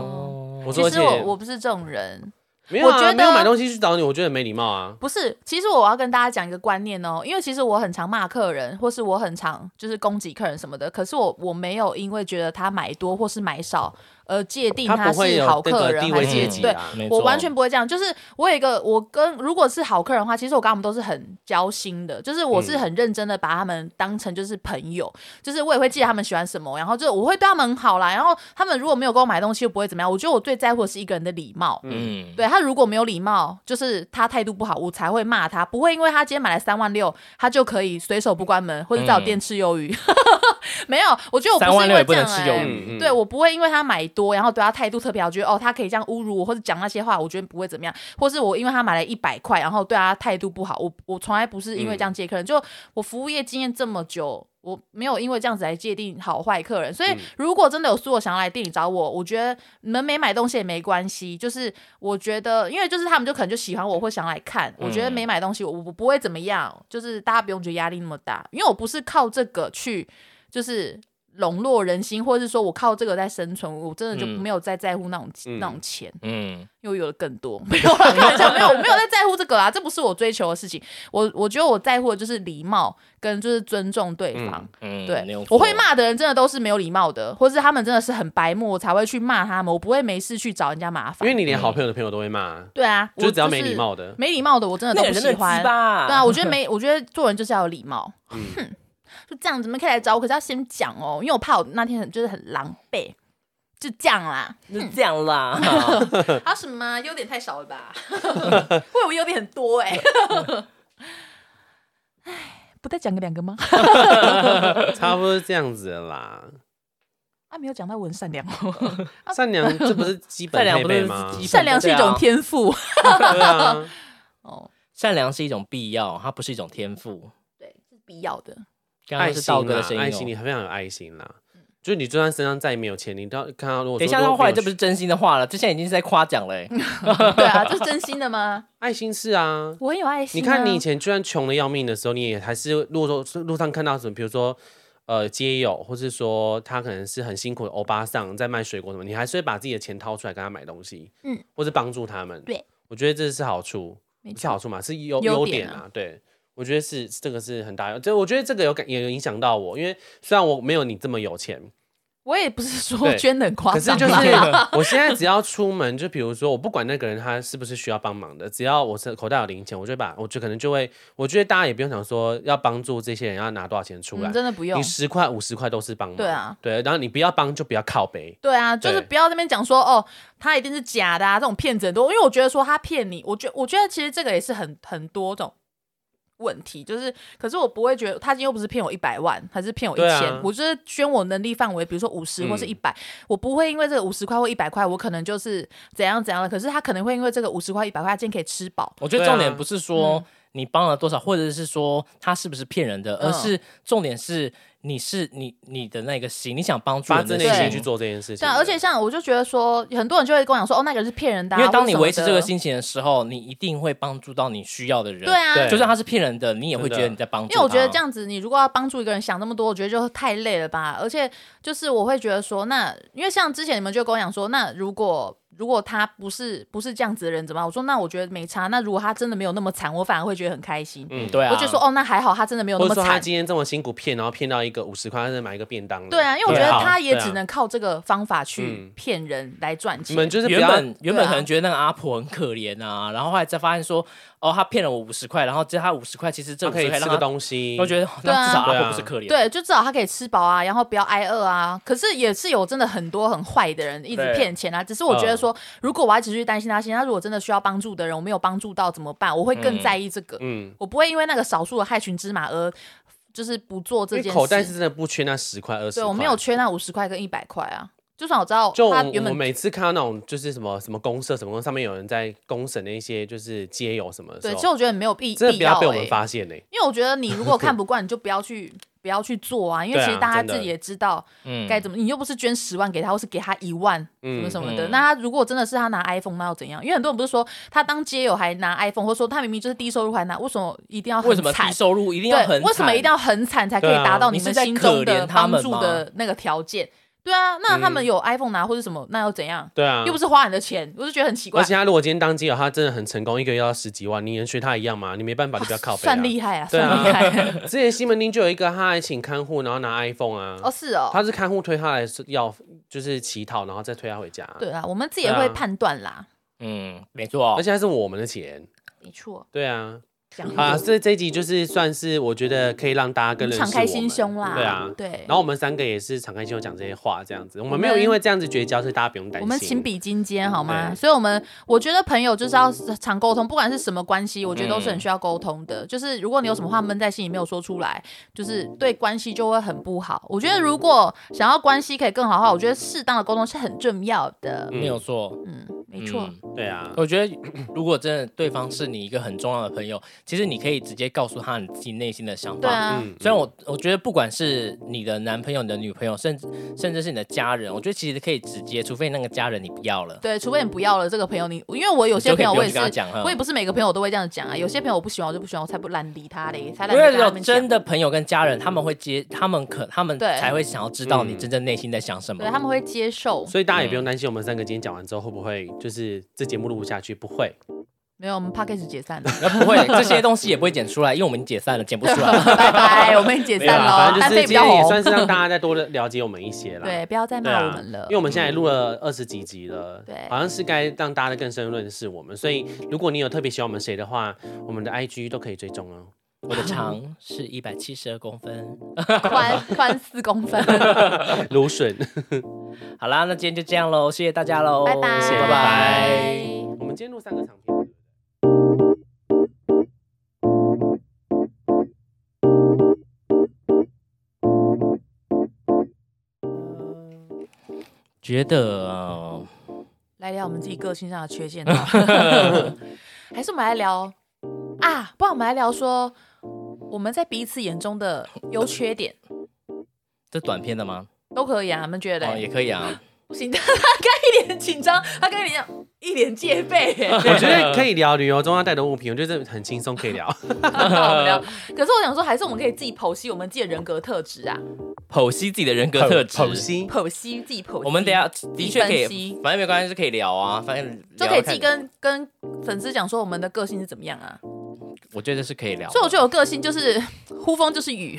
Speaker 2: 我说
Speaker 4: 其
Speaker 2: 而
Speaker 4: 实
Speaker 2: 且
Speaker 4: 我我不是这种人，
Speaker 2: 没有
Speaker 4: 我觉
Speaker 2: 啊，
Speaker 4: 得
Speaker 2: 没有买东西去找你，我觉得很没礼貌啊。
Speaker 4: 不是，其实我要跟大家讲一个观念哦，因为其实我很常骂客人，或是我很常就是攻击客人什么的，可是我我没有因为觉得他买多或是买少而界定
Speaker 2: 他不会
Speaker 4: 是
Speaker 2: 有
Speaker 4: 好
Speaker 2: 这
Speaker 4: 客
Speaker 2: 个
Speaker 4: 人
Speaker 2: 地
Speaker 4: 还
Speaker 2: 位
Speaker 4: 是
Speaker 2: 阶
Speaker 3: 阶
Speaker 2: 级
Speaker 3: 级
Speaker 4: 对。
Speaker 2: 啊。
Speaker 3: 没错
Speaker 4: 我完全不会这样，就是我有一个，我跟如果是好客人的话，其实我跟他们都是很交心的，就是我
Speaker 2: 嗯
Speaker 4: 是很认真的把他们当成就是朋友，就是我也会记得他们喜欢什么，然后就我会对他们很好啦，然后他们如果没有给我买东西，又不会怎么样。我觉得我最在乎的是一个人的礼貌，
Speaker 3: 嗯，
Speaker 4: 对他如果没有礼貌，就是他态度不好，我才会骂他，不会因为他今天买了三万六，他就可以随手不关门，或者在我店吃鱿鱼。 没有，我觉得我
Speaker 3: 嗯三
Speaker 4: 不是
Speaker 3: 万
Speaker 4: 因
Speaker 3: 六
Speaker 4: 为
Speaker 3: 也
Speaker 4: 这
Speaker 3: 不
Speaker 4: 样、
Speaker 3: 能
Speaker 4: 欸、
Speaker 3: 吃鱿鱼。
Speaker 2: 嗯嗯
Speaker 4: 对我不会因为他买多，然后对他态度特别好，觉得哦他可以这样侮辱我或者讲那些话，我觉得不会怎么样。或是我因为他买了一百
Speaker 2: 嗯
Speaker 4: 块，然后对他态度不好，我我从来不是因为这样接客人。就我服务业经验这么久，我没有因为这样子来界定好坏客人，所以
Speaker 2: 嗯
Speaker 4: 如果真的有所有想要来店里找我，我觉得你们没买东西也没关系，就是我觉得，因为就是他们就可能就喜欢我或想来看，我觉得
Speaker 3: 嗯
Speaker 4: 没买东西我我不会怎么样，就是大家不用觉得压力那么大，因为我不是靠这个去就是笼络人心，或者是说我靠这个在生存，我真的就
Speaker 3: 嗯
Speaker 4: 没有再在乎那种、
Speaker 2: 嗯
Speaker 4: 那种钱，
Speaker 3: 嗯
Speaker 4: 因为我有了更多， 没有啦，开玩笑，没有，我没有在在乎这个啊，这不是我追求的事情。我我觉得我在乎的就是礼貌跟就是尊重对方。
Speaker 3: 嗯，没有
Speaker 4: 对，
Speaker 3: 错
Speaker 4: 我会，骂的人真的都是没有礼貌的，或是他们真的是很白目，我才会去骂他们。我不会没事去找人家麻
Speaker 2: 因
Speaker 4: 烦
Speaker 2: 为。你连好朋友的朋友都会 骂，
Speaker 4: 对啊，
Speaker 2: 就
Speaker 4: 我
Speaker 2: 是只要没
Speaker 4: 是
Speaker 2: 礼貌的，
Speaker 4: 没礼貌的我真的
Speaker 3: 那
Speaker 4: 都
Speaker 3: 个
Speaker 4: 不
Speaker 3: 人真的
Speaker 4: 喜
Speaker 3: 鸡
Speaker 4: 欢。
Speaker 3: 巴，
Speaker 4: 对啊，我觉得没，我觉得做人就是要有礼貌。
Speaker 2: 嗯，
Speaker 4: 就这样，怎么可以来找我？可是要先讲哦，因为我怕我那天很就是很狼狈，就这样啦。
Speaker 3: 就这样啦。
Speaker 4: 嗯还有什么啊优点太少了吧？ 会有优点很多哎、 哎，不再讲个两个吗？
Speaker 2: 差不多是这样子的啦。
Speaker 4: 啊，没有讲到我很善良哦，
Speaker 2: 善良这不是基本
Speaker 3: 善良
Speaker 2: 配
Speaker 3: 不
Speaker 2: 备
Speaker 3: 是
Speaker 2: 吗？
Speaker 3: 基本
Speaker 4: 善良是一种
Speaker 3: 对啊，
Speaker 4: 天赋
Speaker 2: 对啊，
Speaker 4: 哦，
Speaker 3: 善良是一种必要，它不是一种天赋。
Speaker 4: 对，是必要的。
Speaker 3: 刚刚
Speaker 2: 爱
Speaker 3: 是
Speaker 2: 心
Speaker 3: 道哥
Speaker 2: 啦
Speaker 3: 的声，
Speaker 2: 爱心你
Speaker 3: 音哦。
Speaker 2: 非常有爱心啦。就是你就算身上再没有钱，你到看到如果
Speaker 3: 等一
Speaker 2: 说
Speaker 3: 下，
Speaker 2: 如
Speaker 3: 他
Speaker 2: 果
Speaker 3: 后来
Speaker 2: 没有
Speaker 3: 这不是真心的话了，这现在已经是在夸奖了欸。
Speaker 4: 对啊，这是真心的吗？
Speaker 2: 爱心是啊，
Speaker 4: 我很有爱
Speaker 2: 你
Speaker 4: 心、啊。
Speaker 2: 看，你以前就算穷的要命的时候，你也还是路路路上看到什么，比如说呃街友，或是说他可能是很辛苦的欧巴桑在卖水果什么，你还是会把自己的钱掏出来跟他买东西，
Speaker 1: 嗯，
Speaker 2: 或是帮助他们。
Speaker 1: 对，
Speaker 2: 我觉得这是好处，
Speaker 4: 没
Speaker 2: 不是好处嘛，是优
Speaker 4: 优
Speaker 2: 优
Speaker 4: 点
Speaker 2: 点啊，对。我觉得是这个是很大的，这我觉得这个有感也有影响到我，因为虽然我没有你这么有钱，
Speaker 4: 我也不是说
Speaker 2: 对
Speaker 4: 捐的夸
Speaker 2: 可是
Speaker 4: 张，
Speaker 2: 就是
Speaker 3: 啊
Speaker 2: 我现在只要出门，就比如说我不管那个人他是不是需要帮忙的，只要我是口袋有零钱，我就会把我就可能就会，我觉得大家也不用想说要帮助这些人要拿多少钱出来，
Speaker 4: 嗯真的不用
Speaker 2: 你。十块五十块都是帮忙，
Speaker 4: 对啊，
Speaker 2: 对，然后你不要帮就不要靠背，
Speaker 4: 对啊，就是
Speaker 2: 对
Speaker 4: 不要在那边讲说哦，他一定是假的啊，这种骗子很多。因为我觉得说他骗你，我觉我觉得其实这个也是很很多种问题，就是可是我不会觉得他今天又不是骗我一百万，还是骗我一
Speaker 2: 对啊
Speaker 4: 千、我就是捐我能力范围，比如说五十
Speaker 2: 嗯
Speaker 4: 或是一百、我不会因为这个五十块或一百块，我可能就是怎样怎样了。可是他可能会因为这个五十块一百块，他今天可以吃饱。
Speaker 3: 我觉得
Speaker 2: 对啊
Speaker 3: 重点不是说你帮了多少，或者是说他是不是骗人的，
Speaker 4: 嗯
Speaker 3: 而是重点是你是你你的那个心，你想帮助
Speaker 2: 发
Speaker 3: 人
Speaker 2: 自
Speaker 3: 的
Speaker 2: 内心
Speaker 4: 对
Speaker 2: 去。做这件事情。
Speaker 4: 对啊，而且像我就觉得说，很多人就会跟我讲说，哦，那个人是骗人的、
Speaker 3: 因
Speaker 4: 啊，
Speaker 3: 为当你
Speaker 4: 或者
Speaker 3: 维
Speaker 4: 什
Speaker 3: 持
Speaker 4: 么
Speaker 3: 这
Speaker 4: 的
Speaker 3: 个心情的时候，你一定会帮助到你需要的人。
Speaker 4: 对啊，
Speaker 2: 对
Speaker 3: 就算他是骗人的，你也会觉得你在帮助他。
Speaker 4: 因为我觉
Speaker 2: 哦
Speaker 4: 得这样子，你如果要帮助一个人想那么多，我觉得就太累了吧。而且就是我会觉得说，那因为像之前你们就跟我讲说，那如果如果他不是不是这样子的人，怎么办？我说那我觉得没差。那如果他真的没有那么惨，我反而会觉得很开心。
Speaker 2: 嗯
Speaker 3: 对啊，
Speaker 4: 我就说哦，那还好，他真的没有那
Speaker 2: 或
Speaker 4: 么
Speaker 2: 者说他
Speaker 4: 惨。
Speaker 2: 今天这么辛苦骗，然后骗到一个五十块，他再买一个便当了。
Speaker 4: 对啊，因为我觉得
Speaker 2: 对啊
Speaker 4: 他也
Speaker 2: 对啊
Speaker 4: 只能靠这个方法去
Speaker 2: 嗯
Speaker 4: 骗人来赚
Speaker 2: 你
Speaker 4: 钱。
Speaker 2: 们就是不
Speaker 3: 原
Speaker 2: 要
Speaker 3: 本原本
Speaker 4: 对啊
Speaker 3: 可能觉得那个阿婆很可怜啊，然后后来才发现说，哦，他骗了我五十块，然后这他五十块其实这
Speaker 2: 他
Speaker 3: 五
Speaker 2: 可以
Speaker 3: 十块
Speaker 2: 吃
Speaker 3: 让
Speaker 2: 个
Speaker 3: 他，
Speaker 2: 东西，
Speaker 3: 我觉得哦
Speaker 4: 对啊
Speaker 3: 那至少阿
Speaker 2: 对
Speaker 3: 婆
Speaker 2: 啊
Speaker 3: 不是可怜，
Speaker 4: 对，就至少他可以吃饱啊，然后不要挨饿啊。可是也是有真的很多很坏的人一直
Speaker 3: 对
Speaker 4: 骗钱啊。只是我
Speaker 2: 嗯
Speaker 4: 觉得说，如果我要持续担心他，现在如果真的需要帮助的人，我没有帮助到怎么办？我会更
Speaker 3: 嗯
Speaker 4: 在意这个，
Speaker 2: 嗯。
Speaker 4: 我不会因为那个少数的害群之马而就是不做
Speaker 2: 因
Speaker 4: 这
Speaker 2: 为
Speaker 4: 件
Speaker 2: 口袋是
Speaker 4: 事。
Speaker 2: 真的不缺那十块二十，
Speaker 4: 对我没有缺那五十块跟一百块啊。就算我知道
Speaker 2: 就我
Speaker 4: 他
Speaker 2: 们
Speaker 4: 原
Speaker 2: 我
Speaker 4: 本
Speaker 2: 每次看到那种就是什么什么公社什么公社上面有人在公审的一些就是街友什么的时
Speaker 4: 对，
Speaker 2: 候，
Speaker 4: 其实我觉得没有必
Speaker 2: 真的
Speaker 4: 必
Speaker 2: 不
Speaker 4: 要
Speaker 2: 要被我
Speaker 4: 欸
Speaker 2: 们发现呢、
Speaker 4: 因为我觉得你如 果看不惯，你就不要去不要去做啊，因为
Speaker 2: 对啊
Speaker 4: 其实大家
Speaker 2: 真的
Speaker 4: 自己也知道
Speaker 3: 嗯
Speaker 4: 该怎么，你又不是捐十万给他，或是给他一万什么
Speaker 2: 嗯，
Speaker 4: 什么的。
Speaker 3: 嗯
Speaker 4: 那他如果真的是他拿 iPhone，那又怎样？因为很多人不是说他当街友还拿 iPhone，或者说他明明就是低收入还拿，为什么一定要很
Speaker 3: 为什么
Speaker 4: 惨
Speaker 3: 低？收入一定要
Speaker 4: 对，
Speaker 3: 很
Speaker 4: 为什么
Speaker 3: 惨
Speaker 4: 一定要很惨才可以
Speaker 2: 对啊
Speaker 4: 达到
Speaker 3: 你
Speaker 4: 们
Speaker 3: 是在
Speaker 4: 心中
Speaker 3: 可
Speaker 4: 的
Speaker 3: 怜他
Speaker 4: 帮
Speaker 3: 们
Speaker 4: 助
Speaker 3: 吗嗯
Speaker 4: 的那个条件？对啊，那他们有 iPhone 拿或者什么，那又怎样？
Speaker 2: 对啊
Speaker 4: 又，不是花你的钱，我就觉得很奇怪
Speaker 2: 而。且他如果今天当街友，他真的很成功，一个月要十几万，你能学他一样吗？你没办法，你不要靠背、啊。
Speaker 4: 算厉害啊，
Speaker 2: 对
Speaker 4: 算
Speaker 2: 啊
Speaker 4: 厉害。
Speaker 2: 之前西门町就有一个，他还请看护，然后拿 iPhone 啊，
Speaker 4: 哦，是哦，
Speaker 2: 他是看护推他来要就是乞讨，然后再推他回家。
Speaker 4: 对啊，我们自己也会
Speaker 2: 对啊
Speaker 4: 判断啦，
Speaker 3: 嗯，没错
Speaker 2: 而，且还是我们的钱。
Speaker 4: 没错。
Speaker 2: 对啊，
Speaker 4: 讲
Speaker 2: 好啊，这这一集就是算是我觉得可以让大家更认识
Speaker 4: 敞开
Speaker 2: 我
Speaker 4: 心
Speaker 2: 们
Speaker 4: 胸啦，
Speaker 2: 对啊，
Speaker 4: 对。
Speaker 2: 然后我们三个也是敞开心胸讲这些话，这样子，我
Speaker 4: 我
Speaker 2: 们没有
Speaker 4: 们
Speaker 2: 因为这样子绝交，所以大家不用担心。
Speaker 4: 我们情比金
Speaker 3: 嗯
Speaker 4: 坚，好吗？
Speaker 2: 对
Speaker 4: 所以，我们我觉得朋友就是要常沟通，不管是什么关系，我觉得都
Speaker 3: 嗯
Speaker 4: 是很需要沟通的。就是如果你有什么话闷在心里没有说出来，就是对关系就会很不好。我觉得
Speaker 3: 嗯
Speaker 4: 如果想要关系可以更好的话，我觉得适当的沟通是很重要的。
Speaker 2: 嗯
Speaker 3: 没有错，
Speaker 4: 嗯，没错。
Speaker 3: 嗯
Speaker 2: 对啊，
Speaker 3: 我觉得，如果真的对方是你一个很重要的朋友，其实你可以直接告诉他你自己内心的想
Speaker 4: 对
Speaker 3: 法。
Speaker 4: 啊，
Speaker 2: 嗯，
Speaker 3: 虽然我我觉得不管是你的男朋友、你的女朋友，甚至甚至是你的家人，我觉得其实可以直接，除非那个家人你不要了，
Speaker 4: 对，除非你不要了这个朋友你，因为我有
Speaker 3: 你
Speaker 4: 些
Speaker 3: 就可
Speaker 4: 朋
Speaker 3: 以
Speaker 4: 友
Speaker 3: 不
Speaker 4: 我
Speaker 3: 用
Speaker 4: 也
Speaker 3: 去
Speaker 4: 是
Speaker 3: 跟他，讲嗯哈
Speaker 4: 我也。不是每个朋友我都会这样讲啊，有些朋友我不喜欢我就不喜欢，我才不懒理他嘞，才懒
Speaker 3: 因
Speaker 4: 得
Speaker 3: 为
Speaker 4: 跟他
Speaker 3: 有
Speaker 4: 们讲
Speaker 3: 真。的朋友跟家人，他们会接，他们可他们
Speaker 4: 对
Speaker 3: 才会想要知道你
Speaker 2: 嗯
Speaker 3: 真正内心在想什么
Speaker 4: 对，。他们会接受，
Speaker 2: 所以大家也不用担心，我们三个今天讲完之后会不会就是这节目录不下去？不会，
Speaker 4: 没有我们 p a c k a g e 解散了，
Speaker 3: 那不会，这些东西也不会剪出来，因为我们已经解散了，剪不出来。
Speaker 4: 拜拜，我们已经解
Speaker 2: 没有
Speaker 4: 散
Speaker 2: 啦，
Speaker 4: 了，
Speaker 2: 反
Speaker 4: 单
Speaker 2: 正就是
Speaker 4: 飞比
Speaker 2: 今
Speaker 4: 较
Speaker 2: 天也
Speaker 4: 红
Speaker 2: 算，是让大家再多了解我们一些 啦。
Speaker 4: 对，不要再
Speaker 2: 对
Speaker 4: 骂我
Speaker 2: 啊，
Speaker 4: 们
Speaker 2: 因
Speaker 4: 了
Speaker 2: 为。我们现在也录了二十几集了，
Speaker 4: 对
Speaker 2: 好像是该让大家更深入认识我们。所以，如果你有特别喜欢我们谁的话，我们的 IG 都可以追踪哦。
Speaker 3: 我的长是一百七十二公分。
Speaker 4: 嗯 宽宽四公分，
Speaker 2: 芦笋，
Speaker 3: 好啦，那今天就这样喽，谢谢大家喽，
Speaker 4: 拜拜，
Speaker 2: 谢谢
Speaker 3: 拜
Speaker 2: 拜
Speaker 3: 拜。
Speaker 2: 拜我们今天录三个长片。
Speaker 3: 觉得呃
Speaker 4: 来聊我们自己个性上的缺陷，啊 还是我们来聊啊？不然我们来聊说我们在彼此眼中的优缺点
Speaker 3: 这短片的吗？
Speaker 4: 都可以啊，你们觉得
Speaker 3: 哦，
Speaker 4: 嘞？
Speaker 3: 也可以啊。
Speaker 4: 不行，他刚一脸紧张，他刚一脸一脸戒备 耶。
Speaker 2: 我觉得可以聊旅游中要带的物品，我觉得这很轻松可以聊。
Speaker 4: 好我们聊可是我想说，还是我们可以自己剖析我们自己的人格特质啊，
Speaker 3: 剖析自己的人格特
Speaker 2: 剖
Speaker 3: 质。
Speaker 2: 析，
Speaker 4: 剖析自己剖析。
Speaker 3: 我们等一下的确可
Speaker 4: 分
Speaker 3: 以
Speaker 4: 析，
Speaker 3: 反正没关系，是可以聊啊，反正
Speaker 4: 就
Speaker 3: 聊
Speaker 4: 可以自
Speaker 3: 看
Speaker 4: 己。跟跟粉丝讲说我们的个性是怎么样啊。
Speaker 3: 我觉得是可以聊的。
Speaker 4: 所以我觉得我个性就是呼风就是雨。